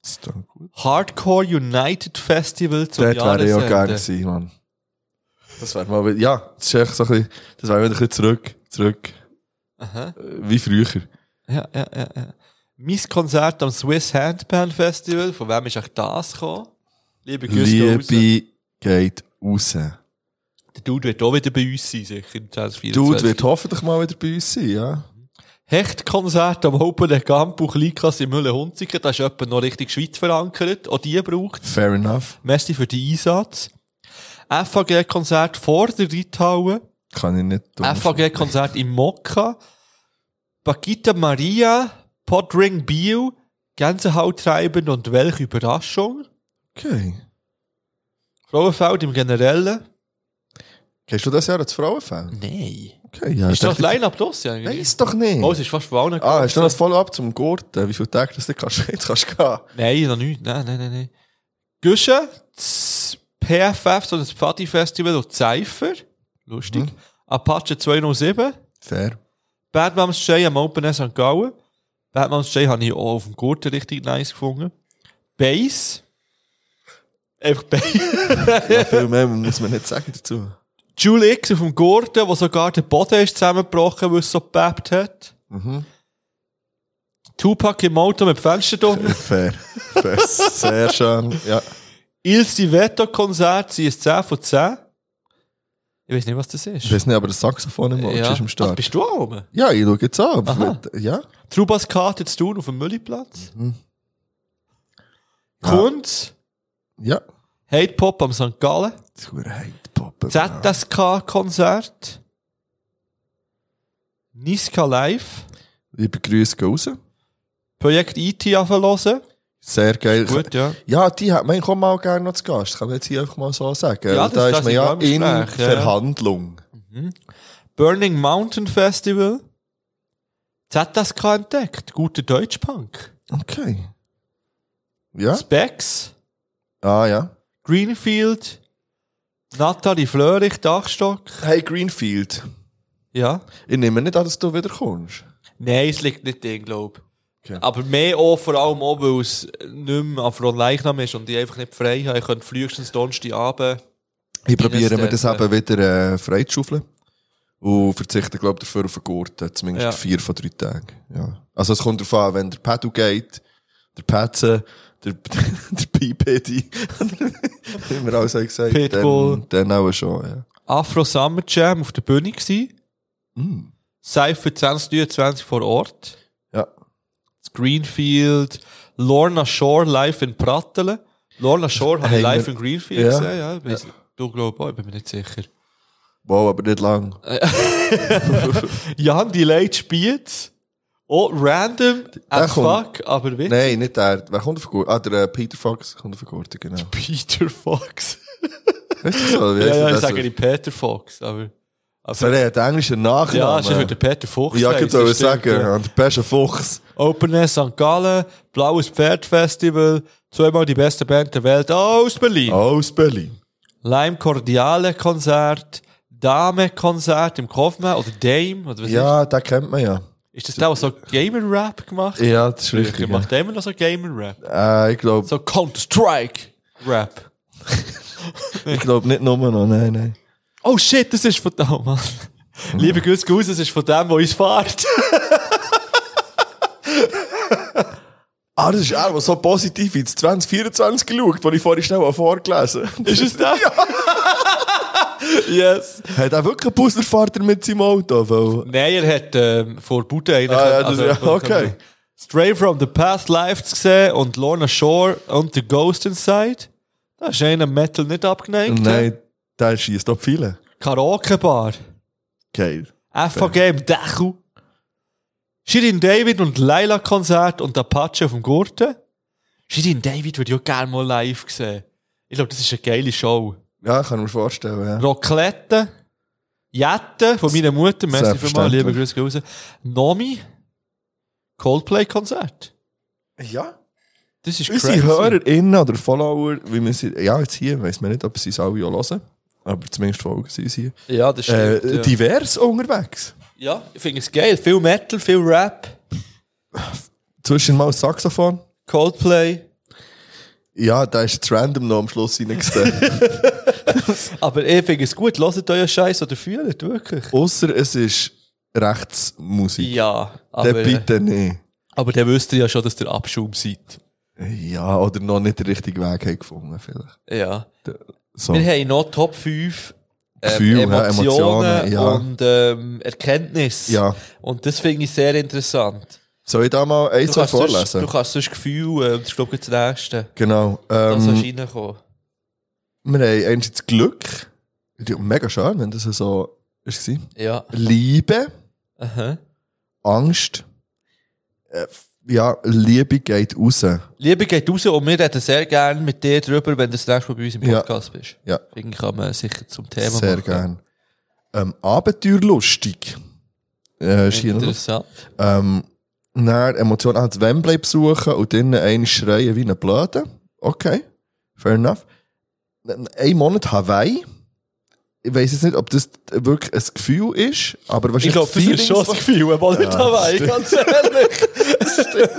C: Das ist doch gut.
B: Hardcore United Festival zum
C: Dort wäre ich auch gerne
B: Jahresende.
C: gewesen, Mann. Das wäre mal, wieder- ja, das ist echt so ein bisschen, das wäre wieder ein bisschen zurück, zurück,
B: Aha.
C: äh, wie früher.
B: Ja, ja, ja, ja. Mein Konzert am Swiss Handpan Festival, von wem ist auch das gekommen? Liebe Grüße gehen raus.
C: Liebe geht raus.
B: Der Dude wird auch wieder bei uns sein, sicher im
C: Dude
B: 2024.
C: wird hoffentlich mal wieder bei uns sein, ja.
B: Hechtkonzert am Open Air Campus Likas in Mühlenhunziken, da ist jemand noch richtig Schweiz verankert, auch die braucht
C: Fair enough.
B: Merci für den Einsatz. FAG-Konzert vor der Reithalle.
C: Kann ich
B: Äh,
C: nicht tun.
B: FAG-Konzert im Mokka. Bagita Maria, Podring Biel, Gänsehaut treiben und welche Überraschung.
C: Okay.
B: Frauenfeld im Generellen?
C: Kennst du das Jahr als Frauenfan?
B: Nein.
C: Okay, ja.
B: Ist das
C: ich dachte,
B: Line-Up das ja
C: Nein,
B: eigentlich?
C: ist doch nicht.
B: Oh, es ist fast Frauen.
C: ah, hast du noch ein Follow-up zum Gurten? Wie viele Tage das du kannst, *laughs* jetzt kannst du gehen?
B: Nein, noch nicht. Nein, nein, nein, nein. Güsche, das PFF, so das Pfadi-Festival und Cypher. Lustig.
C: Hm.
B: Apache 207.
C: Fair.
B: Batman's Jay am Open Air St. Gallen. Batman's Jay habe ich auch auf dem Gurten richtig nice gefunden. Bass. Einfach Bass.
C: Ja, viel mehr muss man nicht sagen dazu.
B: *laughs* Jule X auf dem Gurten, wo sogar der Boden ist zusammengebrochen, weil es so gebebt hat.
C: Mhm.
B: Tupac im Auto mit Fensterdoppel.
C: Fair. Fair.
B: *laughs*
C: Sehr schön. Ja.
B: Ilse Veto-Konzert, sie ist 10 von 10. Ich weiß nicht, was das ist.
C: Ich weiß nicht, aber das Saxophon im Auge
B: ja.
C: ist am
B: Also
C: Start.
B: bist du auch oben?
C: Ja, ich schaue jetzt an.
B: Aha.
C: Ja.
B: Trubaskarte zu tun auf dem Mülliplatz.
C: Mhm.
B: Kunz,
C: Ja.
B: Hate Pop am St. Gallen.
C: Das ist verdammt Hate Pop.
B: ZSK-Konzert. Niska Live.
C: Liebe Grüße gehen raus.
B: Projekt E IT anverlosen.
C: Sehr geil.
B: Gut, ja.
C: Ja, die hat man kommt mal gerne noch zu Gast. Kann man jetzt hier einfach mal so sagen.
B: Ja,
C: Weil da
B: das- das
C: ist man
B: ist
C: ja
B: im
C: in
B: Gespräch, ja.
C: Verhandlung.
B: Burning Mountain Festival. ZSK entdeckt. Guter Deutschpunk.
C: Okay. Ja?
B: Specs,
C: Ah, ja.
B: Greenfield, Nathalie Flörig, Dachstock.
C: Hey, Greenfield.
B: Ja.
C: Ich nehme nicht an, dass du wieder kommst.
B: Nein, es liegt nicht drin, glaube ich.
C: Okay.
B: Aber mehr auch, vor allem auch, weil es nicht mehr an Fronleichnam ist und ich einfach nicht frei habe. Ich könnte frühestens Donnerstagabend...
C: Ich probiere mir das
B: Steppen.
C: eben wieder äh, freizuschaufeln. Und verzichte, glaube ich, dafür auf einen Gurten. Zumindest
B: Ja.
C: vier von drei Tagen. Ja. Also es kommt darauf an, wenn der Pedal geht, der Petze, der, *laughs* der Pipedi, *laughs* wie wir alles haben gesagt,
B: Pitbull.
C: dann, dann auch schon. nou Ja.
B: Afro Summer Jam auf der Bühne gsi.
C: Mm.
B: Cypher 2023 vor Ort.
C: ja.
B: Das Greenfield. Lorna Shore live in Pratteln. Lorna Shore habe ich
C: Haben
B: live
C: wir-
B: in Greenfield
C: Ja.
B: gesehen, ja. Ich weiss nicht. Du glaubst auch, ich bin mir nicht sicher.
C: Wow, aber nicht lang.
B: Jan Delayed spielt. Oh, random as
C: kommt-
B: fuck, aber witzig.
C: Nein, nicht der. Wer kommt auf den Gurten? Ah, der äh, Peter Fox kommt auf den Gurten, genau. *laughs*
B: Peter Fox.
C: Weißt du so? Wie
B: Ja,
C: heisst
B: ja, ich
C: das?
B: sage nicht Peter Fox, aber.
C: So, der hat einen englischen Nachnamen.
B: Ja, es ist heute Peter Fuchs.
C: Ja, ich
B: heisst,
C: soll
B: das stimmt,
C: sagen,
B: ja.
C: ja. der beste Fuchs.
B: Open Air St. Gallen, Blaues Pferd Festival, zweimal die beste Band der Welt aus Berlin.
C: Aus Berlin.
B: Lime Cordiale Konzert, Dame Konzert im Kaufmann oder Dame, oder was
C: Ja, den kennt man ja.
B: ist, ist das der, der so Gamer Rap gemacht?
C: Ja, das ist
B: Ich
C: richtig.
B: mache immer noch so Gamer Rap.
C: Äh, ich glaube
B: So Counter-Strike Rap.
C: ich glaub nicht nur noch, nein, nein.
B: Oh shit, das ist von da, Mann. Liebe Grüße, Gus, das ist von dem, der uns
C: *laughs*
B: fährt.
C: Ah, das ist er, der so positiv ins 2024 geschaut, wo ich vorhin schnell mal vorgelesen habe.
B: Ist es der?
C: *laughs*
B: yes.
C: Hat er wirklich einen Busserfahrer mit seinem Auto? Weil
B: Nein, er hat ähm, vor Bude eigentlich.
C: Ah, ja, das- ja, okay.
B: Stray from the Path live zu sehen und Lorna Shore und The Ghost Inside. Da ist einer Metal nicht abgeneigt.
C: nein, der schießt ab viele.
B: Karaoke Bar.
C: Geil.
B: FVG im Dachau. Shirin David und Laila Konzert und Apache auf dem Gurten. Shirin David würde ich auch gerne mal live sehen. Ich glaube, das ist eine geile Show.
C: Ja, kann ich mir vorstellen, ja.
B: Raclette. Jette von meiner Mutter. Merci vielmals.
C: Selbstverständlich.
B: Liebe Grüße gehen raus. Nomi. Coldplay-Konzert.
C: Ja?
B: Das ist
C: Unsere HörerInnen oder Follower, wie wir sie, ja, jetzt hier, weiss man nicht, ob sie es alle auch hören, aber zumindest folgen sie uns hier.
B: Ja, das stimmt.
C: Äh,
B: ja.
C: divers unterwegs.
B: ja, ich finde es geil. Viel Metal, viel Rap.
C: Zwischen mal ein Saxophon.
B: Coldplay.
C: Ja, da ist jetzt random noch am Schluss reingestellt.
B: Aber ich finde es gut. Hört euren Scheiß oder fühlt wirklich.
C: Außer es ist Rechtsmusik.
B: Ja,
C: Dann
B: aber, äh,
C: bitte nicht.
B: aber dann wisst ihr ja schon, dass ihr Abschaum seid.
C: Ja, oder noch nicht den richtigen Weg haben gefunden, vielleicht.
B: Ja.
C: So.
B: Wir haben noch Top 5 ähm,
C: Gefühl, hä?
B: Emotionen,
C: Emotionen, ja.
B: und ähm, Erkenntnis.
C: Ja.
B: Und das finde ich sehr interessant.
C: Soll ich da mal eins
B: Du kannst,
C: vorlesen?
B: sonst, du kannst sonst Gefühl äh, und ich glaube, das nächste.
C: Genau.
B: Das sollst
C: Ähm,
B: du reinkommen.
C: wir haben einerseits Glück. Ja, Mega schön, wenn das so ist.
B: Ja.
C: Liebe,
B: Aha.
C: Angst. Äh, ja, Liebe geht raus.
B: Liebe geht raus und wir reden sehr gerne mit dir drüber, wenn du das nächste Mal bei uns im
C: Ja.
B: Podcast bist.
C: Ja.
B: Deswegen kann man sicher zum Thema
C: Sehr
B: machen.
C: gern. Ähm, Abenteuerlustig. Äh, ist hier noch-
B: Interessant.
C: Ähm, dann Emotionen als Wembley besuchen und dann einen schreien wie eine Blöde. Okay, fair enough. Dann Ein Monat Hawaii. Ich weiß jetzt nicht, ob das wirklich ein Gefühl ist, aber wahrscheinlich.
B: Ich glaube, das ist schon das Gefühl, aber nicht
C: Ja,
B: dabei,
C: stimmt.
B: ganz ehrlich.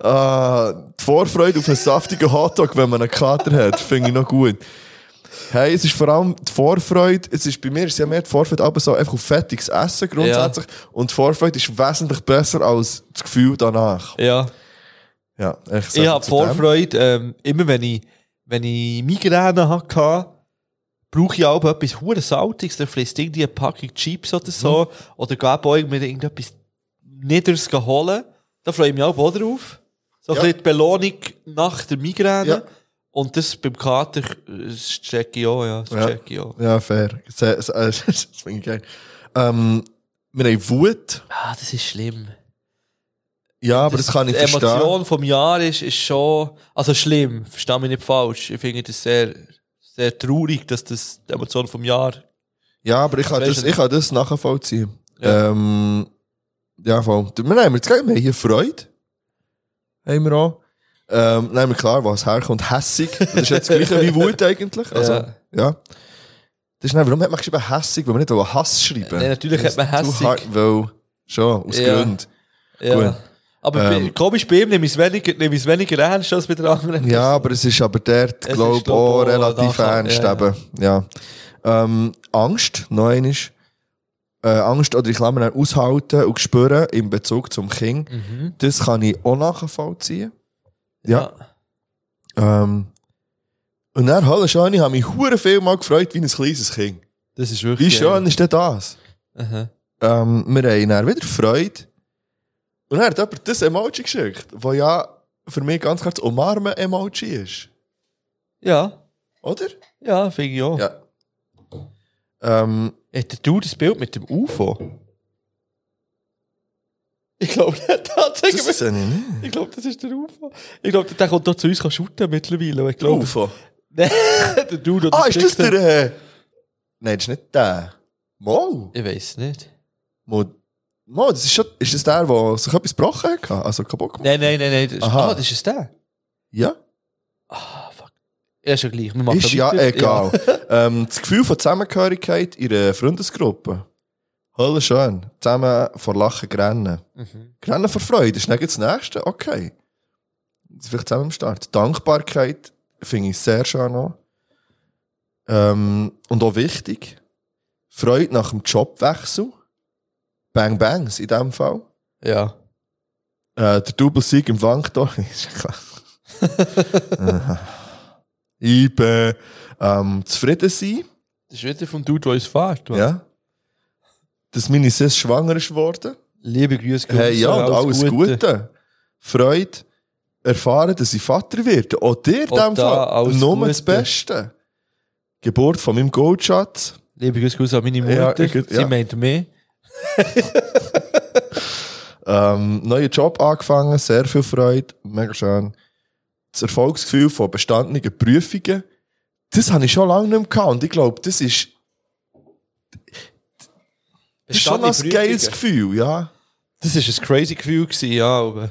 C: Ah, die Vorfreude auf einen saftigen Hotdog, wenn man einen Kater hat, finde ich noch gut. Hey, es ist vor allem die Vorfreude, es ist bei mir ist ja mehr die Vorfreude aber so einfach auf fettiges Essen grundsätzlich und die Vorfreude ist wesentlich besser als das Gefühl danach.
B: ja.
C: Ja, echt so
B: Ich
C: viel
B: habe
C: zu dem.
B: Vorfreude, ähm, immer wenn ich, wenn ich Migräne hatte, brauche ich auch etwas hure Saltiges, dann frisst irgendwie eine Packung Chips oder so,
C: Mhm.
B: oder gehe auch irgendwie irgendetwas Nieders holen. Da freue ich mich auch auch drauf. So ein
C: Ja.
B: bisschen die Belohnung nach der Migräne.
C: Ja.
B: Und das beim Kater, äh, das check ich auch, ja. Das
C: Ja.
B: check ich auch.
C: Ja, fair. *laughs* Sehr- sehr- Das finde ich geil. Ähm, wir haben Wut.
B: Ah, das ist schlimm.
C: Ja, aber das, kann ich
B: die
C: verstehen.
B: Emotion vom Jahr ist, ist schon, also schlimm, versteh mich nicht falsch. Ich finde das sehr, sehr traurig, dass das die Emotion vom Jahr
C: Ja, aber ich kann,
B: Weißt
C: das,
B: du-
C: ich kann das nachvollziehen.
B: Ja.
C: Ehm, Ja. Ähm, ja, voll. Wir haben jetzt gleich- wir haben hier Freude. haben wir auch. Ähm, dann haben wir klar, was herkommt. Hässig. Das ist jetzt das gleiche wie Wut eigentlich. Also, ja. nou,
G: Ja.
C: Das ist dann, warum hat man geschrieben hässig? Weil man nicht wollen Hass schreiben
G: Nee, natürlich hat man
C: Zu
G: hässig.
C: hart, Weil, schon, aus
G: Ja.
C: Gründen. Gut.
G: Ja. Aber bei-
C: Ähm.
B: Komisch, bei ihm nehme ich es weniger, nehme ich es weniger ernst als bei den anderen.
C: Ja, aber es ist aber dort,
B: ist,
C: glaube ich,
B: glaub,
C: auch
B: auch
C: relativ
B: nachher-
C: ernst
B: oh, ja, ja.
C: eben. Ja. Ähm, Angst, noch einmal. Äh, Angst oder ich lasse mir aushalten und spüren in Bezug zum Dus Kind.
B: Mhm.
C: Das kann ich auch nachvollziehen.
B: Ja.
C: Ähm, und dann, hallo Schani, habe mich hure viel mal gefreut wie ein kleines Kind.
B: Das ist wirklich.
C: Wie schön ist denn das?
B: Aha.
C: Ähm, wir haben dann wieder Freude. Und dann hat jemand das Emoji geschickt, wo ja für mich ganz klar das Umarmen-Emoji ist.
B: Ja,
C: Oder?
B: ja, finde ich auch.
C: Ja. Ähm,
B: Hat der Dude das Bild mit dem UFO? Ich glaube, der *laughs* tatsächlich.
C: das sehe ich nicht.
B: Ich glaube, das ist der UFO. Ich glaube, der kommt doch zu uns kann shooten mittlerweile. Ich glaube, *laughs* der Dude oder
C: Ah, ist das
B: Schicksal-
C: der... Äh... Nein, das ist nicht der. Mo.
B: Ich weiß nicht.
C: Mo. Mo, das ist schon... Ist das der, der sich etwas gebrochen hat? Also kaputt gemacht?
B: Nein, nein, nein, nein. Das ist,
C: Aha.
B: ah, das ist der.
C: Ja.
B: Ah, fuck. Ja, ist ja gleich. Wir machen
C: Ist ja
B: weiter.
C: egal. ähm, das Gefühl von Zusammengehörigkeit in einer Freundesgruppe. Hallo schön. Zusammen vor Lachen grennen.
B: Mhm.
C: Grennen vor Freude ist nicht das Nächste. Okay. Vielleicht zusammen am Start. Dankbarkeit finde ich sehr schön auch. Ähm, und auch wichtig. Freude nach dem Jobwechsel. Bang Bangs in dem Fall.
B: Ja.
C: Äh, der Double-Sieg im Wankdorf. *laughs* ist ja klar. Aha. Ibe. Ähm, zufrieden sein.
B: Das ist wieder vom Dude, der uns fährt. Mann.
C: Ja. Dass meine Sis schwanger ist worden.
B: Liebe Grüße, Grüße.
C: Hey, ja, und alles Gute. Freude. Erfahren, dass ich Vater werde. Auch dir in
B: Auch
C: dem
B: da
C: Fall.
B: alles
C: Nur
B: Gute.
C: das Beste. Geburt von meinem Goldschatz.
B: Liebe Grüße, Grüße an meine
C: Ja,
B: Mutter.
C: ich- ja.
B: Sie meint mich.
C: Ähm, neuer Job angefangen, sehr viel Freude, mega schön. Das Erfolgsgefühl von bestandenen Prüfungen, das habe ich schon lange nicht mehr gehabt. Und ich glaube, das ist, das ist schon ein geiles Gefühl, ja.
B: Das war ein crazy Gefühl, gewesen, ja. Aber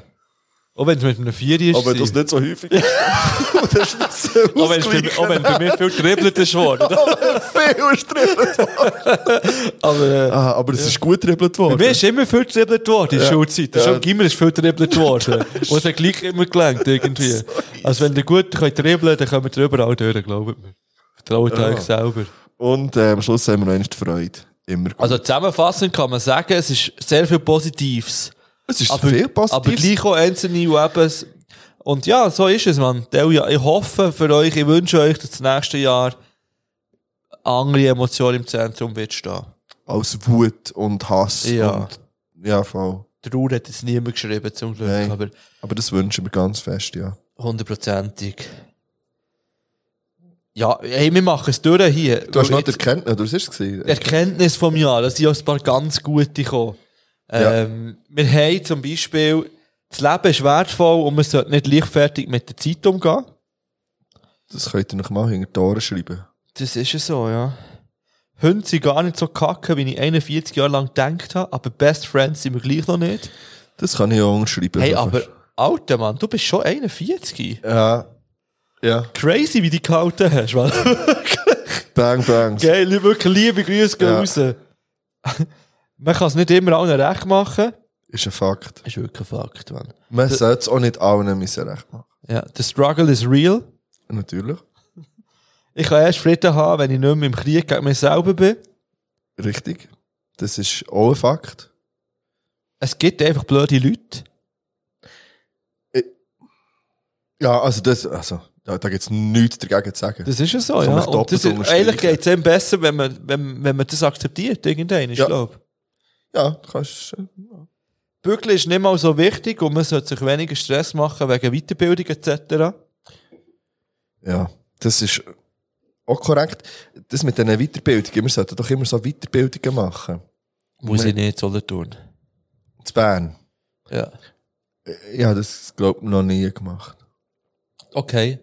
B: auch wenn es mit einem Vieri ist.
C: Aber das
B: gewesen.
C: nicht so häufig ist. Und *laughs* das ist mir
B: *laughs*
C: so
B: auch wenn es bei, auch wenn bei mir viel dribbelt ist worden.
C: viel
B: *laughs*
C: gestribbelt worden.
B: Aber äh,
C: Ah, *laughs* aber es ist gut dribbelt
B: bei mir
C: worden.
B: ist immer viel dribbelt worden in der
C: Ja.
B: Schulzeit.
C: Ja.
B: Schon im Gimmer ist viel dribbelt
C: *laughs*
B: worden. Und es hat gleich immer gelangt, irgendwie. also wenn ihr gut könnt dribbeln, dann können wir überall durch, glaubt mir. Vertraut
C: Ja.
B: euch selber.
C: Und äh, am Schluss haben wir noch einmal die Freude. Immer gut.
B: Also zusammenfassend kann man sagen, es ist sehr viel Positives.
C: es ist
B: aber,
C: viel
B: aber
C: Positives.
B: gleich auch einzelne die eben... s- Und ja, so ist es, man. Ja, ich hoffe für euch, ich wünsche euch, dass das nächste Jahr andere Emotionen im Zentrum wird stehen.
C: Als Wut und Hass.
B: Ja.
C: Und, ja, voll.
B: Trauer hat jetzt niemand geschrieben, zum Glück,
C: Nein.
B: aber
C: Aber das wünschen wir ganz fest, ja.
B: hundertprozentig. Ja, hey, wir machen es durch hier.
C: Du hast
B: Weil
C: noch die
B: jetzt-
C: Erkenntnis, oder was ist es? gewesen?
B: Erkenntnis vom Jahr, da sind auch ein paar ganz gute gekommen. Ähm, Wir haben zum Beispiel, das Leben ist wertvoll und man sollte nicht leichtfertig mit der Zeit umgehen.
C: Das könnt ihr noch mal hinter die Ohren schreiben.
B: Das ist ja so, ja. Hunde sind gar nicht so kacke, wie ich 41 Jahre lang gedacht habe, aber Best Friends sind wir gleich noch nicht.
C: Das kann ich auch unterschreiben.
B: Hey, aber, alter Mann, du bist schon 41.
C: Ja. Ja.
B: Crazy, wie du gehalten hast, man.
C: Bang, bang.
B: Geil, liebe- wirklich liebe Grüße gehen
C: Ja.
B: raus. *laughs* Man kann es nicht immer allen recht machen.
C: Ist ein Fakt.
B: Das ist wirklich ein Fakt, man.
C: Man sollte es auch nicht allen müssen recht machen.
B: Ja, the struggle is real.
C: Natürlich.
B: Ich kann erst Frieden haben, wenn ich nicht mehr im Krieg gegen mich selber bin.
C: Richtig. Das ist auch ein Fakt.
B: Es gibt einfach blöde Leute.
C: Ja, also das, also, ja, da gibt es nichts dagegen zu sagen.
B: Das ist ja so,
C: Kann
B: ja.
C: man doppelt
B: Und das ist,
C: unterstreichen.
B: eigentlich geht es einem besser, wenn man, wenn, wenn man das akzeptiert, irgendein, ich
C: Ja.
B: glaube.
C: ja, du kannst, äh, ja.
B: Bügeln ist nicht mal so wichtig und man sollte sich weniger Stress machen wegen Weiterbildung etc.
C: ja, das ist auch korrekt. Das mit diesen Weiterbildungen, wir sollten doch immer so Weiterbildungen machen.
B: Muss
C: Man-
B: ich nicht, soll er tun.
C: In Bern.
B: Ja.
C: Ja, das glaube ich noch nie gemacht.
B: Okay.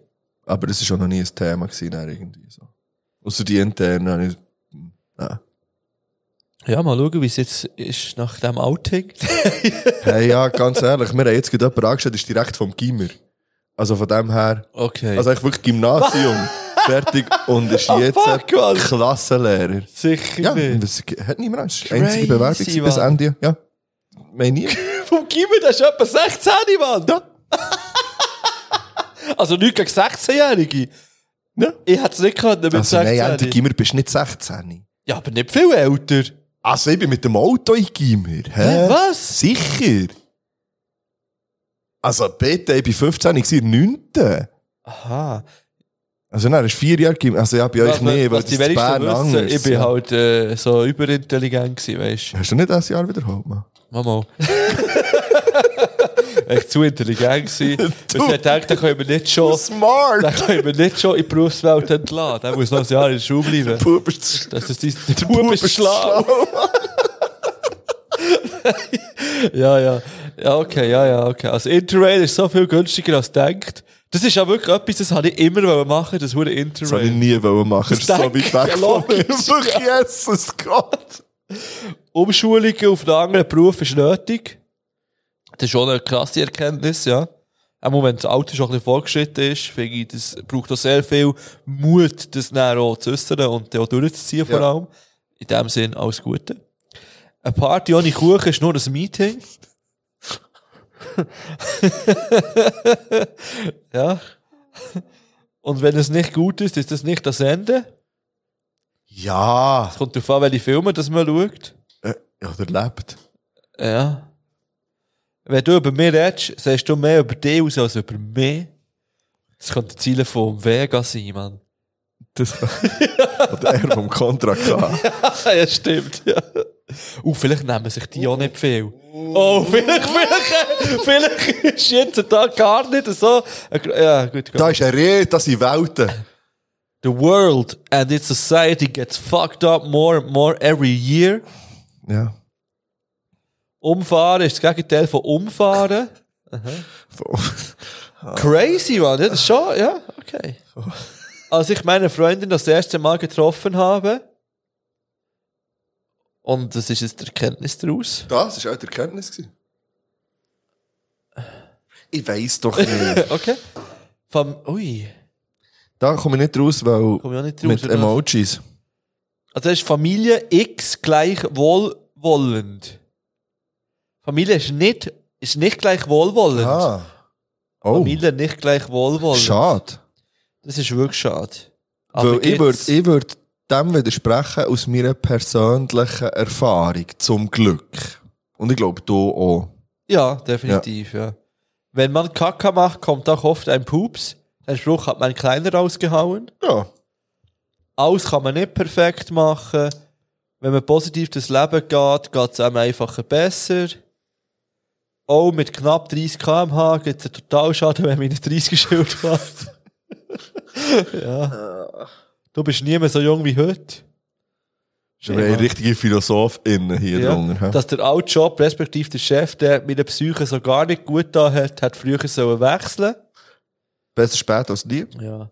C: Aber das war auch noch nie ein Thema gewesen, dann irgendwie so. Außer die internen. habe ich- Nein.
H: Ja, mal schauen, wie es jetzt ist nach dem Outing.
C: Hey, ja, ganz ehrlich, wir haben jetzt gerade jemanden angestellt, der ist direkt vom Gimmer. Also von dem her.
H: Okay.
C: Also eigentlich
H: *laughs*
C: wirklich Gymnasium. fertig. Und ist jetzt
H: Ah, fuck, Mann.
C: Klassenlehrer.
H: sicher
B: *laughs*
C: Ja,
H: nicht.
C: das hat niemand Angst. Einzige Bewerbung
H: Crazy,
C: bis
H: Mann.
C: Ende. Ja. Meine nie.
H: Vom Gimmer, das ist etwa 16, Mann.
B: *laughs*
H: also nicht gegen 16-Jährige.
C: Ja.
H: Ich hätte es nicht können mit
C: Also, nein, Ende
H: 16.
C: Gimmer bist nicht 16.
H: ja, aber nicht viel älter.
C: Also, ich bin mit dem Auto in Gimmer. Hä?
H: Hä, was?
C: Sicher. Also, bitte, ich bin 15, ich war in der 9.
H: Aha.
C: Also, nein, das ist vier Jahre Gimmer. Also, ja, bei euch nicht, weil
B: was
C: das in
B: die
C: Bern
B: wenigsten wissen,
C: anders
B: ich bin
C: ja.
B: halt äh, so überintelligent gewesen, weißt
C: Hast du nicht das Jahr wiederholt, Mann?
H: Mal,
C: *laughs*
H: mal.
B: du. Ich zu intelligent
C: *laughs*
B: gewesen. Und ich gedacht, da können wir nicht schon, da
C: Oh, Smart!
B: können wir nicht schon in die Berufswelt entlassen. Der muss noch ein Jahr in der Schule bleiben.
C: Bub ist
B: Das ist dein, *laughs* der Bub ist schlau. Ja, ja. Ja, okay, ja, ja, okay. Also Interrail ist so viel günstiger als denkt. Das ist ja wirklich etwas, das habe ich immer wollen machen, das wurde
C: Das wollte ich
B: Interrail.
C: nie wollen machen. Das ist so
B: denke
C: weit
B: ich
C: weg von mir.
B: logisch,
C: Wirklich, Jesus Gott!
B: Umschulungen auf einen anderen Beruf ist nötig. Das ist schon eine krasse Erkenntnis, ja. Auch wenn das Alter schon ein bisschen vorgeschritten ist, finde ich, das braucht auch sehr viel Mut, das dann auch zu äußern und dann auch durchzuziehen vor
C: Ja.
B: allem. In dem Sinn, alles Gute. Eine Party ohne Kuchen ist nur ein Meeting. *laughs* ja. Und wenn es nicht gut ist, ist das nicht das Ende.
C: Ja!
B: Es kommt darauf an, welche Filme das man schaut.
C: Äh, Ja, der lebt.
B: Ja. Wenn du über mich redest, sagst du mehr über dich aus als über mich. Das könnte Ziele vom Vega sein, Mann.
C: Das *laughs* Oder er
B: *laughs*
C: vom Kontrakt an.
B: Ah, ja, stimmt. Ja. Uh, vielleicht nehmen sich die auch nicht viel. Oh, vielleicht, vielleicht, vielleicht ist jetzt da gar nicht so. Ja, gut,
C: Da
B: gut.
C: ist eine Rede, das sind Welten.
B: The world and its society gets fucked up more and more every year. *laughs*
C: Ja.
B: Umfahren ist das Gegenteil von umfahren. Crazy, Mann. Ja, das ist schon, ja, okay. Als ich meine Freundin das erste Mal getroffen habe, und das ist jetzt die Erkenntnis daraus. *laughs*
C: Das war auch die Erkenntnis. gewesen. Ich weiß doch nicht.
B: Okay. Vom, ui,
C: *laughs* da komme ich nicht raus, weil
B: komme ich auch nicht
C: mit
B: draus. oder?
C: Emojis.
B: Also ist Familie X gleich wohlwollend. Familie ist nicht, ist nicht gleich wohlwollend.
C: Ah. Oh,
B: Familie nicht gleich wohlwollend.
C: schade.
B: Das ist wirklich schade.
C: Weil ich würde
B: gibt's-
C: ich würd dem widersprechen aus meiner persönlichen Erfahrung, zum Glück. Und ich glaube, du auch.
B: Ja, definitiv, ja. Wenn man Kaka macht, kommt auch oft ein Pups. Den Spruch hat mein Kleiner rausgehauen.
C: Ja.
B: Alles kann man nicht perfekt machen. Wenn man positiv durchs Leben geht, geht es einem einfach besser. Auch mit knapp 30 km/h gibt es einen Totalschaden, wenn man in 30 Schild fährt. *laughs* ja. Du bist nie mehr so jung wie heute.
C: Wir haben richtige Philosophinnen hier
B: Ja,
C: drunter. hä?
B: dass der alte Job, respektive der Chef, der mit der Psyche so gar nicht gut da hat, hat früher sollen wechseln.
C: Besser spät als nie.
B: Ja.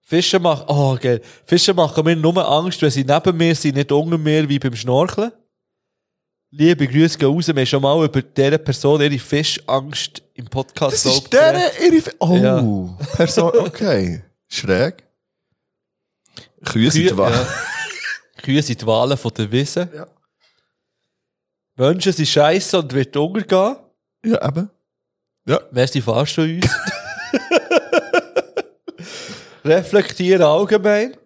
B: Fische machen, oh geil. Fische machen mir nur Angst, wenn sie neben mir sind, nicht unter mir, wie beim Schnorcheln. Liebe Grüße gehen raus, wir haben schon mal über diese Person ihre Fischangst im Podcast
C: Das
B: glaub
C: ist
B: ich, geredet.
C: der ihre... F- Oh,
B: Ja.
C: Person... Okay. Schräg.
B: Kühe,
C: Kühe sind wahr.
B: ja. Kühe sind die Wahlen von der Wiese.
C: Ja.
B: Menschen sind scheiße und wird untergehen.
C: Ja, *laughs* eben.
B: Merci, fahrst du uns? *laughs* Reflektieren allgemein.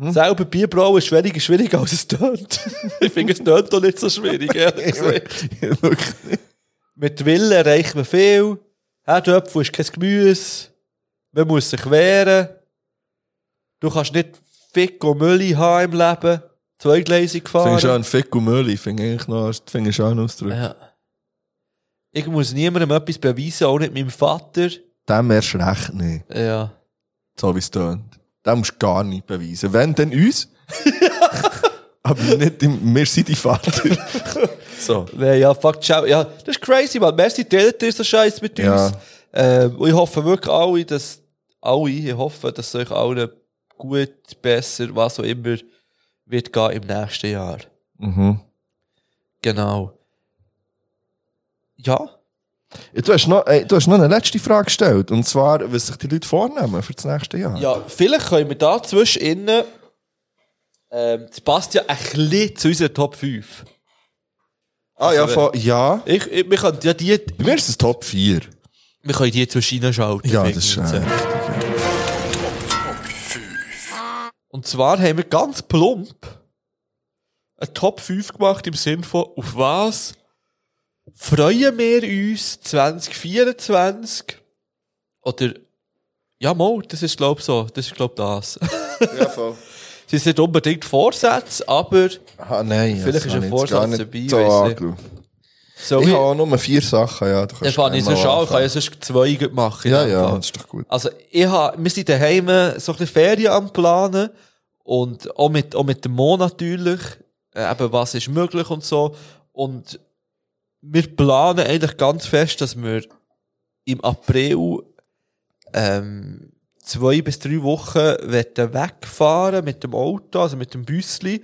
B: Selber Bierbrauen ist weniger schwierig, als es tönt. Mhm. *laughs* ich finde, es tönt doch nicht so schwierig, *laughs* ehrlich gesagt. Mit Willen erreicht man viel. Herdöpfel ist kein Gemüse. Man muss sich wehren. Du kannst nicht Fick und Mülli haben im Leben. Zweigleisig fahren.
C: Findest du auch einen Fick und Möli? Finde ich noch... Finde ich auch einen Ausdruck.
B: Ja. Ich muss niemandem etwas beweisen, auch nicht meinem Vater.
C: Dem erst recht nicht.
B: Ja.
C: So wie es tönt. Den musst du gar nicht beweisen. Wenn, dann uns. *laughs* Aber nicht im, wir sind die Vater. so.
B: Nein, ja, fuck, ciao. Ja, das ist crazy, man. Merci, teilt ihr so Scheiß mit
C: Ja.
B: uns. Ähm, und ich hoffe wirklich alle, dass, alle, ich hoffe, dass es euch allen gut, besser, was auch immer, wird gehen im nächsten Jahr.
C: Mhm.
B: Genau. Ja?
C: *laughs* Du, hast noch, äh, du hast noch eine letzte Frage gestellt. Und zwar, was sich die Leute vornehmen für das nächste Jahr.
B: Ja, vielleicht können wir da zwischen innen. Ähm, das passt ja ein bisschen zu unserer Top 5.
C: ah ja,
B: also,
C: von, ja.
B: Ich, ich, wir können ja die,
C: Bei mir ist es Top 4.
B: wir können die zwischen reinschalten.
C: Ja,
B: finde
C: das ist
B: ich
C: äh,
B: jetzt.
C: richtig.
B: Und zwar haben wir ganz plump eine Top 5 gemacht im Sinne von, auf was freuen wir uns 2024? Oder, ja, mal, das ist, glaube ich, so, das ist, glaube ich, das. *laughs*
C: Ja. Ja, voll.
B: Es ist nicht unbedingt Vorsätze, aber
C: Ah, nein,
B: Vielleicht ist ein Vorsatz dabei,
C: So
B: weiss nicht.
C: angeschaut.
B: so
C: ich
B: wie,
C: habe auch nur vier Sachen, ja.
B: dann fand ich so schade, ich kann ja sonst zwei gleich machen. in
C: Ja,
B: dem
C: ja,
B: Fall.
C: das ist doch gut.
B: Also, ich hab, wir sind daheim so ein bisschen Ferien am Planen. Und auch mit, auch mit dem Mo natürlich. Äh, eben, was ist möglich und so. Und wir planen eigentlich ganz fest, dass wir im April, ähm, zwei bis drei Wochen wollen wegfahren mit dem Auto, also mit dem Büsli.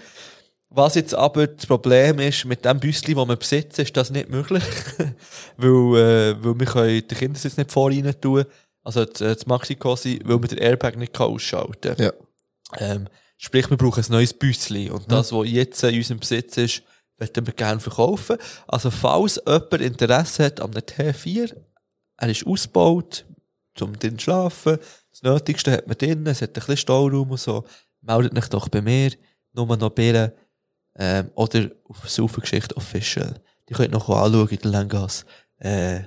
B: Was jetzt aber das Problem ist, mit dem Büsli, das wir besitzen, ist das nicht möglich. *laughs* weil, äh, weil wir können die Kindersitz nicht vorne tun. Also das, äh, das maxi quasi, weil man den Airbag nicht kann ausschalten kann.
C: Ja.
B: Ähm, sprich, wir brauchen ein neues Büsli. Und
C: Mhm.
B: das, was jetzt in unserem Besitz ist, möchten wir gerne verkaufen. Also falls jemand Interesse hat an der T4, er ist ausgebaut, zum drin zu schlafen. Das Nötigste hat man drin, es hat ein bisschen Stauraum und so. Meldet euch doch bei mir, nur noch Billen ähm, oder auf Saufengeschichte Official. Die könnt ihr noch anschauen in der Langas. Äh,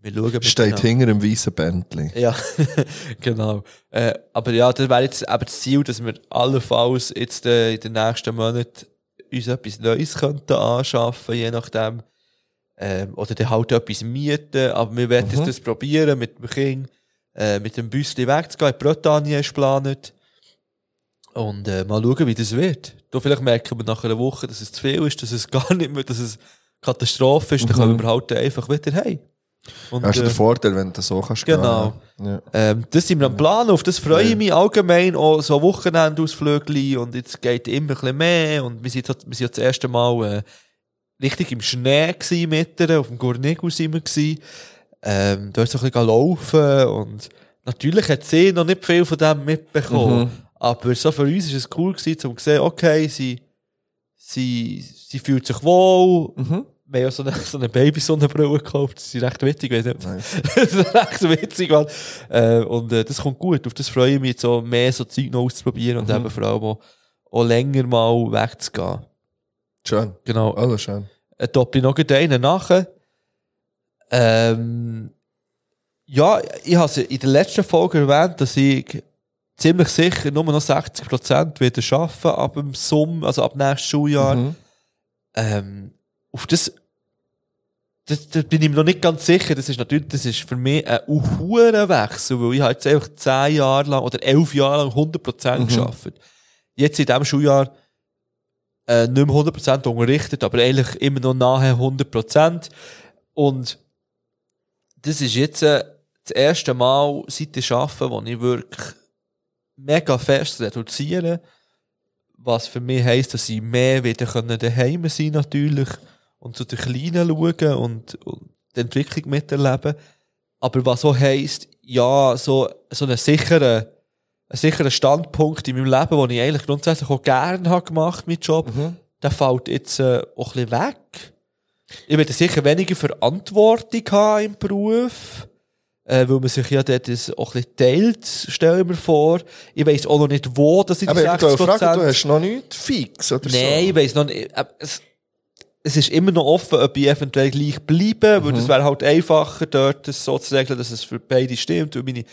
B: wir schauen
C: Steht hinter einem weißen Bändchen.
B: ja, *laughs* genau. Äh, aber ja, das wäre jetzt aber das Ziel, dass wir allenfalls jetzt äh, in den nächsten Monaten uns etwas Neues könnten anschaffen, je nachdem. Ähm, oder dann halt etwas mieten. Aber wir werden
C: Mhm.
B: jetzt das probieren, mit dem Kind, äh, mit dem Büsli wegzugehen. Die Bretagne ist geplant. Und äh, mal schauen, wie das wird. Da vielleicht merken wir nach einer Woche, dass es zu viel ist, dass es *laughs* gar nicht mehr, dass es Katastrophe ist. Dann kommen wir halt einfach wieder heim. Und,
C: Mhm. Hast du
B: äh,
C: den Vorteil, wenn du so kannst
B: Genau.
C: gehen. Ja.
B: ähm, das sind wir am Plan, auf das freue ich mich allgemein, auch so Wochenendausflüge und jetzt geht immer ein bisschen mehr und wir sind, so- wir sind ja das erste Mal äh, richtig im Schnee gsi mit ihr, auf dem Gurnigu sind wir gsi, ähm, da ist so ein bisschen laufen und natürlich hat sie noch nicht viel von dem mitbekommen, aber so für uns ist es cool gewesen, zum zu sehen, okay, sie, sie, sie fühlt sich wohl,
C: Mhm.
B: wir haben ja so eine, so eine Babysonnenbrille gekauft, das ist recht witzig, weiss nicht,
C: Nice.
B: *laughs* das ist echt witzig, Mann. Äh, und äh, das kommt gut. Auf das freue ich mich, so mehr so Zeug noch auszuprobieren und eben vor allem auch, auch länger mal wegzugehen.
C: Schön.
B: Genau.
C: Alles schön.
B: Äh, doppel noch gleich einen nachher. Ähm, ja, ich habe es in der letzten Folge erwähnt, dass ich ziemlich sicher nur noch 60% wieder arbeiten ab dem Sommer, also ab nächstes Schuljahr.
C: Mhm.
B: Ähm, auf das, das, das bin ich mir noch nicht ganz sicher. Das ist natürlich, das ist für mich ein hoher Wechsel, weil ich habe jetzt einfach zehn Jahre lang oder elf Jahre lang 100%
C: Mhm.
B: gearbeitet. Jetzt in diesem Schuljahr äh, nicht mehr 100% unterrichtet, aber eigentlich immer noch nahe 100%. Und das ist jetzt äh, das erste Mal seit ich arbeite, wo ich wirklich mega fest reduziere. Was für mich heisst, dass ich mehr wieder können daheim sein natürlich und zu den Kleinen schauen und, und die Entwicklung miterleben. Aber was auch heisst, ja, so, so einen sicheren, einen sicheren Standpunkt in meinem Leben, den ich eigentlich grundsätzlich auch gerne habe gemacht, meinen Job,
C: Mhm.
B: der fällt jetzt äh, auch ein bisschen weg. Ich werde sicher weniger Verantwortung haben im Beruf, äh, weil man sich ja dort das auch ein bisschen teilt, stelle ich mir vor. Ich weiss auch noch nicht, wo das in die
C: Aber ich wollte
B: 60%
C: fragen, du hast noch nichts fix oder
B: Nein, ich
C: so?
B: weiss noch nicht. Äh, Es, es ist immer noch offen, ob ich eventuell gleich bleibe, weil
C: Mhm.
B: das wäre halt einfacher, dort das so zu regeln, dass es für beide stimmt. Und meine,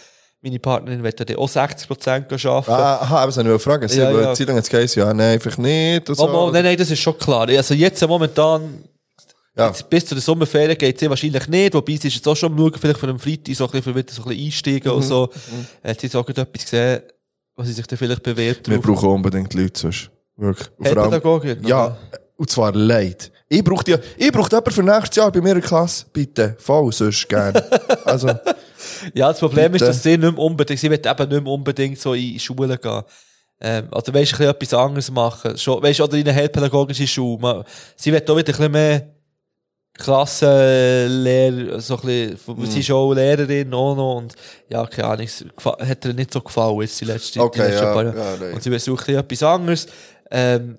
B: meine Partnerin wird dann auch 60% arbeiten.
C: Ah, aha, aber ich wollte fragen. Sie
B: Ja,
C: ja,
B: ja.
C: ja. Zeit lang hat es geheißen, ja, nein, vielleicht nicht. Und so.
B: Oh, oh, nein, nein, das ist schon klar. Also jetzt momentan,
C: Ja.
B: jetzt bis zu den Sommerferien geht es wahrscheinlich nicht, wobei sie ist jetzt auch schon am Schauen, vielleicht für den Freitag so ein bisschen, für wieder so ein bisschen einsteigen
C: Mhm,
B: und so. Hat sie jetzt auch gerade etwas gesehen, was sie sich dann vielleicht bewirbt.
C: Wir brauchen unbedingt Leute sonst. Wirklich. Und vor allem-
B: Pädagogin.
C: Ja, und zwar leid. Ich brauche die, ich brauche jemanden für nächstes Jahr bei mir in der Klasse. Bitte. Voll, sonst
B: *laughs*
C: gerne. Also,
B: Ja, das Problem
C: Bitte.
B: ist, dass sie nicht mehr unbedingt, sie wird eben nicht mehr unbedingt so in Schulen gehen. Ähm, oder weisst, ein bisschen etwas anderes machen. Schon, weisst, oder in einer heilpädagogischen Schule. Man, sie wird auch wieder ein bisschen mehr Klassenlehrer, so ein bisschen,
C: Hm.
B: sie ist auch Lehrerin, auch noch, und, ja, keine Ahnung, es gefa- hat ihr nicht so gefallen, jetzt die letzten, die
C: Okay,
B: letzten
C: ja.
B: paar
C: ja
B: Jahre.
C: nein.
B: Und sie versucht ein bisschen etwas anderes. Ähm,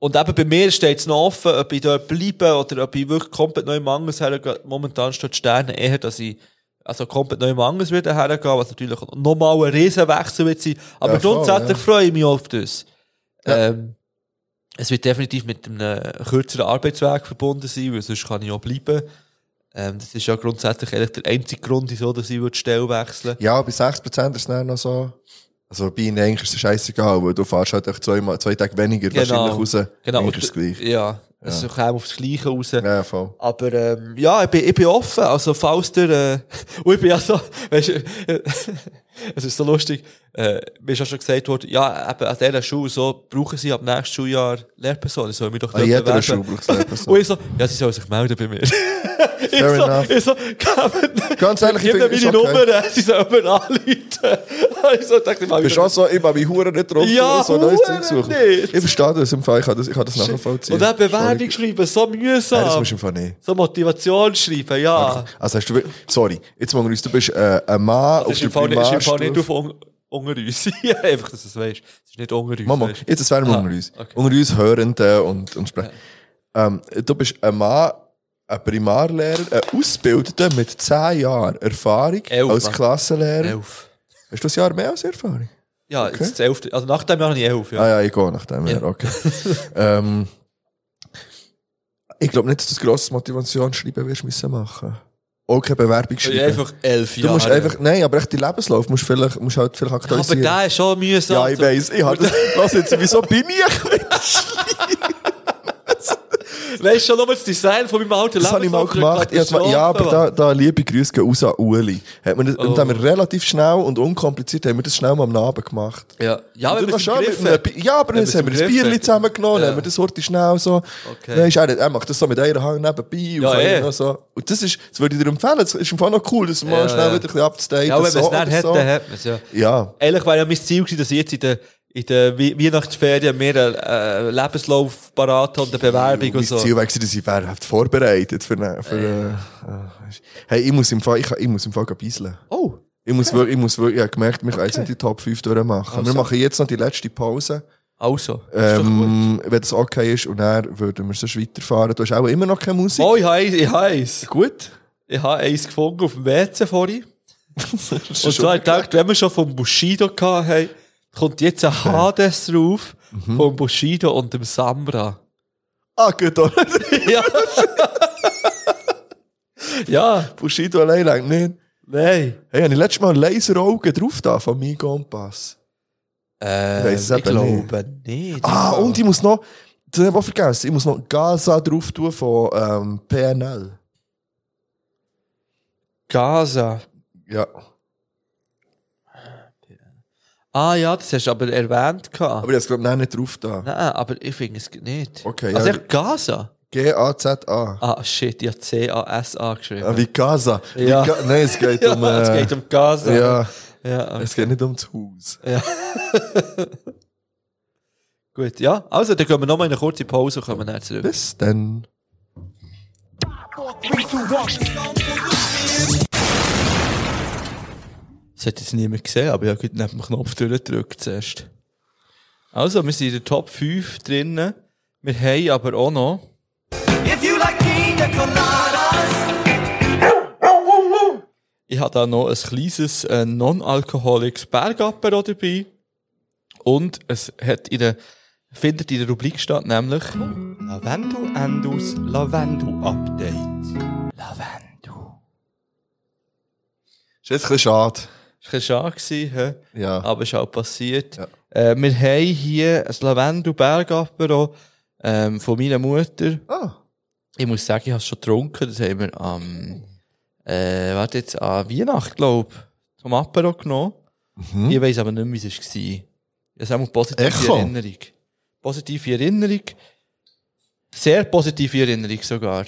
B: und eben bei mir steht es noch offen, ob ich dort bleibe oder ob ich wirklich komplett neu anders hergehe. Momentan steht die Sterne eher, dass ich also komplett neu anders wieder hergehe, was natürlich nochmal ein Riesenwechsel wird sein. Aber
C: Ja, voll,
B: grundsätzlich freue ich mich auf das.
C: Ja.
B: Ähm, es wird definitiv mit einem kürzeren Arbeitsweg verbunden sein, weil sonst kann ich auch bleiben. Ähm, das ist ja grundsätzlich eigentlich der einzige Grund, wieso dass ich die Stelle wechseln
C: Ja, bei 6% ist es dann noch so. Also bei ihnen eigentlich ist es scheißegal, weil du fährst halt einfach zweimal, zwei Tage weniger
B: Genau.
C: wahrscheinlich raus. Eigentlich ist es
B: und-
C: gleich.
B: Ja, es ja. käme auf das Gleiche raus.
C: Ja, voll.
B: Aber ähm, ja, ich bin, ich bin offen. Also falls der... Äh, *laughs* und ich bin ja so... *laughs* Weißt, du, es ist so lustig. Äh, mir ist ja schon gesagt worden, ja, eben an dieser Schule so brauchen sie ab nächstes Schuljahr Lehrpersonen. Sollen wir doch
C: An
B: dort
C: jeder
B: bewerben.
C: Schule brauchst
B: *laughs*
C: du eine
B: Und
C: Person.
B: ich so, ja, sie sollen sich melden bei mir. *laughs* Fair ich
C: Fair
B: so,
C: enough.
B: Ich so, geben,
C: Ganz ehrlich, ich
B: geben meine
C: finde, ist okay.
B: Nummer, äh, sie sollen mir anrufen. *laughs* Und ich so dachte, ich mal
C: Bist du auch so, ich habe mich Huren nicht drauf,
B: Ja,
C: so neues
B: Huren
C: Zeug suchen.
B: nicht.
C: Ich verstehe das im Fall, ich kann das, ich kann das nachvollziehen.
B: Und dann Bewerbung
C: Sorry.
B: schreiben, so
C: Nein, das
B: mühsam.
C: musst du im Fall nicht.
B: so Motivation schreiben, ja.
C: Also hast du wirklich, sorry, jetzt machen wir uns, du bist äh, ein Mann
B: Das
C: auf
B: ist
C: der
B: im Fall nicht, ist im Fall nicht
C: Primarstufe.
B: auf un unter uns. *laughs* Ja, Einfach, dass du es weißt. Es ist nicht unter uns.
C: Mama,
B: weisst.
C: jetzt das wären wir
B: Ah,
C: unter uns.
B: okay.
C: Unter uns Hörenden und, und Sprechen. Ähm, du bist ein Mann, ein Primarlehrer, ein Ausgebildeter mit 10 Jahren Erfahrung
B: Elf,
C: als
B: Mann.
C: Klassenlehrer.
B: Elf.
C: Hast du ein Jahr mehr als Erfahrung?
B: Ja, jetzt das elfte. Also nach dem Jahr habe ich elf, ja.
C: Ah ja, ich gehe nach dem
B: Ja.
C: Jahr,
B: *laughs*
C: okay. ähm, ich glaube nicht, dass du ein grosses Motivationsschreiben wirst müssen machen. Auch keine Bewerbung schreiben.
E: einfach elf
C: du
E: Jahre.
C: musst einfach, nein, aber echt deinen Lebenslauf musst vielleicht, musst halt vielleicht
B: Aber
C: aktualisieren.
B: der ist schon mühsam.
C: Ja, ich weiß,
B: *laughs*
C: ich habe das. Lass jetzt, wieso bin ich?
B: Weißt du schon, nur das Design von meinem alten
C: Das habe ich mal
B: Lebenslauf-
C: gemacht. Ich hab's mal, ja, aber da, da liebe Grüße gehen raus an Uli. Hat man das,
B: Oh.
C: Und haben wir relativ schnell und unkompliziert haben wir das schnell mal am Abend gemacht.
B: Ja, ja
C: Und
B: wenn
C: du
B: wir es
C: kannst auch mit
B: im
C: einem
B: Griff
C: Bi- Ja, aber
B: Wenn
C: jetzt
B: wir
C: haben
B: es
C: wir
B: im
C: ein
B: Griff
C: Bierli
B: haben.
C: zusammengenommen,
B: Ja.
C: haben wir das Horti schnell so.
B: Okay.
C: Nein, ist er, nicht. er macht das so mit einer Hand nebenbei.
B: Ja,
C: und
B: eh.
C: kann noch so. Und das ist, das würde ich dir empfehlen. Das ist im Fall noch cool, das mal
B: Ja,
C: schnell
B: ja.
C: wieder ein bisschen abzudaten.
B: Ja, wenn
C: so
B: man es nicht
C: oder
B: hätte,
C: so.
B: dann hätte man es, ja.
C: Ja.
B: Ehrlich war ja mein Ziel, gewesen, dass ich jetzt in der, in der Wei- Weihnachtsferien mir einen äh, Lebenslauf parat habe und eine Bewerbung
C: Mein
B: und so.
C: Ziel war, dass ich währhaft vorbereitet für, eine- für äh, äh, Hey, ich muss im Fall, ich, ich muss im Fall gehen bisseln.
B: Oh,
C: Ich muss wirklich, ich muss wirklich, ich habe gemerkt, wir können jetzt nicht die Top 5 durchmachen. Wir machen jetzt noch die letzte Pause,
B: also. Ist doch gut.
C: ähm, wenn das okay ist, und dann würden wir sonst weiterfahren. Du hast auch immer noch keine Musik.
B: Oh, ich habe eins, ich habe eins.
C: *laughs* Gut.
B: Ich habe eins gefunden auf dem WC vorhin. Und zwar, ich dachte, wenn wir schon vom Bushido gehabt haben, kommt jetzt ein Hades drauf
C: Mhm.
B: vom Bushido und dem Samra. *laughs*
C: Ah, gut, oder?
B: Ja. ja,
C: *laughs* Bushido allein lang nicht.
B: nein.
C: Hey, habe ich letztes Mal Laser Augen drauf da von Mi Kompass.
B: Äh,
C: Weiss es eben
B: glaube nicht.
C: Ah, und ich muss noch, das habe ich auch vergessen, ich muss noch Gaza drauf tun von ähm, PNL.
B: Gaza.
C: Ja.
B: Ah ja, das hast du aber erwähnt gehabt.
C: Aber ich glaube ich nicht drauf da.
B: Nein, aber ich finde es nicht.
C: Okay,
B: also
C: ja.
B: echt Gaza?
C: G-A-Z-A.
B: Ah, shit, ich habe C-A-S-A geschrieben.
C: Ah, wie Gaza. Wie
B: Ja.
C: Ga Nein, es geht um.
B: *laughs* ja, es
C: Äh,
B: geht um Gaza.
C: ja,
B: ja okay.
C: es geht nicht ums Haus.
B: Gut, ja. Also, dann gehen wir nochmal in eine kurze Pause und kommen dann zurück.
C: Bis dann.
E: Das hat jetzt niemand gesehen, aber ich habe gerade neben dem Knopf durchgedrückt zuerst. Also, wir sind in der Top 5 drinnen. Wir haben aber auch noch... Ich habe da noch ein kleines äh, Non-Alcoholics Bergapero dabei. Und es hat in der, findet in der Rubrik statt, nämlich Lavendel Endus Lavendel Update. Lavendel.
C: Ist jetzt ein bisschen schade.
E: Das war ein bisschen schade, gewesen, hä?
C: Ja.
E: aber es ist auch passiert.
C: Ja.
E: Äh, wir haben hier ein Lavendel Bergapero ähm, von meiner Mutter.
C: Ah,
E: Ich muss sagen, ich habe es schon getrunken. Das haben wir am, äh, warte jetzt, an Weihnachten, glaube ich, zum Apero genommen. Ich weiß aber nicht mehr, wie es war. Ich habe eine positive
C: Mhm. Echo.
E: Erinnerung. Positive Erinnerung. Sehr positive Erinnerung sogar.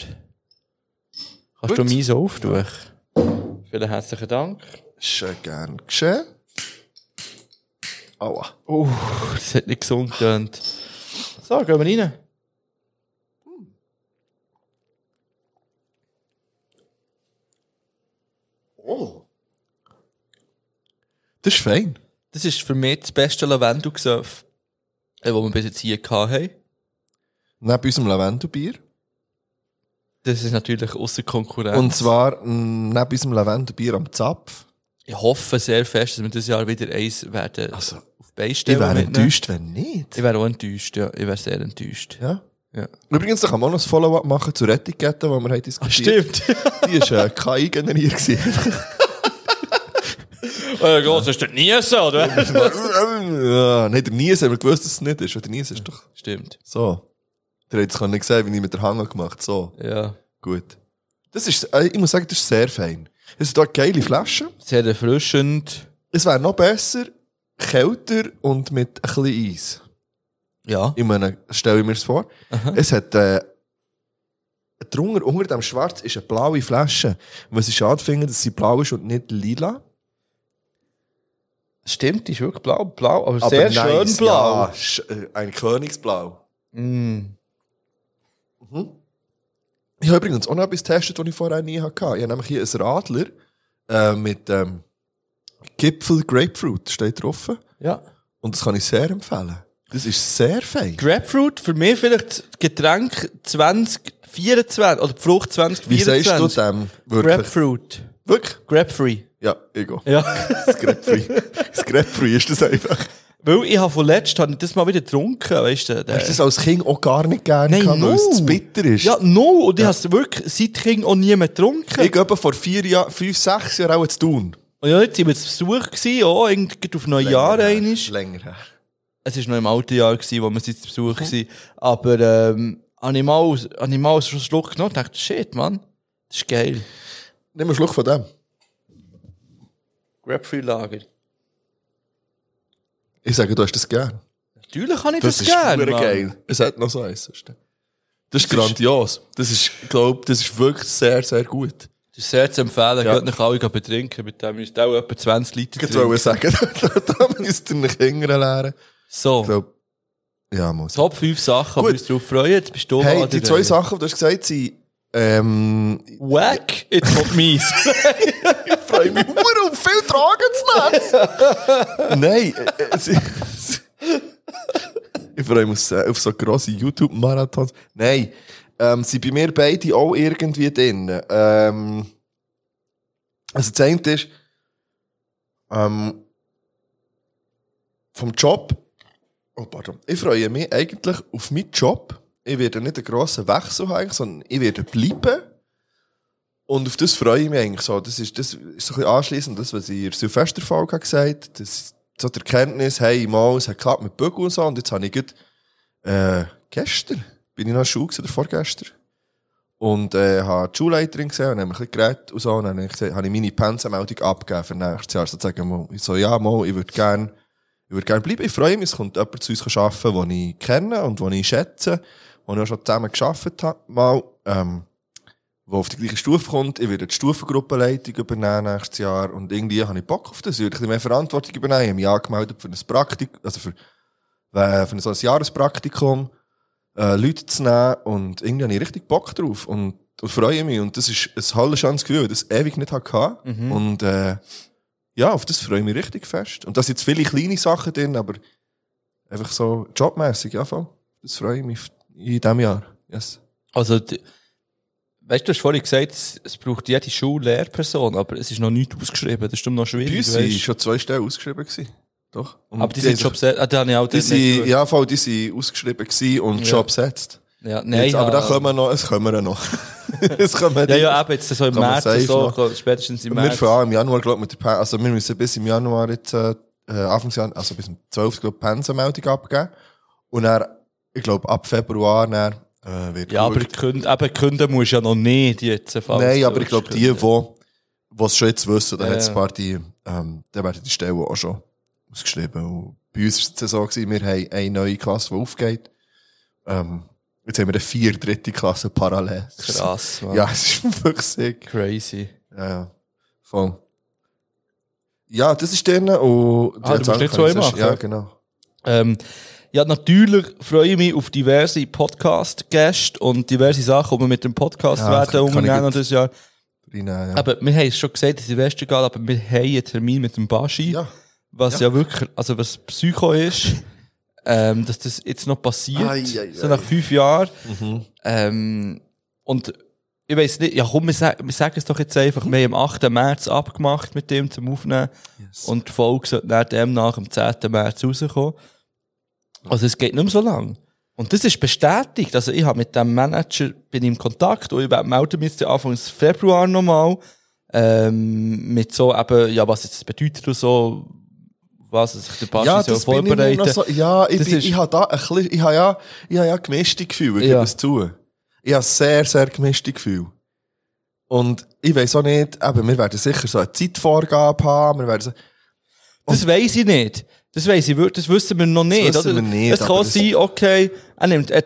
E: Kannst du
C: Gut.
E: meins auftun? Vielen herzlichen Dank.
C: schön gern geschehen. Aua.
B: Oh, das hat nicht gesund getönt. So, gehen wir rein.
H: Das ist fein.
B: Das ist für mich das beste Lavendel-Gesöff,
E: äh,
B: das wir bis jetzt hier hatten.
C: Neben unserem Lavendelbier.
B: Das ist natürlich außer Konkurrenz.
C: Und zwar mm, neben unserem Lavendelbier am Zapf.
B: ich hoffe sehr fest, dass wir dieses Jahr wieder eins werden
C: Also,
B: auf Beistellen.
C: ich wäre enttäuscht, wenn nicht.
B: Ich wäre auch enttäuscht, ja. Ich wäre sehr enttäuscht.
C: Ja.
B: Ja.
C: Übrigens, da kann man auch noch ein Follow-up machen zur Etikette, die wir heute
B: Ah,
C: diskutiert haben. Die war äh, KI-generiert. gewesen.
B: *laughs* Oh ja, Gott, hast du Niesen, oder?
C: *laughs* ja, nein, der Nies haben wir gewusst, dass es nicht ist. weil Der Nies ist doch
B: Stimmt.
C: so. Der hat es nicht gesehen, wie ich mit der Hange gemacht So,
B: Ja.
C: gut. Das ist, äh, ich muss sagen, das ist sehr fein. Es sind da geile Flaschen.
B: Sehr erfrischend.
C: Es wäre noch besser, kälter und mit ein bisschen Eis.
B: Ja.
C: Ich meine, stelle ich mir vor. Es hat, äh, drunter, unter dem Schwarz ist eine blaue Flasche. Was ich schade finde, dass sie blau ist und nicht lila.
B: Stimmt, die ist wirklich blau, blau, aber,
C: Aber
B: sehr
C: nice,
B: schön blau.
C: Ja, sch- äh, ein Königsblau.
B: Mm.
C: Ich habe übrigens auch noch etwas getestet, das ich vorher nie hatte. Ich habe nämlich hier ein Radler äh, mit ähm, Gipfel Grapefruit, steht drauf.
B: Ja.
C: Und das kann ich sehr empfehlen. Das ist sehr fein.
B: Grapefruit, für mich vielleicht das Getränk 2024 oder die Frucht
C: Wie
B: 2024.
C: sagst du dem? Wirklich?
B: Grapefruit.
C: Wirklich?
B: Grapefree.
C: Ja, egal.
B: *laughs* Ja.
C: Das Grapefruit. das Grapefruit ist das dus einfach.
B: Weil ich habe von letztem habe ich das mal wieder getrunken, weißt du? der-
C: Hast du das als Kind auch gar nicht gerne
B: Nein,
C: gehabt, weil es
B: null.
C: zu dus bitter ist?
B: Ja, no, und ich habe es wirklich seit Kind auch nie mehr getrunken.
C: Ich glaube, vor vier Jahren, fünf, sechs Jahren auch zu tun.
B: und ja, jetzt waren wir zu Besuch, gewesen, ja, irgendwie auf Neujahr einmal.
C: Länger her.
B: es war noch im alten Jahr, gewesen, wo wir sie zu Besuch waren. Aber ähm, habe ich mal, habe ich mal einen Schluck genommen und dachte, shit, Mann, das ist geil.
C: Nimm einen Schluck von dem.
B: Grapefruit-Lager.
C: Ich sage, du hast das gern.
B: Natürlich kann ich das,
C: Das,
B: das
C: ist
B: gerne.
C: super
B: Mann.
C: geil. Es hat noch so eins. sonst. Das ist grandios. Das ist, glaube das ist wirklich sehr, sehr gut.
B: Das ist sehr zu empfehlen.
C: Ja.
B: Ja. Geht euch alle gehen betrinken. Mit dem müsst ihr auch etwa 20 Liter
C: Ich
B: trinken.
C: wollte *laughs* sagen, da, da müsst ihr nicht Kinder lernen. Ich
B: So,
C: glaube, ja, muss.
B: Top 5 Sachen, die
C: Gut.
B: uns darauf freuen. Jetzt bist du
C: Hey,
B: an
C: die
B: der
C: zwei
B: Reihe.
C: Sachen, die du hast gesagt sind, ähm,
B: Wack, jetzt kommt
C: *laughs*
B: meins.
C: freue mich nur auf viel tragen zu lassen. Nein, äh, äh, es *laughs* ist- ich freue mich auf so- auf so grosse YouTube-Marathons. Nein, ähm, sind bei mir beide auch irgendwie drin. Ähm, also das eine ist, ähm, vom Job, oh pardon, ich freue mich eigentlich auf meinen Job. Ich werde nicht einen grossen Wechsel haben, sondern ich werde bleiben. Und auf das freue ich mich eigentlich so. Das ist, das ist so ein bisschen anschliessend, das, was ich in der Silvesterfolge gesagt habe. Das, so die Erkenntnis, hey, mal, es hat geklappt mit Bügel und so. Und jetzt habe ich gerade, äh, gestern, bin ich noch in der Schule gewesen, oder vorgestern. Und, äh, habe die Schulleiterin gesehen und haben ein bisschen geredet und so. Und dann habe ich, gesagt, habe ich meine Pensenmeldung abgegeben für nächstes Jahr. Sozusagen, mal, ich so, ja, mal, ich würde gerne, ich würde gerne bleiben. Ich freue mich, es kommt jemand zu uns arbeiten, den ich kenne und den ich schätze, den ich auch schon zusammen gearbeitet habe, mal, ähm, wo auf die gleiche Stufe kommt. Ich werde die Stufengruppenleitung übernehmen nächstes Jahr. Und irgendwie habe ich Bock auf das. Ich werde ein bisschen mehr Verantwortung übernehmen. Ich habe mich angemeldet für ein Praktikum, also für, äh, für so ein Jahrespraktikum, äh, Leute zu nehmen. Und irgendwie habe ich richtig Bock drauf. Und, und freue mich. Und das ist ein halbes Gefühl, weil ich das ewig nicht hatte. Und, äh, ja, auf das freue ich mich richtig fest. Und da sind jetzt viele kleine Sachen drin, aber einfach so jobmäßig, ja, voll. Das freue ich mich in diesem Jahr. Yes.
B: Also, d- weißt du, du hast vorhin gesagt, es es braucht jede Schule Lehrperson, aber es ist noch nicht ausgeschrieben. Das ist darum noch
C: Bei
B: schwierig.
C: uns waren
B: weisst.
C: schon zwei Stellen ausgeschrieben. Gewesen. Doch. Und
B: aber die sind schon
C: sich-
B: besetzt. Ah, da habe ich auch
C: die
B: dort
C: sind,
B: nicht
C: ja, voll, die sind ausgeschrieben gewesen und schon besetzt.
B: geschaut. ja, nein,
C: Jetzt, aber da
B: ja.
C: kommen wir noch, es kommen wir noch. *laughs* es kommen
B: Ja, ja, eben, jetzt so im
C: Kann man
B: März
C: safe
B: so,
C: noch.
B: spätestens im
C: Wir
B: März.
C: fahren im Januar, glaube ich, mit der Pen also wir müssen bis im Januar jetzt, äh, äh, Anfangsjahr, also bis zum 12. glaube ich, die Pensenmeldung abgeben. Und dann, ich glaube, ab Februar, dann, äh, wird
B: Ja, aber
C: geschaut.
B: künden, eben, künden musst du ja noch nicht jetzt. falls
C: Nein,
B: du
C: aber ich glaube, die,
B: künden.
C: die was schon jetzt wissen, da
B: Ja,
C: hat es
B: ja.
C: ein paar, die, ähm, da werden die Stellen auch schon ausgeschrieben. Und bei uns war es so, gewesen, wir haben eine neue Klasse, die aufgeht. Ähm, jetzt haben wir eine vier dritte Klasse parallel.
B: Krass, Mann.
C: *laughs* Ja, es ist wirklich sick.
B: Crazy.
C: Ja, ja. Voll. Ja, das ist drin und...
B: Ah, du musst nicht zwei machen.
C: Ja, genau.
B: Ähm, ja, natürlich freue ich mich auf diverse Podcast-Gäste und diverse Sachen, die wir mit dem Podcast
C: Ja, das
B: werden
C: kann ich
B: umgehen
C: gut-
B: und das Jahr.
C: Reinnehmen, ja.
B: Aber wir haben es schon gesagt, dass Silvester geht, aber wir haben einen Termin mit dem Baschi,
C: ja.
B: was ja. wirklich, also was Psycho ist, ähm, dass das jetzt noch passiert,
C: Ei, ei,
B: so
C: ei.
B: nach fünf Jahren.
C: Mhm.
B: Ähm, und ich weiß nicht, ja komm, wir, sa- wir sagen es doch jetzt einfach, wir haben am 8. März abgemacht mit dem zum Aufnehmen und die Folge sollte nach dem nach am 10. März rauskommen. Also es geht nicht mehr so lang. Und das ist bestätigt. Also ich habe mit dem Manager bin ich im Kontakt und ich werde- melde mich jetzt Anfang Februar nochmal ähm, mit so eben, ja, was jetzt das bedeutet und so, was sich der Basti
C: Ja,
B: soll
C: das bin ich mir
B: vorbereiten
C: noch so, ja, ich,
B: Das
C: bin,
B: ist-
C: ich habe da ein bisschen, ich habe ja, ich habe ja gemischte Gefühle, ich
B: Ja.
C: gebe es zu. Ich habe sehr, sehr gemischte Gefühle. Und ich weiß auch nicht, eben, wir werden sicher so eine Zeitvorgabe haben, wir werden so,
B: Das weiß ich nicht. Das weiß ich, wir- das wissen wir noch nicht.
C: wissen
B: oder?
C: wir nicht,
B: es
C: aber
B: kann
C: das-
B: sein, okay, er nimmt, er,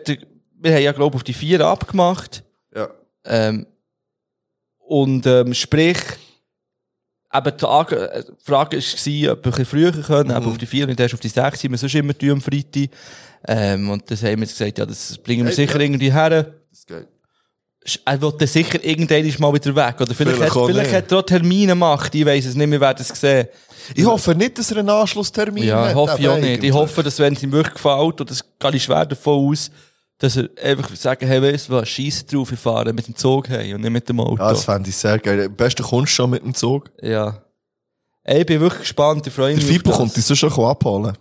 B: wir haben ja, glaube ich, auf die vier abgemacht.
C: ja,
B: Ähm, und ähm, sprich, eben die Age- äh, die Frage war, ob wir ein bisschen früher können, aber auf die 4 und erst auf die 6 sind wir sonst immer tun am Freitag. Ähm, und das haben wir jetzt gesagt, ja, das bringen wir
C: Hey,
B: sicher
C: ja.
B: irgendwie her.
C: das geht.
B: Sch- Er wird dann sicher irgendwann mal wieder weg. Oder vielleicht,
C: Vielleicht
B: hat,
C: auch
B: vielleicht
C: nicht.
B: hat er auch Termine gemacht, ich weiß es nicht, wir werden es sehen.
C: Ich hoffe nicht, dass er einen Anschlusstermin
B: Ja,
C: hat.
B: ich hoffe
C: eben
B: ich auch nicht. Ich
C: eigentlich.
B: hoffe, dass wenn es ihm wirklich gefällt, und das gehe ich schwer davon aus, dass er einfach sagen, hey, weißt du was, scheiß drauf, wir fahren mit dem Zug heim und nicht mit dem Auto.
C: Ja, das fände ich sehr geil. Am besten kommst du schon mit dem Zug.
B: Ja. Ey, ich bin wirklich gespannt, ich freue
C: Der
B: mich.
C: Fibo
B: auf das.
C: kommt uns schon abholen.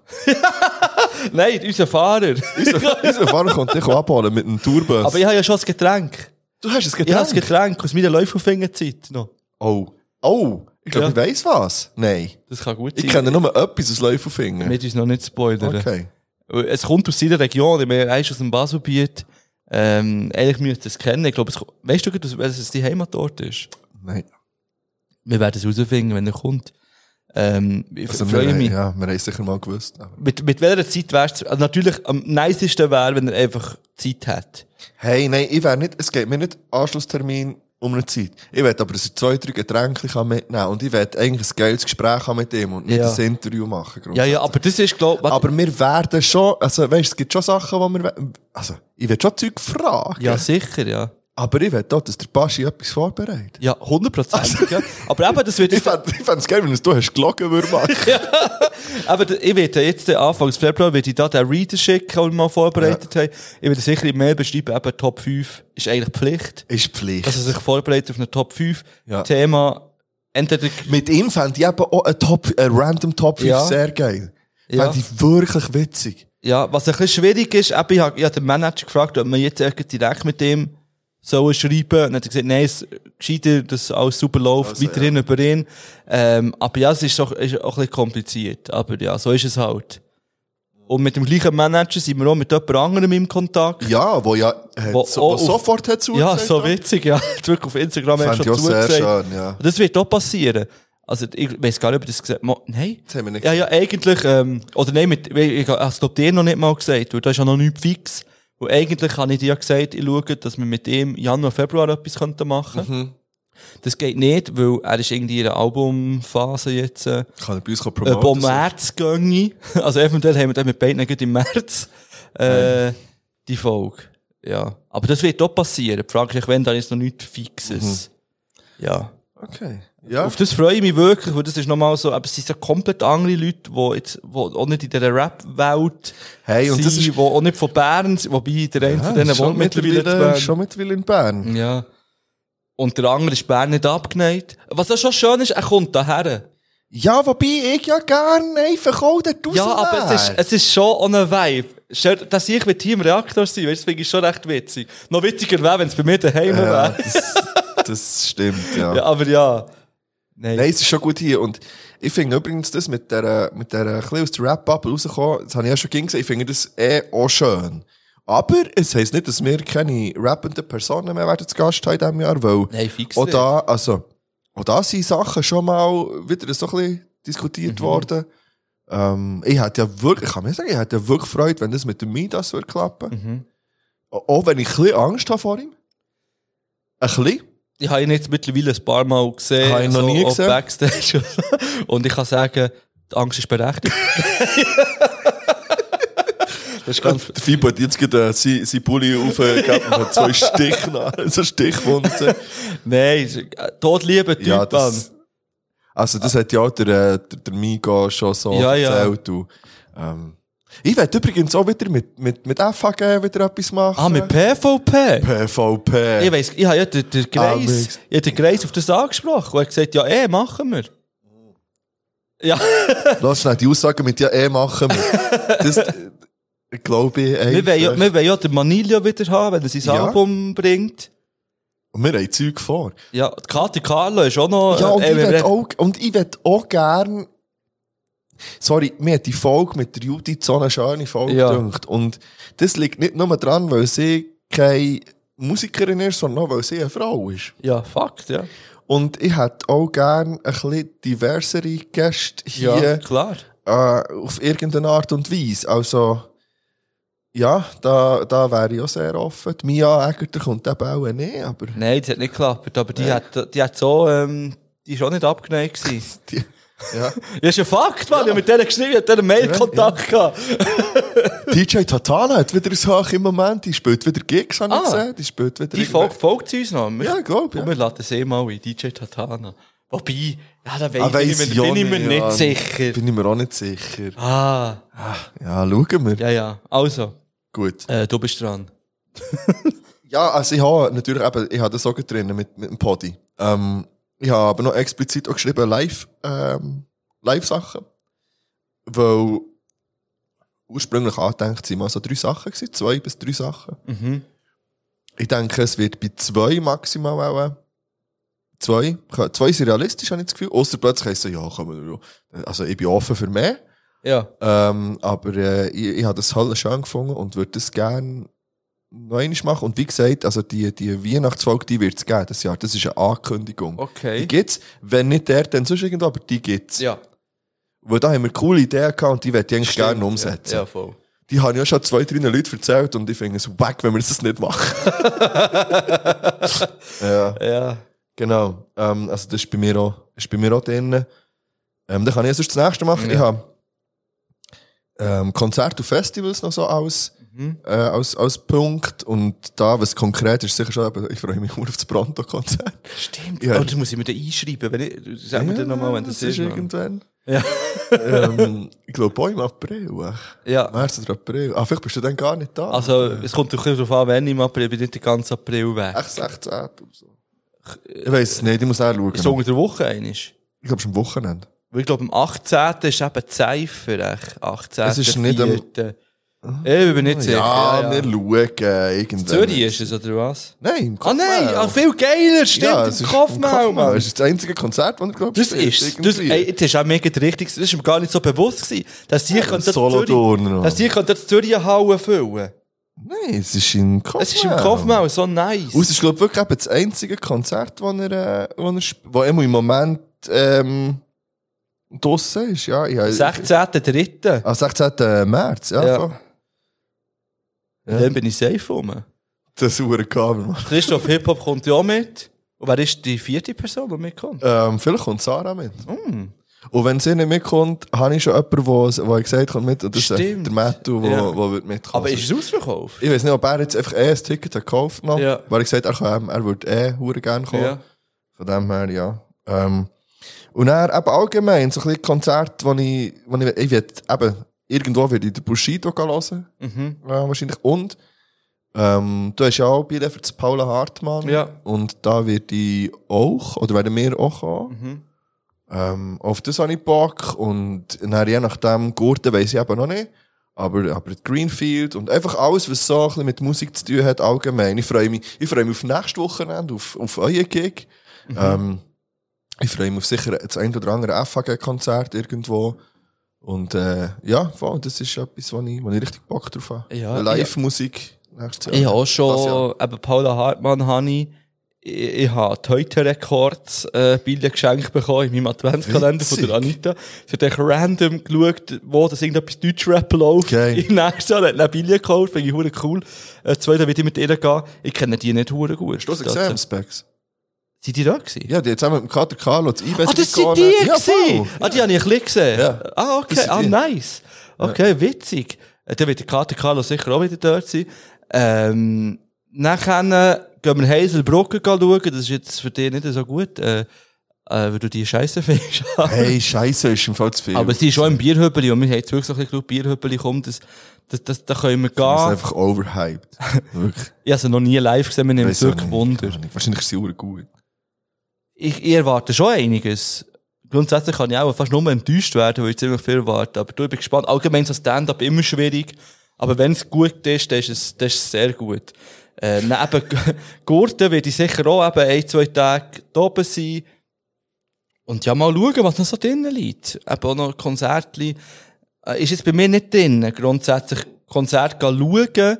B: *laughs* Nein, unser Fahrer. *laughs*
C: unser, unser Fahrer Also, kommt dich abholen mit einem Tourbus.
B: Aber ich habe ja schon das Getränk.
C: du hast es
B: Ich habe das Getränk aus meiner Läufelfingerzeit noch.
C: Oh. Oh. Ich glaube,
B: Ja.
C: ich weiss was. Nein.
B: Das kann gut
C: Ich
B: sein.
C: kenne nur etwas aus Läufelfingen.
B: Mit uns noch nicht spoilern.
C: Okay.
B: Es kommt aus seiner Region, ich meine, er ist aus dem Baselbiet. Ähm, eigentlich müsst ihr es kennen. Ich glaube, es, ko- weißt du, dass dass es die Heimatort ist?
C: Nein.
B: Wir werden es herausfinden, wenn er kommt. Ähm, ich
C: Also, wir,
B: freue
C: haben-
B: mich.
C: Ja, wir haben es sicher mal gewusst. aber-
B: Mit, mit welcher Zeit wärst du? Also natürlich am nicesten wäre, wenn er einfach Zeit hat.
C: Hey, nein, ich wär nicht, es geht mir nicht Anschlusstermin um eine Zeit. Ich will aber, dass ich zwei, drei Getränke kann mitnehmen kann. Und ich will eigentlich ein geiles Gespräch haben mit ihm und nicht
B: Ja.
C: ein Interview machen.
B: Ja, ja, aber das ist, glaube ich,
C: Aber wir werden schon, also weißt, es gibt schon Sachen, die wir, we- also ich werde schon Zeug fragen.
B: ja, sicher, ja.
C: Aber ich will auch, dass der Baschi etwas vorbereitet.
B: Ja, hundertprozentig, ja. Aber eben, das wird
C: Ich
B: jetzt,
C: *laughs* fände es geil, wenn es du hast gelogen würde
B: *laughs*
C: machen.
B: aber ich werde jetzt äh, Anfang Februar werde ich da den Reader schicken, den wir mal vorbereitet haben. Ich werde sicher im Mail beschreiben, eben Top 5 ist eigentlich Pflicht,
C: Ist Pflicht.
B: dass er sich vorbereitet auf eine Top 5
C: Ja.
B: Thema. Entweder,
C: mit ihm fände ich eben auch einen, Top, einen random Top 5
B: Ja.
C: sehr geil.
B: Ja.
C: Fände ich wirklich witzig.
B: ja, was ein bisschen schwierig ist, eben, ich habe ich habe den Manager gefragt, ob man jetzt irgendwie direkt mit dem so schreiben soll. Und dann hat er gesagt, nein, es gescheiter, dass alles super läuft,
C: Also,
B: weiterhin über ihn. Ähm, aber ja, es ist auch, ist auch ein bisschen kompliziert. Aber ja, so ist es halt. Und mit dem gleichen Manager sind wir auch mit jemand anderem im Kontakt.
C: Ja, wo ja hat,
B: Wo
C: so,
B: auch
C: wo
B: auf-
C: sofort hat zugesagt
B: Ja, so
C: hat.
B: witzig, ja. *laughs* Zurück auf Instagram
C: Fände
B: hast
C: ich
B: du
C: auch
B: schon
C: sehr
B: zugesagt.
C: schön, ja.
B: Und Das wird auch passieren. Also, ich weiß gar nicht, ob das gesagt mo- Nein?
C: Das haben wir nicht
B: Ja, ja, eigentlich, ähm, oder nein, mit, weil ich habe es glaub dir noch nicht mal gesagt, weil da ist ja noch nichts fix. Und eigentlich habe ich dir ja gesagt, ich schaue, dass wir mit ihm Januar, Februar etwas könnten machen
C: Mhm.
B: Das geht nicht, weil er ist irgendwie in der Albumphase jetzt, äh,
C: Kann er bei uns
B: äh,
C: promoten?
B: wo März gehe ich. *laughs* Also eventuell haben wir dann mit beiden gerade im März äh, die Folge. Ja. Aber das wird auch passieren. Die Frage ist, wenn, dann ist noch nichts Fixes.
C: Mhm.
B: Ja.
C: Okay. Ja.
B: Auf das freue ich mich wirklich, weil das ist nochmal so, aber es sind ja komplett andere Leute, die jetzt, die auch nicht in dieser Rap-Welt
C: Hey, und
B: sind,
C: das ist-
B: die auch nicht von Bern sind, wobei der eine von
C: Ja,
B: denen
C: schon
B: wohnt mittlerweile in Bern.
C: Schon mittlerweile in Bern.
B: Ja. Und der andere ist Bern nicht abgeneigt. Was ja schon schön ist, er kommt daher.
C: Ja, wobei ich ja gerne einfach auch dort raus
B: Ja, aber es ist, es ist schon ohne Vibe. Schau, Dass ich mit Team Reaktor sein weißt, das finde ich schon recht witzig. Noch witziger wäre, wenn es bei mir daheim
C: Ja,
B: wäre.
C: das, das stimmt, ja.
B: Ja, aber ja. Nein.
C: Nein, es ist schon gut hier. Und ich finde übrigens das mit der, mit der ein bisschen aus der Rap-Bubble rausgekommen, das habe ich ja schon gesagt, ich finde das eh auch schön. Aber es heisst nicht, dass wir keine rappenden Personen mehr werden zu Gast haben in diesem Jahr, weil
B: Nein, fix
C: auch
B: nicht.
C: da, also, auch da sind Sachen schon mal wieder so ein bisschen
B: Mhm.
C: diskutiert worden. Ähm, ich hätte ja wirklich, ich kann mir sagen, ich hätte ja wirklich Freude, wenn das mit dem Midas würde klappen.
B: Mhm.
C: Auch wenn ich ein bisschen Angst habe vor ihm. Ein bisschen.
B: ich habe ihn jetzt mittlerweile ein paar Mal gesehen.
C: Habe ich noch nie
B: auch
C: gesehen.
B: Backstage. und so. Und ich kann sagen, die Angst ist berechtigt.
C: *laughs*
B: das ist ganz,
C: Der Fibo hat jetzt gerade äh, sein sein Pulli aufgehabt äh, und
B: *laughs*
C: hat zwei also Stichnadeln, so Stichwunden.
B: nein, es ist- äh, todlieber Typ,
C: ja,
B: Mann.
C: das, also das hat ja auch der, äh, der, der Migo schon so
B: Ja, ja.
C: erzählt. Und, ähm, ich werde übrigens auch wieder mit, mit, mit FHG wieder etwas machen.
B: Ah, mit PvP?
C: PvP.
B: Ich weiss, ich habe ja den, den
C: Ah,
B: Greis,
C: mix.
B: ich habe den Greis auf das angesprochen. Und er hat gesagt, ja, eh, machen wir. Ja,
C: Lass schnell die Aussagen mit ja eh machen. wir.
B: *laughs*
C: Das äh, glaube ich
B: wir wollen ja,
C: einfach.
B: wir wollen ja den Manilio wieder haben, wenn er sein
C: Ja.
B: Album bringt.
C: Und wir haben Zeug vor.
B: Ja, die Kati Carlo ist auch noch...
C: Ja, und,
B: äh,
C: ich
B: wir
C: will
B: reden-
C: auch, und ich will auch gern. Sorry, mir hat die Folge mit der Judith so eine schöne Folge
B: Ja.
C: gedacht. Und das liegt nicht nur dran, weil sie keine Musikerin ist, sondern auch, weil sie eine Frau ist.
B: ja, Fakt, ja.
C: Und ich hätte auch gern ein bisschen diversere Gäste
B: Ja,
C: hier
B: klar.
C: äh, auf irgendeine Art und Weise. Also, ja, da, da wäre ich auch sehr offen. Die Mia Egerter kommt eben auch nicht, aber
B: Nein, das hat nicht geklappt, aber die hat, die hat so, ähm, die ist auch nicht abgeneigt
C: *laughs*
B: gewesen.
C: die, ja.
B: Ja, ist ein Fakt, Mann. Ich habe mit denen geschrieben, ich habe denen Mailkontakt gehabt.
C: DJ Tatana hat wieder ein Hach im Moment. Die spielt wieder Gigs, habe
B: Ah.
C: ich gesehen. Die spielt wieder
B: Die folgt, folgt sie uns noch. Wir-
C: Ja, glaub, ja.
B: Und wir laden sie mal ein, DJ Tatana. Wobei, ja, da weiss
C: Ah, weiss
B: ich, nicht,
C: ich
B: bin
C: auch
B: ich mir
C: nicht,
B: nicht
C: ja.
B: sicher.
C: Bin ich mir auch nicht sicher.
B: Ah,
C: Ja, schauen wir.
B: ja, ja. Also,
C: Gut.
B: äh, du bist dran.
C: Ja, also ich habe natürlich eben, ich habe das auch drin mit, mit dem Podi. Ähm, ich habe aber noch explizit auch geschrieben live, ähm, Live-Sachen. Weil ursprünglich angedenkt sind mal so drei Sachen gewesen, zwei bis drei Sachen.
B: Mhm.
C: Ich denke, es wird bei zwei maximal auch. äh, Zwei. Zwei sind realistisch, habe ich das Gefühl. Ausser plötzlich heisst es so, ja, kommen wir nur. Also, ich bin offen für mehr.
B: Ja.
C: Ähm, aber äh, ich, ich habe das Halle schön gefunden und würde das gerne noch einmal machen. Und wie gesagt, also die, die Weihnachtsfolge, die wird es geben das Jahr. Das ist eine Ankündigung.
B: Okay.
C: Die gibt's. Wenn nicht der, dann sonst irgendwo, aber die gibt's.
B: Ja.
C: Weil da haben wir coole Ideen gehabt und die würde ich eigentlich gerne umsetzen.
B: Ja, ja, voll.
C: Die haben ja schon zwei, drei Leute erzählt und ich finde es wack, wenn wir das nicht machen. *laughs* ja.
B: Ja.
C: Genau. Ähm, also das ist bei mir auch, ist bei mir auch drin. Ähm, dann kann ich sonst das nächste machen.
B: Ja.
C: Ich habe ähm, Konzerte und Festivals noch so als, äh, als, als Punkt. Und da, was konkret ist, sicher schon, eben, ich freue mich *laughs* nur auf das Bronto-Konzert.
B: Stimmt.
C: Ja.
B: Oh, das muss ich mir dann einschreiben. Wenn ich, sag mir dann nochmal, wenn das, ist. Mann.
C: irgendwann.
B: Ja.
C: ähm, ich glaube auch im April. ach.
B: ja.
C: März oder April. Ah, vielleicht bist du dann gar nicht da.
B: Also, es kommt doch ein bisschen darauf an, wenn ich im April, ich bin nicht den ganzen April weg.
C: Echt 16 oder so. Ich weiß es nicht, ich muss nachschauen.
B: Ist es unter der Woche einig?
C: Ich glaube, es ist am Wochenende.
B: Weil ich glaube, am 18. ist eben die Cypher, echt. 18.
C: Es ist nicht am- Ah,
B: Vierten. Ich bin nicht sicher.
C: Ja, wir schauen. Irgendwann.
B: Zürich ist es, oder was?
C: Nein, im
B: Ah nein,
C: Kopfmail.
B: ah, viel geiler, stimmt,
C: Ja, es
B: im
C: ist
B: Kopfmail,
C: Kopfmail.
B: Mann.
C: Das ist das einzige Konzert, das ich glaube
B: Das ist, das, ey, das ist auch mega richtig, das ist mir gar nicht so bewusst gewesen, dass die können das Zürich,
C: Solothurn. noch.
B: dass die können das Zürich Halle füllen.
C: Nein, es ist im Kopfmail.
B: Es ist im Kopfmail so nice.
C: Und es ist, glaube ich, wirklich eben das einzige Konzert, das er, äh, wo er, sp- wo immer im Moment ähm, draussen ist. Ja, ich, habe-
B: 16.3.
C: Ah, 16. März, ja.
B: Ja.
C: voll.
B: Dann bin ich safe rum.
C: Das ist ein Kabel, Mann.
B: Christoph Hip-Hop kommt ja auch mit. Und wer ist die vierte Person, die mitkommt?
C: Ähm, vielleicht kommt Sarah mit.
B: Mm.
C: Und wenn sie nicht mitkommt, habe ich schon jemanden, wo, wo ich gesagt kommt mit. Und das
B: Stimmt.
C: ist der Matthew, der
B: Ja.
C: ja. wird mitkommen. Also,
B: Aber ist es ausverkauft?
C: Ich weiß nicht, ob er jetzt einfach eh ein Ticket hat gekauft hat.
B: Ja.
C: Weil ich gesagt habe, er, kann- er würde eh hure gerne kommen.
B: Ja.
C: Von dem her, ja. Ähm, und er eben allgemein, so ein bisschen Konzert, wo ich, wo ich, ich will, eben, irgendwo werde ich den Bushido gehen hören,
B: Mhm.
C: äh, wahrscheinlich. Und, ähm, du hast ja auch Bilder für das Paula Hartmann.
B: Ja.
C: Und da werde ich auch, oder werden wir auch kommen.
B: Mhm.
C: Ähm, auf das habe ich Bock und dann, je nachdem, Gurten weiss ich eben noch nicht. Aber, aber Greenfield und einfach alles, was so ein bisschen mit Musik zu tun hat, allgemein. Ich freue mich, ich freue mich auf nächstes Wochenende, auf, auf euer Gig. Ähm, ich freue mich auf sicher das ein oder andere FHG-Konzert irgendwo. Und äh, ja, voll, das ist etwas, wo ich, wo ich richtig Bock drauf habe.
B: Ja,
C: Live-Musik nächstes Jahr.
B: Ich habe auch
C: Das
B: schon,
C: Jahr.
B: eben Paula Hartmann habe ich, ich, ich habe die heute Records äh, Bilder geschenkt bekommen in meinem Adventskalender von der Anita. Sie hat echt random geschaut, wo das irgendetwas Deutschrap läuft. *laughs*
C: Geil.
B: Im nächsten Jahr hat sie Bilder gekauft, finde ich hure cool. Äh, zwei, da werde ich mit ihr gehen. Ich kenne die nicht hure gut. äh,
C: Hast du das gesehen, Specs?
H: Sind die da gewesen?
C: Ja, die hat zusammen mit dem Kater Carlo das IBES
H: Ah, das sind die
C: ja,
H: gewesen!
C: voll.
H: Ah, die habe ich ein bisschen gesehen.
C: Ja.
H: Ah, okay.
C: Das sind
H: Ah,
C: die.
H: nice. Okay, witzig. Äh, Dann wird der Kater Carlo sicher auch wieder dort sein. Ähm, nachher gehen wir Heiselbrücken schauen. Das ist jetzt für dich nicht so gut, äh, äh, weil du die Scheiße findest. *laughs*
C: Hey, Scheiße, ist im Fall zu viel.
B: Aber sie ist auch im Bierhüppeli und wir haben jetzt wirklich so ein bisschen geschaut, Bierhüppeli kommt, das, das, das, da können wir
C: Das ist
B: gehen. *laughs*
C: einfach overhyped. Wirklich.
B: Ich habe sie noch nie live gesehen, wir nehmen es wirklich Wunder.
C: Wahrscheinlich ist sie auch gut.
B: Ich, ich erwarte schon einiges. Grundsätzlich kann ich auch fast nur enttäuscht werden, weil ich ziemlich viel erwarte. Aber du, ich bin gespannt. Allgemein ist das Stand-up immer schwierig. Aber wenn es gut ist, dann ist es, dann ist es sehr gut. Äh, neben G- Gurten werde ich sicher auch eben ein, zwei Tage da oben sein. Und ja, mal schauen, was noch so drinnen liegt. Eben auch noch Konzertli. Äh, ist jetzt bei mir nicht drin. Grundsätzlich Konzert gehen schauen.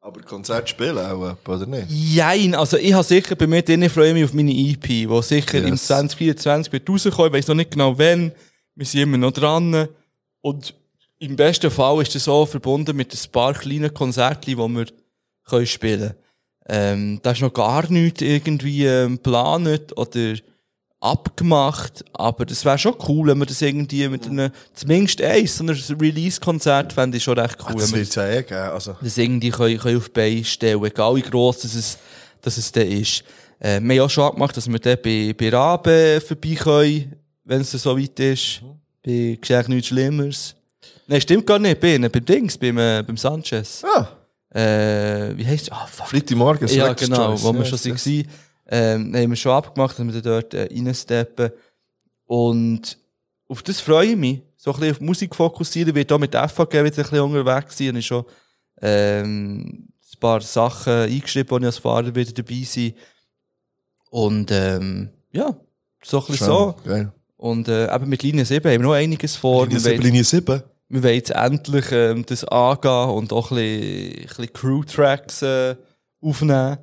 C: Aber Konzert spielen auch, etwa, oder nicht?
B: Jein, also ich habe sicher bei mir drin, ich freue mich auf meine EP, die sicher im
C: Yes.
B: 2024 wird rauskommen, ich weiß noch nicht genau wann, wir sind immer noch dran und im besten Fall ist das auch verbunden mit ein paar kleinen Konzerten, die wir können spielen ähm, Da ist noch gar nichts irgendwie ähm, geplant oder abgemacht, aber das wäre schon cool, wenn wir das irgendwie mit einem, zumindest eins, so einem Release-Konzert fände ich schon recht cool.
C: Das
B: wenn wir
C: wird es ja eh geben. Also,
B: das irgendwie können, können auf die Beine stellen, egal wie gross dass es, dass es dann ist. Äh, wir haben auch schon gemacht, dass wir dann bei, bei Rabe vorbei können, wenn es dann so weit ist. Bei Geschenk nichts Schlimmeres. Nein, stimmt gar nicht, bei ihnen, beim Dings, beim, äh, beim Sanchez.
C: ah,
B: Äh, wie heisst Ah, fuck.
C: Freitagmorgen,
B: Ja,
C: Selectors
B: genau,
C: Choice.
B: wo wir
C: Ja,
B: schon
C: ist das.
B: waren. Ähm, haben wir schon abgemacht, dass wir dann dort äh, reinsteppen. Und auf das freue ich mich. So ein bisschen auf Musik fokussieren, wird auch mit FAG wieder ein bisschen unterwegs sein. Und ich schon ähm, ein paar Sachen eingeschrieben, wo ich als Fahrer wieder dabei sein Und ähm, ja, so ein bisschen
C: Schön,
B: so.
C: Geil.
B: Und äh, eben mit Linie 7 haben wir noch einiges vor.
C: Linie
B: Wir
C: 7,
B: wollen-
C: Linie 7.
B: wir wollen jetzt endlich ähm, das angehen und auch ein bisschen, ein bisschen Crew-Tracks äh, aufnehmen.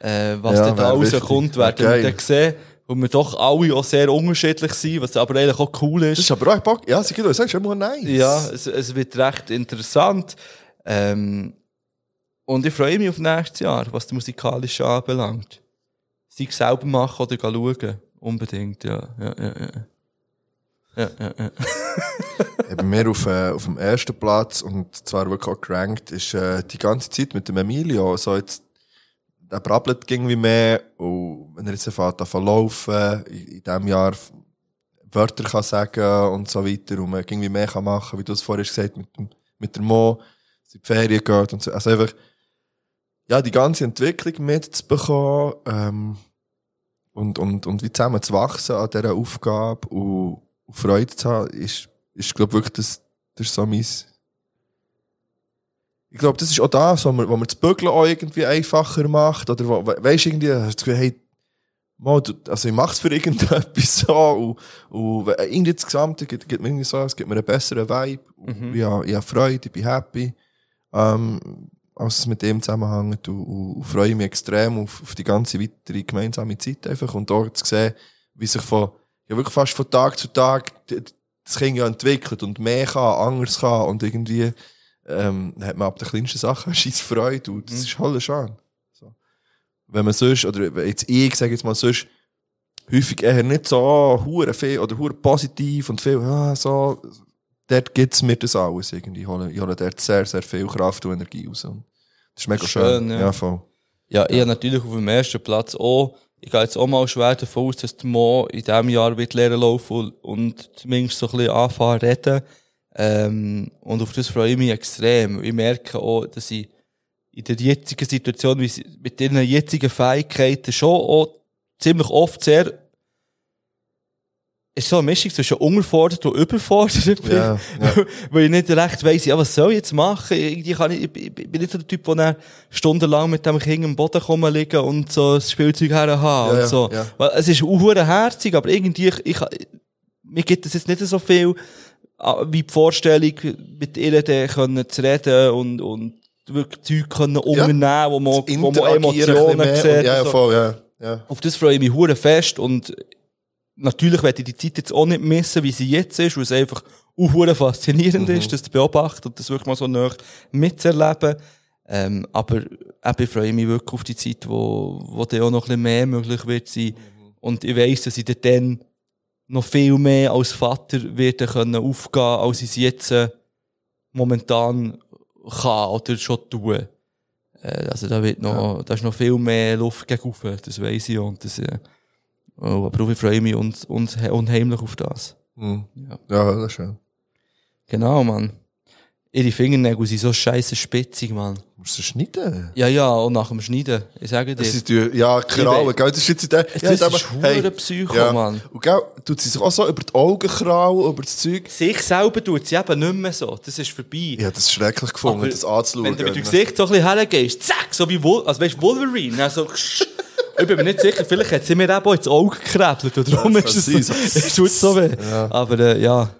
B: Äh, was
C: Ja,
B: dann da
C: wär wichtig.
B: rauskommt, werden
C: Wär
B: wir
C: geil.
B: dann sehen. Weil wir doch alle auch sehr unterschiedlich sind, was aber eigentlich auch cool ist.
C: Das ist aber auch Bock. Ja, sie gibt uns, sagst du immer nice.
B: Ja, es, es wird recht interessant. Ähm, und ich freue mich auf nächstes Jahr, was das Musikalische anbelangt. Sei es selber machen oder gehen schauen. Unbedingt, ja. ja, ja, ja. ja, ja, ja.
C: Ja, Bei mir auf, äh, auf dem ersten Platz, und zwar wirklich auch gerankt, ist äh, die ganze Zeit mit dem Emilio. So jetzt, der brabbelt irgendwie mehr. Und wenn er jetzt fährt, an zu laufen, in, in diesem Jahr f- Wörter kann sagen und so weiter, und man irgendwie mehr kann machen, wie du es vorhin gesagt hast, mit, dem- mit der Mo, dass in die Ferien geht und so. Also einfach, ja, die ganze Entwicklung mitzubekommen, ähm, und, und, und wie zusammen zu wachsen an dieser Aufgabe und, und Freude zu haben, ist, ist glaube wirklich, das, das ist so mein... Ich glaube, das ist auch das, wo man, wo man das Bügeln auch irgendwie einfacher macht, oder wo, we, weisst irgendwie, hast du das Gefühl, hey, Mo, du, also ich mach's für irgendetwas *laughs* so, und, und we- irgendwie das Gesamte gibt, gibt mir irgendwie so, es gibt mir einen besseren Vibe, und ich, habe, ich habe Freude, ich bin happy, ähm, als es mit dem zusammenhängt, und, und, und freue mich extrem auf, auf die ganze weitere gemeinsame Zeit einfach, und auch zu sehen, wie sich von, ja wirklich fast von Tag zu Tag d- d- das Kind ja entwickelt und mehr kann, anders kann und irgendwie ähm, hat man ab der kleinsten Sache *laughs* scheiß Freude und
B: Mhm.
C: das ist halt schön. So. Wenn man sonst, oder wenn jetzt ich sage jetzt mal sonst, häufig eher nicht so ah, hure viel oder hure positiv und viel ah, so, dort gibt es mir das alles irgendwie. Ich hole, ich hole dort sehr, sehr viel Kraft und Energie raus. Und das ist mega schön.
B: Schön, ja.
C: ja, voll.
B: Ja, ich habe natürlich auf dem ersten Platz auch, ich gehe jetzt auch mal schwer davon aus, dass die Mo in diesem Jahr wird lernen laufen und- und zumindest so ein bisschen anfangen zu reden. Ähm, und auf das freue ich mich extrem. Ich merke auch, dass ich in der jetzigen Situation, wie sie- mit ihren jetzigen Fähigkeiten schon auch ziemlich oft sehr es ist so eine Mischung zwischen unterfordert und überfordert *laughs* bin.
C: Ja, ja.
B: Weil ich nicht recht weiss, ja, was soll ich jetzt machen? Irgendwie kann ich, ich, ich bin nicht so der Typ, der dann stundenlang mit dem Kind am Boden kommen liegen und so das Spielzeug herhaben
C: Ja,
B: und
C: ja,
B: so.
C: ja.
B: Weil es ist unhure herzig, aber irgendwie, ich, ich, mir gibt es jetzt nicht so viel, ah, wie die Vorstellung, mit ihr dann können zu reden und, und wirklich Zeug können unternehmen, wo man, wo man
C: Interagieren ein bisschen
B: Emotionen
C: mehr
B: sieht.
C: und,
B: und
C: ja, ja,
B: so
C: voll, ja. ja.
B: auf das freue ich mich hure fest und natürlich werde ich die Zeit jetzt auch nicht missen, wie sie jetzt ist, weil es einfach auch hure faszinierend ist, das zu beobachten und das wirklich mal so nah mitzuerleben. Ähm, aber eben, ich freue mich wirklich auf die Zeit, wo, wo dann auch noch ein bisschen mehr möglich wird sein. Und ich weiss, dass ich dort dann noch viel mehr als Vater werde können aufgehen, als ich es jetzt äh, momentan kann oder schon tue. Äh, also da wird noch, da ist noch viel mehr Luft gegen rauf, das weiss ich. Und das, äh, oh, aber ich freue mich und, und, unheimlich auf das.
C: Mhm.
B: Ja.
C: Ja, das ist schön.
B: Genau, Mann. Ihre Fingernägel sind so scheiße spitzig, Mann.
C: Du musst du schneiden.
B: Ja, ja, und nach dem Schneiden. Ich sage dir.
C: Das ist, die- ja, Krallen, gell? Das ist jetzt in der...
B: Das
C: ja,
B: ist
C: aber-
B: hure Psycho, Mann.
C: Und gell, tut sie sich auch so über die Augen krallen, über das Zeug.
B: sich selber tut sie eben nicht mehr so. Das ist vorbei.
C: Ich habe das schrecklich gefunden,
B: Aber
C: das anzuschauen.
B: Wenn du mit dem Gesicht so ein bisschen hergehst, zack, so wie Wol also, weißt, Wolverine. Also, ich bin mir nicht sicher, vielleicht hat sie mir eben auch ins Auge gekrebelt. Und darum
C: Ja,
B: ist
C: das
B: es
C: kann
B: so,
C: sein.
B: *laughs* es tut so weh. Aber äh, ja,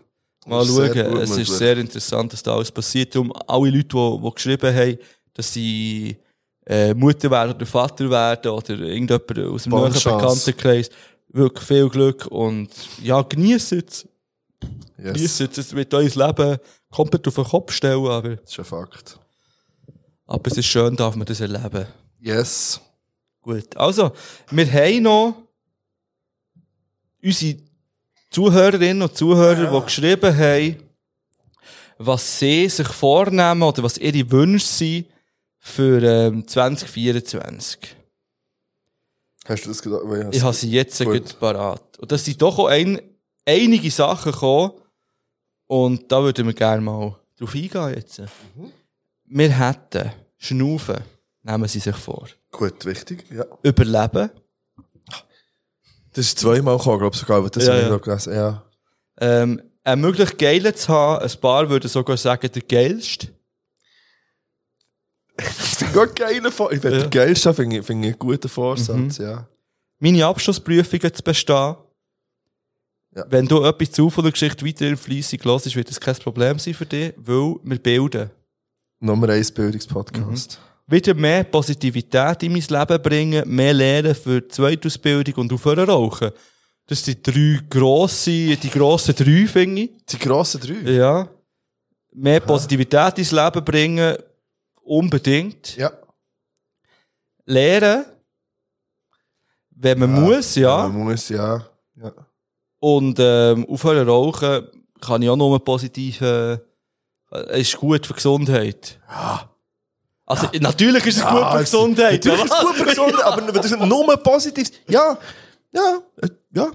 B: mal
C: Das ist sehr
B: schauen.
C: gut
B: Es
C: möglich.
B: ist sehr interessant, dass da alles passiert. Darum alle Leute, die, die geschrieben haben, dass sie äh, Mutter werden oder Vater werden oder irgendjemand aus dem
C: Bonne
B: neuen
C: Chance.
B: Bekanntenkreis, wirklich viel Glück und ja, genießt es.
C: Yes.
B: Yes. Es wird euer Leben komplett auf den Kopf stellen, aber,
C: Das ist ein Fakt.
B: aber es ist schön, darf man das erleben.
C: Yes.
B: Gut, also, wir haben noch unsere Zuhörerinnen und Zuhörer, die geschrieben haben, was sie sich vornehmen oder was ihre Wünsche sind für ähm, 2024.
C: Hast du das oh, gedacht? Ja,
B: Ich habe sie jetzt
C: Gut.
B: gut parat. Und da sind doch auch ein, einige Sachen gekommen. Und da würden wir gerne mal drauf eingehen jetzt. Wir hätten Schnaufen, nehmen sie sich vor.
C: Gut, wichtig. Ja.
B: Überleben,
C: Das ist zweimal gekommen, glaube ich sogar, aber das
B: Ja,
C: habe ich
B: ja.
C: noch gelesen. Ja.
B: ähm, einen möglich geilen zu haben. Ein paar würden sogar sagen, der geilste.
C: Das ist ein geiler Vorsatz. Ich will
B: Ja. Mhm.
C: den geilsten, finde ich, finde ich einen guten Vorsatz, ja.
B: Meine Abschlussprüfungen zu bestehen.
C: Ja.
B: Wenn du etwas zu von der Geschichte weiterhin fleissig hörst, wird das kein Problem sein für dich, weil wir bilden.
C: Nummer 1 Bildungspodcast.
B: wieder mehr Positivität in mein Leben bringen, mehr Lehren für die Zweitausbildung und aufhören rauchen. Das sind drei grosse, die grossen drei, finde ich.
C: Die grossen drei.
B: Ja. Mehr Positivität ins Leben bringen, unbedingt.
C: Ja.
B: Lehren, wenn man muss, ja.
C: Man muss, ja. ja.
B: Und ähm, aufhören rauchen kann ich auch nur positiv. Äh, äh, ist gut für die Gesundheit. Also, natürlich ist es gut für die Gesundheit.
C: also, Natürlich ist es gut für die Gesundheit, aber das ist nur positiv. Ja, ja, äh, ja.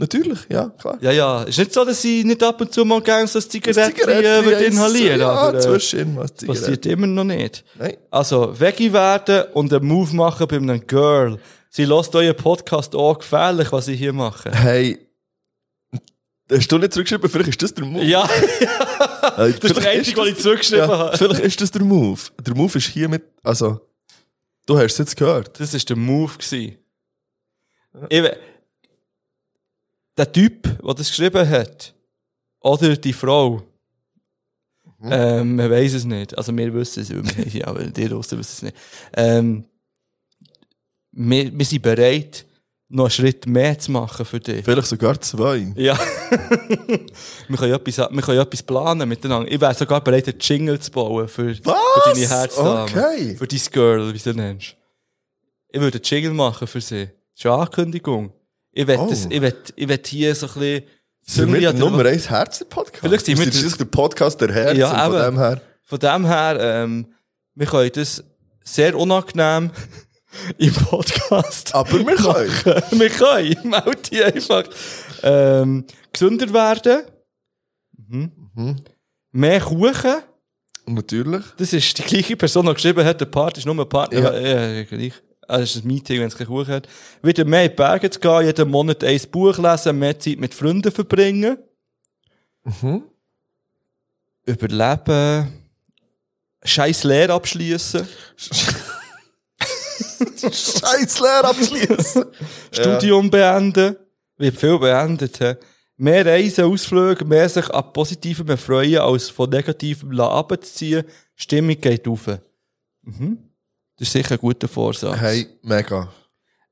C: Natürlich, ja, klar.
B: Ja, ja. Ist nicht so, dass ich nicht ab und zu mal gerne so ein Zigarettchen
C: Zigaretten,
B: äh, würde inhalieren
C: Ja,
B: aber, äh,
C: zwischen was Zigaretten.
B: passiert immer noch nicht.
C: Nein.
B: Also, Veggie werden und einen Move machen bei einem Girl. Sie lässt euren Podcast auch gefährlich, was ich hier mache.
C: *laughs* Hey, hast du nicht zurückgeschrieben? Vielleicht ist das der Move.
B: Ja,
C: Hey,
B: das ist der
C: vielleicht
B: einzige, den ich
C: das-
B: zurückgeschrieben
C: ja,
B: habe.
C: Vielleicht ist das der Move. Der Move ist hier mit, also, du hast es jetzt gehört.
B: Das war der Move. Gewesen. Ich we- der Typ, der das geschrieben hat, oder die Frau, ähm, man weiß es nicht. Also wir wissen es übrigens, ja, aber die Russen wissen es nicht. Ähm, wir, wir sind bereit, noch einen Schritt mehr zu machen für dich.
C: Vielleicht sogar zwei.
B: Ja. *laughs* wir, können etwas, wir können etwas planen miteinander. Ich wäre sogar bereit, einen Jingle zu bauen für, für deine Herzdame.
C: Okay.
B: Für dein Girl, wie du sie nennst. Ich würde einen Jingle machen für sie. Das ist eine Ankündigung. Ich will,
C: Oh.
B: das, ich will, ich will hier so ein bisschen...
C: Sind
B: Züngli
C: wir der
B: an der-
C: Nummer 1 Herzen-Podcast?
B: Vielleicht sind wir
C: Das ist
B: der-
C: schließlich der Podcast der Herzen,
B: Ja,
C: von
B: eben.
C: dem her.
B: Von dem her, ähm, wir können das sehr unangenehm *laughs* im Podcast... *laughs*
C: Aber wir können.
B: wir können, meld dich einfach, ähm, gesünder werden. Mhm. Mehr Kuchen.
C: Natürlich.
B: Das ist die gleiche Person, die geschrieben hat, der Part ist nur ein Partner.
C: Ja.
B: Ja, ja, ja gleich. Also, es ist ein Meeting, wenn es keinen Kuchen hat. Wieder mehr in die Berge zu gehen, jeden Monat ein Buch lesen, mehr Zeit mit Freunden verbringen. Überleben. Scheiß Lehre abschließen.
C: Scheiß leer *laughs* abschließen.
B: Studium beenden. Äh. Wird viel beendet. hä? Mehr Reisen, Ausflüge, mehr sich an Positivem erfreuen, als von Negativem lassen runterzuziehen. Stimmung geht auf. Mhm. Das ist sicher ein guter Vorsatz.
C: hey, mega.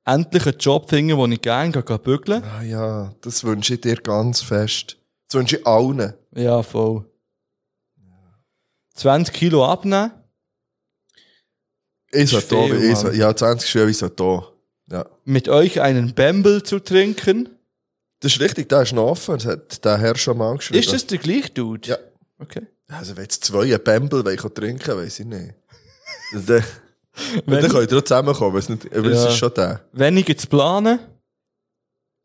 B: endlich einen Job finden, den ich gerne gehe, gehe bügeln
C: Ah ja, das wünsche ich dir ganz fest. Das wünsche ich allen.
B: Ja, voll. 20 Kilo abnehmen.
C: Ich sollte
B: viel,
C: hier, ich
B: Mann.
C: sollte- ja, 20 Schüler, ich sollte hier. Ja.
B: Mit euch einen Bamble zu trinken.
C: Das ist richtig, der ist noch offen, das hat der Herr schon mal angeschrieben.
B: Ist das der gleiche Dude?
C: Ja.
B: Okay.
C: Also, wenn jetzt zwei einen Bamble wollen trinken, weiss
B: *laughs*
C: ich nicht. dann, dann
B: Wenn,
C: könnt ihr auch zusammenkommen, weiss nicht, aber es
B: Ja.
C: ist schon der.
B: weniger zu planen.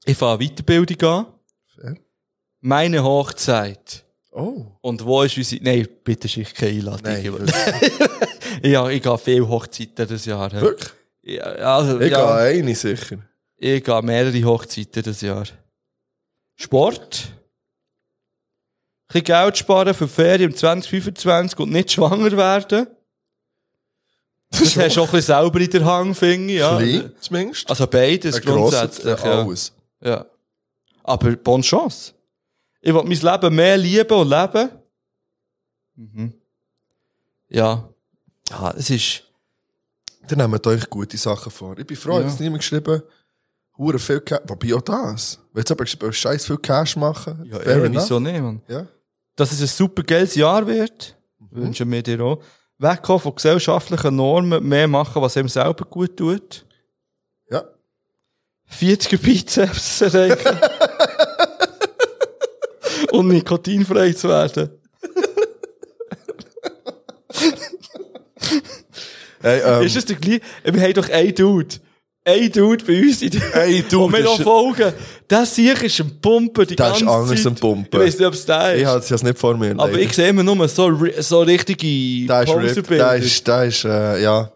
B: Ich fahre Weiterbildung an.
C: Fair.
B: Meine Hochzeit.
C: Oh.
B: Und wo ist unsere... Nein, bitte schick keine Einladung.
C: Nein,
B: ja, ich gehe viele Hochzeiten dieses Jahr. he.
C: *laughs* Wirklich?
B: Ja, also,
C: Ich
B: ja,
C: gehe eine sicher.
B: ich gehe mehrere Hochzeiten dieses Jahr. Sport. Ein bisschen Geld sparen für die Ferien im 2025 und nicht schwanger werden. Das hast du auch ein bisschen selber in der Hang, finde ich. Ja.
C: Klein, zumindest.
B: Also beides
C: Ein grosser-
B: grundsätzlich.
C: äh,
B: Ja.
C: alles.
B: ja. Aber bonne Chance. Ich will mein Leben mehr lieben und leben. Mhm. Ja. Ja, es ist...
C: Dann nehmt euch gute Sachen vor. Ich bin froh,
B: Ja.
C: dass niemand geschrieben Hure viel Cash. Wobei auch das. Wenn jetzt aber geschrieben scheiß viel Cash machen,
B: Ja,
C: fair
B: eh,
C: enough.
B: wieso nicht, Mann?
C: Ja.
B: Dass es ein super geiles Jahr wird, wünschen wir dir auch. Wegkommen von gesellschaftlichen Normen, mehr machen, was einem selber gut tut.
C: Ja.
B: 40 Bizeps *laughs* erreichen. Und nikotinfrei zu werden.
C: Hey, ähm,
B: Ist es der gleiche? Wir haben doch einen Dude. Ein Dude bei uns in der
C: Ein Dude
B: wo wir
C: ist-
B: noch folgen. Der sicher ist ein Pumpen die
C: Der ist
B: ganze
C: anders
B: Zeit.
C: am Pumpen.
B: Ich weiß nicht, ob es der ist.
C: ich habe es nicht vor mir.
B: Aber ich sehe immer nur so, ri- so richtige
C: da ist Rip, da ist, da ist, äh, ja.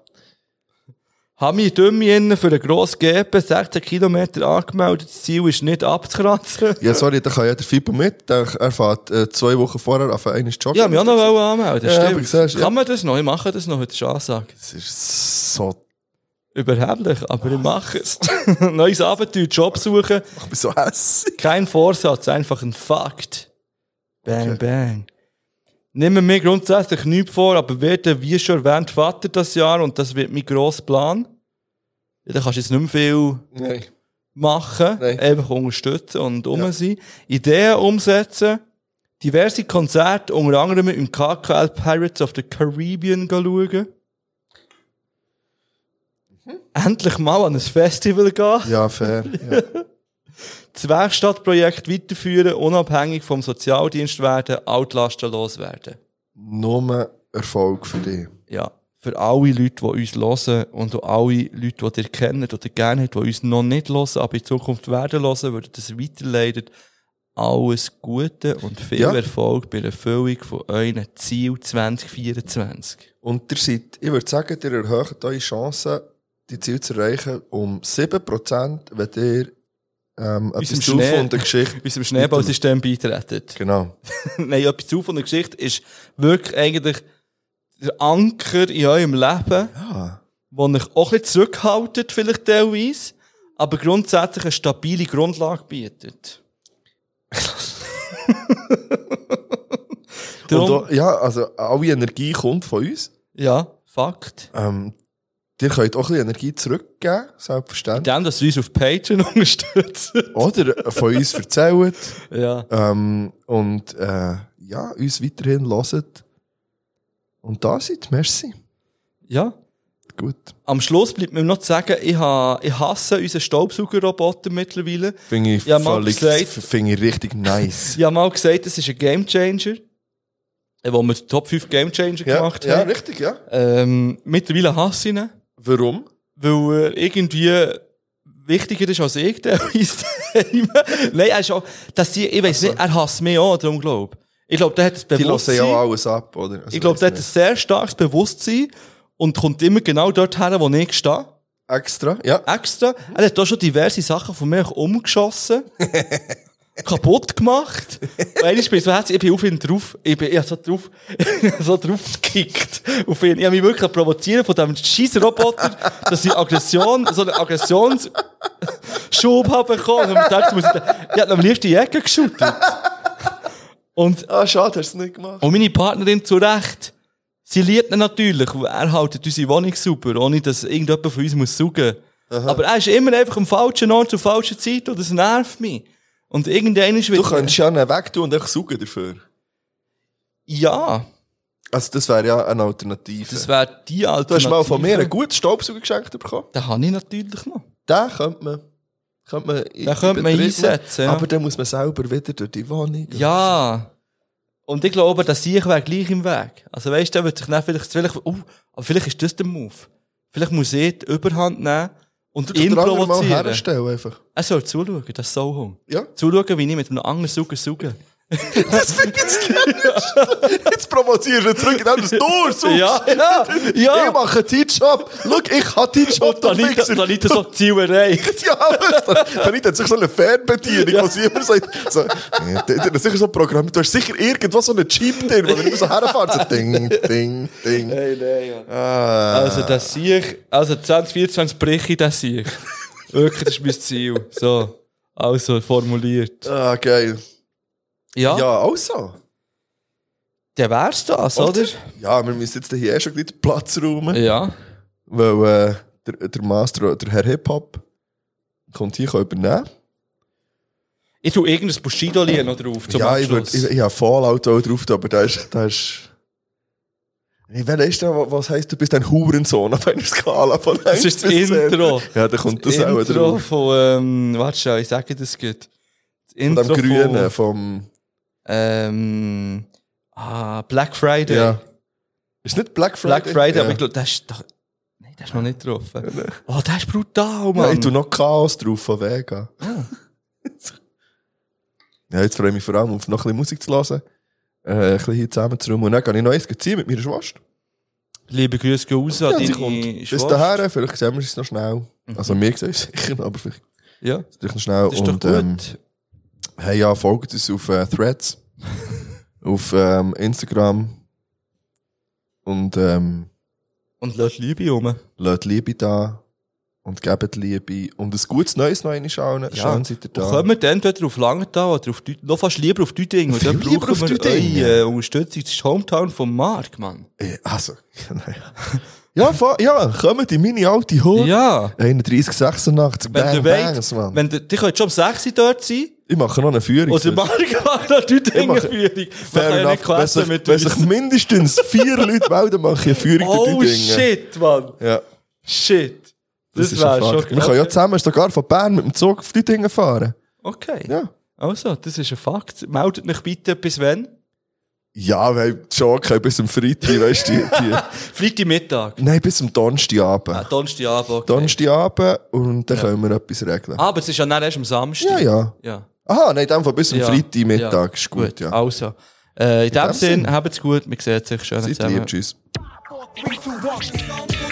B: Haben wir Dümmchen für einen grossen GP 16 Kilometer angemeldet. Das Ziel ist nicht
C: *laughs*
B: abzukratzen.
C: Ja, sorry, da kann ja der Fippo mit. Der, er fährt äh, zwei Wochen vorher auf einen Job.
B: Ja, haben wir auch noch wollen anmelden.
C: Ja, aber
B: Stimmt.
C: du siehst,
B: Kann
C: ja.
B: man das noch? Ich mache das noch, heute ist Ansage.
C: Das ist so,
B: Überheblich, aber ich mache es. *laughs* Neues Abenteuer, Job suchen.
C: ich bin so hässig.
B: Kein Vorsatz, einfach ein Fakt. Bang, bang. Nehmen mir grundsätzlich nichts vor, aber werde, wie schon erwähnt, Vater das Jahr und das wird mein grosser Plan. Ja, da kannst du jetzt nicht mehr viel
C: Nein.
B: machen,
C: Nein.
B: einfach unterstützen und um sein. Ideen umsetzen, diverse Konzerte, unter anderem im KKL Pirates of the Caribbean gehen schauen. Endlich mal an ein Festival gehen.
C: Ja, fair. Ja.
B: Das Werkstattprojekt weiterführen, unabhängig vom Sozialdienst werden, Altlasten loswerden.
C: Nur Erfolg für dich.
B: Ja. Für alle Leute, die uns hören und auch alle Leute, die ihr kennt oder gerne habt, die uns noch nicht hören, aber in Zukunft werden hören, würden das weiterleiten. Alles Gute und viel
C: Ja.
B: Erfolg bei der Erfüllung von euren Ziel 2024.
C: Und ihr seid, ich würde sagen, ihr erhöht eure Chancen, die Ziele zu erreichen, um 7%, wenn ihr ähm, etwas zu
B: Schnee-
C: von der Geschichte.
B: Bis zum Schneeballsystem beitreten.
C: Genau.
B: *laughs* Nein, etwas zu von der Geschichte ist wirklich eigentlich der Anker in eurem Leben.
C: Ja.
B: wo euch auch ein bisschen zurückhaltet, vielleicht teilweise, aber grundsätzlich eine stabile Grundlage
C: *laughs*
B: bietet.
C: Und
B: Darum,
C: auch, ja, also alle Energie kommt von uns.
B: ja, Fakt.
C: Ähm, ihr könnt auch ein bisschen Energie zurückgeben, selbstverständlich.
B: Dem, dass sie uns auf Patreon *laughs* unterstützen.
C: Oder von uns erzählt.
B: Ja.
C: Ähm, und äh, ja, uns weiterhin hört. Und da seid, merci.
B: Ja.
C: Gut.
B: Am Schluss bleibt mir noch zu sagen, ich, ha, ich hasse unseren Staubsaugerroboter mittlerweile.
C: Finde ich
B: Ja, Max
C: völlig,
B: sagt-
C: finde ich richtig nice.
B: Ich habe mal gesagt, es ist ein Gamechanger. äh, Wo wir die Top 5 Gamechanger
C: ja,
B: gemacht
C: ja,
B: haben.
C: richtig, ja.
B: Ähm, mittlerweile hasse ich ihn.
C: Warum?
B: weil er irgendwie wichtiger ist als ich, der *laughs* Nein, er ist auch, dass die, ich weiß nicht, er hasst mich auch, darum glaube ich. glaube, der hat das
C: Die hören
B: Bewusstsein.
C: ja auch alles ab, oder? Also
B: ich glaube, der
C: weiss
B: hat ein
C: nicht.
B: sehr starkes Bewusstsein und kommt immer genau dort her, wo ich stehe.
C: Extra, ja.
B: Extra. Er hat da schon diverse Sachen von mir umgeschossen. kaputt gemacht. Und einmal bin ich so herzlich, ich bin auf ihn drauf, ich bin, ich hab so drauf, *laughs* ich hab so drauf gekickt. Auf ihn. Ich hab mich wirklich provozieren von diesem scheiß Roboter, dass ich Aggression, so einen Aggressionsschub habe bekommen. Und ich dachte, muss ich, da- ich hab ihn am liebsten in die Ecke geschüttet. Und,
C: Ah, schade, hast du es nicht gemacht.
B: und meine Partnerin zu Recht. Sie liebt ihn natürlich, weil er haltet unsere Wohnung sauber, ohne dass irgendjemand von uns muss saugen muss. Aber er ist immer einfach am falschen Ort zur falschen Zeit und das nervt mich. Und irgendeiner ist
C: Du könntest ja einen weg tun und dich saugen dafür.
B: Ja.
C: Also, das wäre ja eine Alternative.
B: Das wäre die Alternative.
C: du hast mal von mir einen guten Staubsauger geschenkt bekommen.
B: Den habe ich natürlich noch.
C: Den könnte man, könnte man, in
B: Den könnte man
C: Betrieb nehmen.
B: einsetzen, ja.
C: Aber dann muss man selber wieder durch die Wohnung.
B: Ja. Und ich glaube, dass ich wäre gleich im Weg. Also weißt du, da wird sich dann vielleicht, vielleicht, oh, aber vielleicht ist das der Move. Vielleicht muss ich die Überhand nehmen und
C: Kannst
B: ihn
C: du den anderen mal
B: provozieren.
C: herstellen einfach. *laughs*
B: Er soll zuschauen, das ist so hung.
C: Ja.
B: Zuschauen, wie ich mit einem anderen Sauger sauge.
C: *laughs* Jetzt provozierst du zurück, indem du es durchsuchst.
B: ja,
C: Ich mache deinen Job. Schau,
B: *laughs*
C: ich habe deinen Job.
B: Und dann
C: du
B: nicht,
C: Wichser.
B: dann nicht so die Ziel erreicht.
C: Ja, Tanita hat sich so eine Fernbedienung, wo sie immer sagt, so, ja, die- die hat sicher so ein Programm, du hast sicher irgendwo so einen Chip drin, wo du immer so herfährst, so ding, ding, ding.
B: Nein, nein, ja.
C: Ah.
B: Also, das sehe ich, also 2024 breche ich das sehe ich. Wirklich, das ist mein Ziel. So. Also, formuliert.
C: ah, geil.
B: Ja,
C: Ja, oh, also.
B: der wär's das, oder?
C: Ja, wir müssen jetzt hier eh schon gleich den Platz räumen,
B: Oh, dus? Ja.
C: weil äh, der, der Master, der Herr Hip-Hop, kommt hier kann übernehmen.
B: Ich tue irgendein Bushido-Lied noch drauf zum
C: ja, ich, würd,
B: Abschluss.
C: ich, ich habe Fallout auch drauf, aber da ist... Da ist ich will erst was heisst, du bist ein Hurensohn auf einer Skala von 1
B: ist das
C: bis 10.
B: Intro.
C: Ja, da kommt das, auch
B: Intro
C: drauf.
B: von, ähm, warte schon, ich sage das gut. Das
C: Von
B: Intro
C: dem Grünen,
B: von,
C: vom...
B: ähm, ah, Black Friday.
C: Ja. Ist nicht Black Friday?
B: Black Friday,
C: ja.
B: aber ich glaube, das ist doch, nein, das ist noch nicht getroffen. Oh, das ist brutal, Mann.
C: Nein, ich tue noch Chaos drauf von Vega.
B: Ah.
C: *laughs* ja, jetzt freue ich mich vor allem, auf noch ein bisschen Musik zu hören. Äh, ein bisschen nou, hier zusammen zu rum. Und dann kann ich noch eins ziehen mit meiner Schwester.
B: Liebe Grüße gehen raus an
C: Ja, Dus sie
B: deine
C: kommt. Bis daher, vielleicht sehen wir es noch schnell.
B: Mhm.
C: Also wir sehen es *laughs* sicher, noch, aber vielleicht,
B: Ja,
C: vielleicht noch schnell.
B: das ist doch
C: Und, ähm,
B: gut.
C: Hey, ja, folgt uns auf äh, Threads, *laughs* auf ähm, Instagram und ähm,
B: Und lass Liebe um.
C: lasst Liebe da und gebt Liebe und ein gutes Neues noch einmal schauen.
B: Ja.
C: Schön seid ihr
B: Da
C: da.
B: kommen wir entweder auf Langenthal oder auf Deut noch fast lieber auf Deuting. Und dann
C: Viel lieber
B: brauchen
C: auf
B: wir
C: Deutingen.
B: eure äh, Unterstützung. Das ist Hometown von Mark, Mann.
C: Äh, Also, *laughs* naja. ja, fa- ja, kommt in meine alte Hut.
B: Ja.
C: 31, 86,
B: Wenn
C: bang,
B: du weißt,
C: bangs, Mann.
B: wenn du, die könnt schon um 6 Uhr dort sein.
C: Ich mache noch eine Führung.
B: Oder Mark macht noch Deutingen
C: mache-
B: Führung. Wir
C: Fair
B: können ja
C: enough.
B: nicht
C: Wenn
B: quatschen
C: sich,
B: mit
C: wenn sich
B: uns.
C: mindestens vier Leute melden, mache ich eine
B: *laughs*
C: Führung
B: Oh
C: durch die Dinge.
B: shit, Mann.
C: Ja.
B: Shit. Das,
C: ist
B: wäre
C: ein
B: schon
C: Fakt. Wir können ja zusammen sogar von Bern mit dem Zug auf die Dinge fahren.
B: Okay.
C: Ja.
B: Also, das ist ein Fakt. Meldet mich bitte bis wann?
C: Ja, wir haben schon okay, bis zum Freitag, weißt du, die, die.
B: *laughs* Freitagmittag.
C: Nein, bis zum Donnerstagabend.
B: Ah, Donnerstagabend. Okay.
C: Donnerstagabend und dann können wir etwas regeln.
B: Ah, aber es ist ja dann erst am Samstag.
C: Ja, ja.
B: Ja.
C: Aha, nein, in dem Fall bis zum
B: Ja.
C: Freitagmittag.
B: Ja.
C: Ist gut, ja.
B: Also, äh, in, dem
C: dem
B: Sinn,
C: Sinn.
B: habt's gut. Wir sehen sich schön
C: Seid lieb, tschüss.
E: Three, two, one.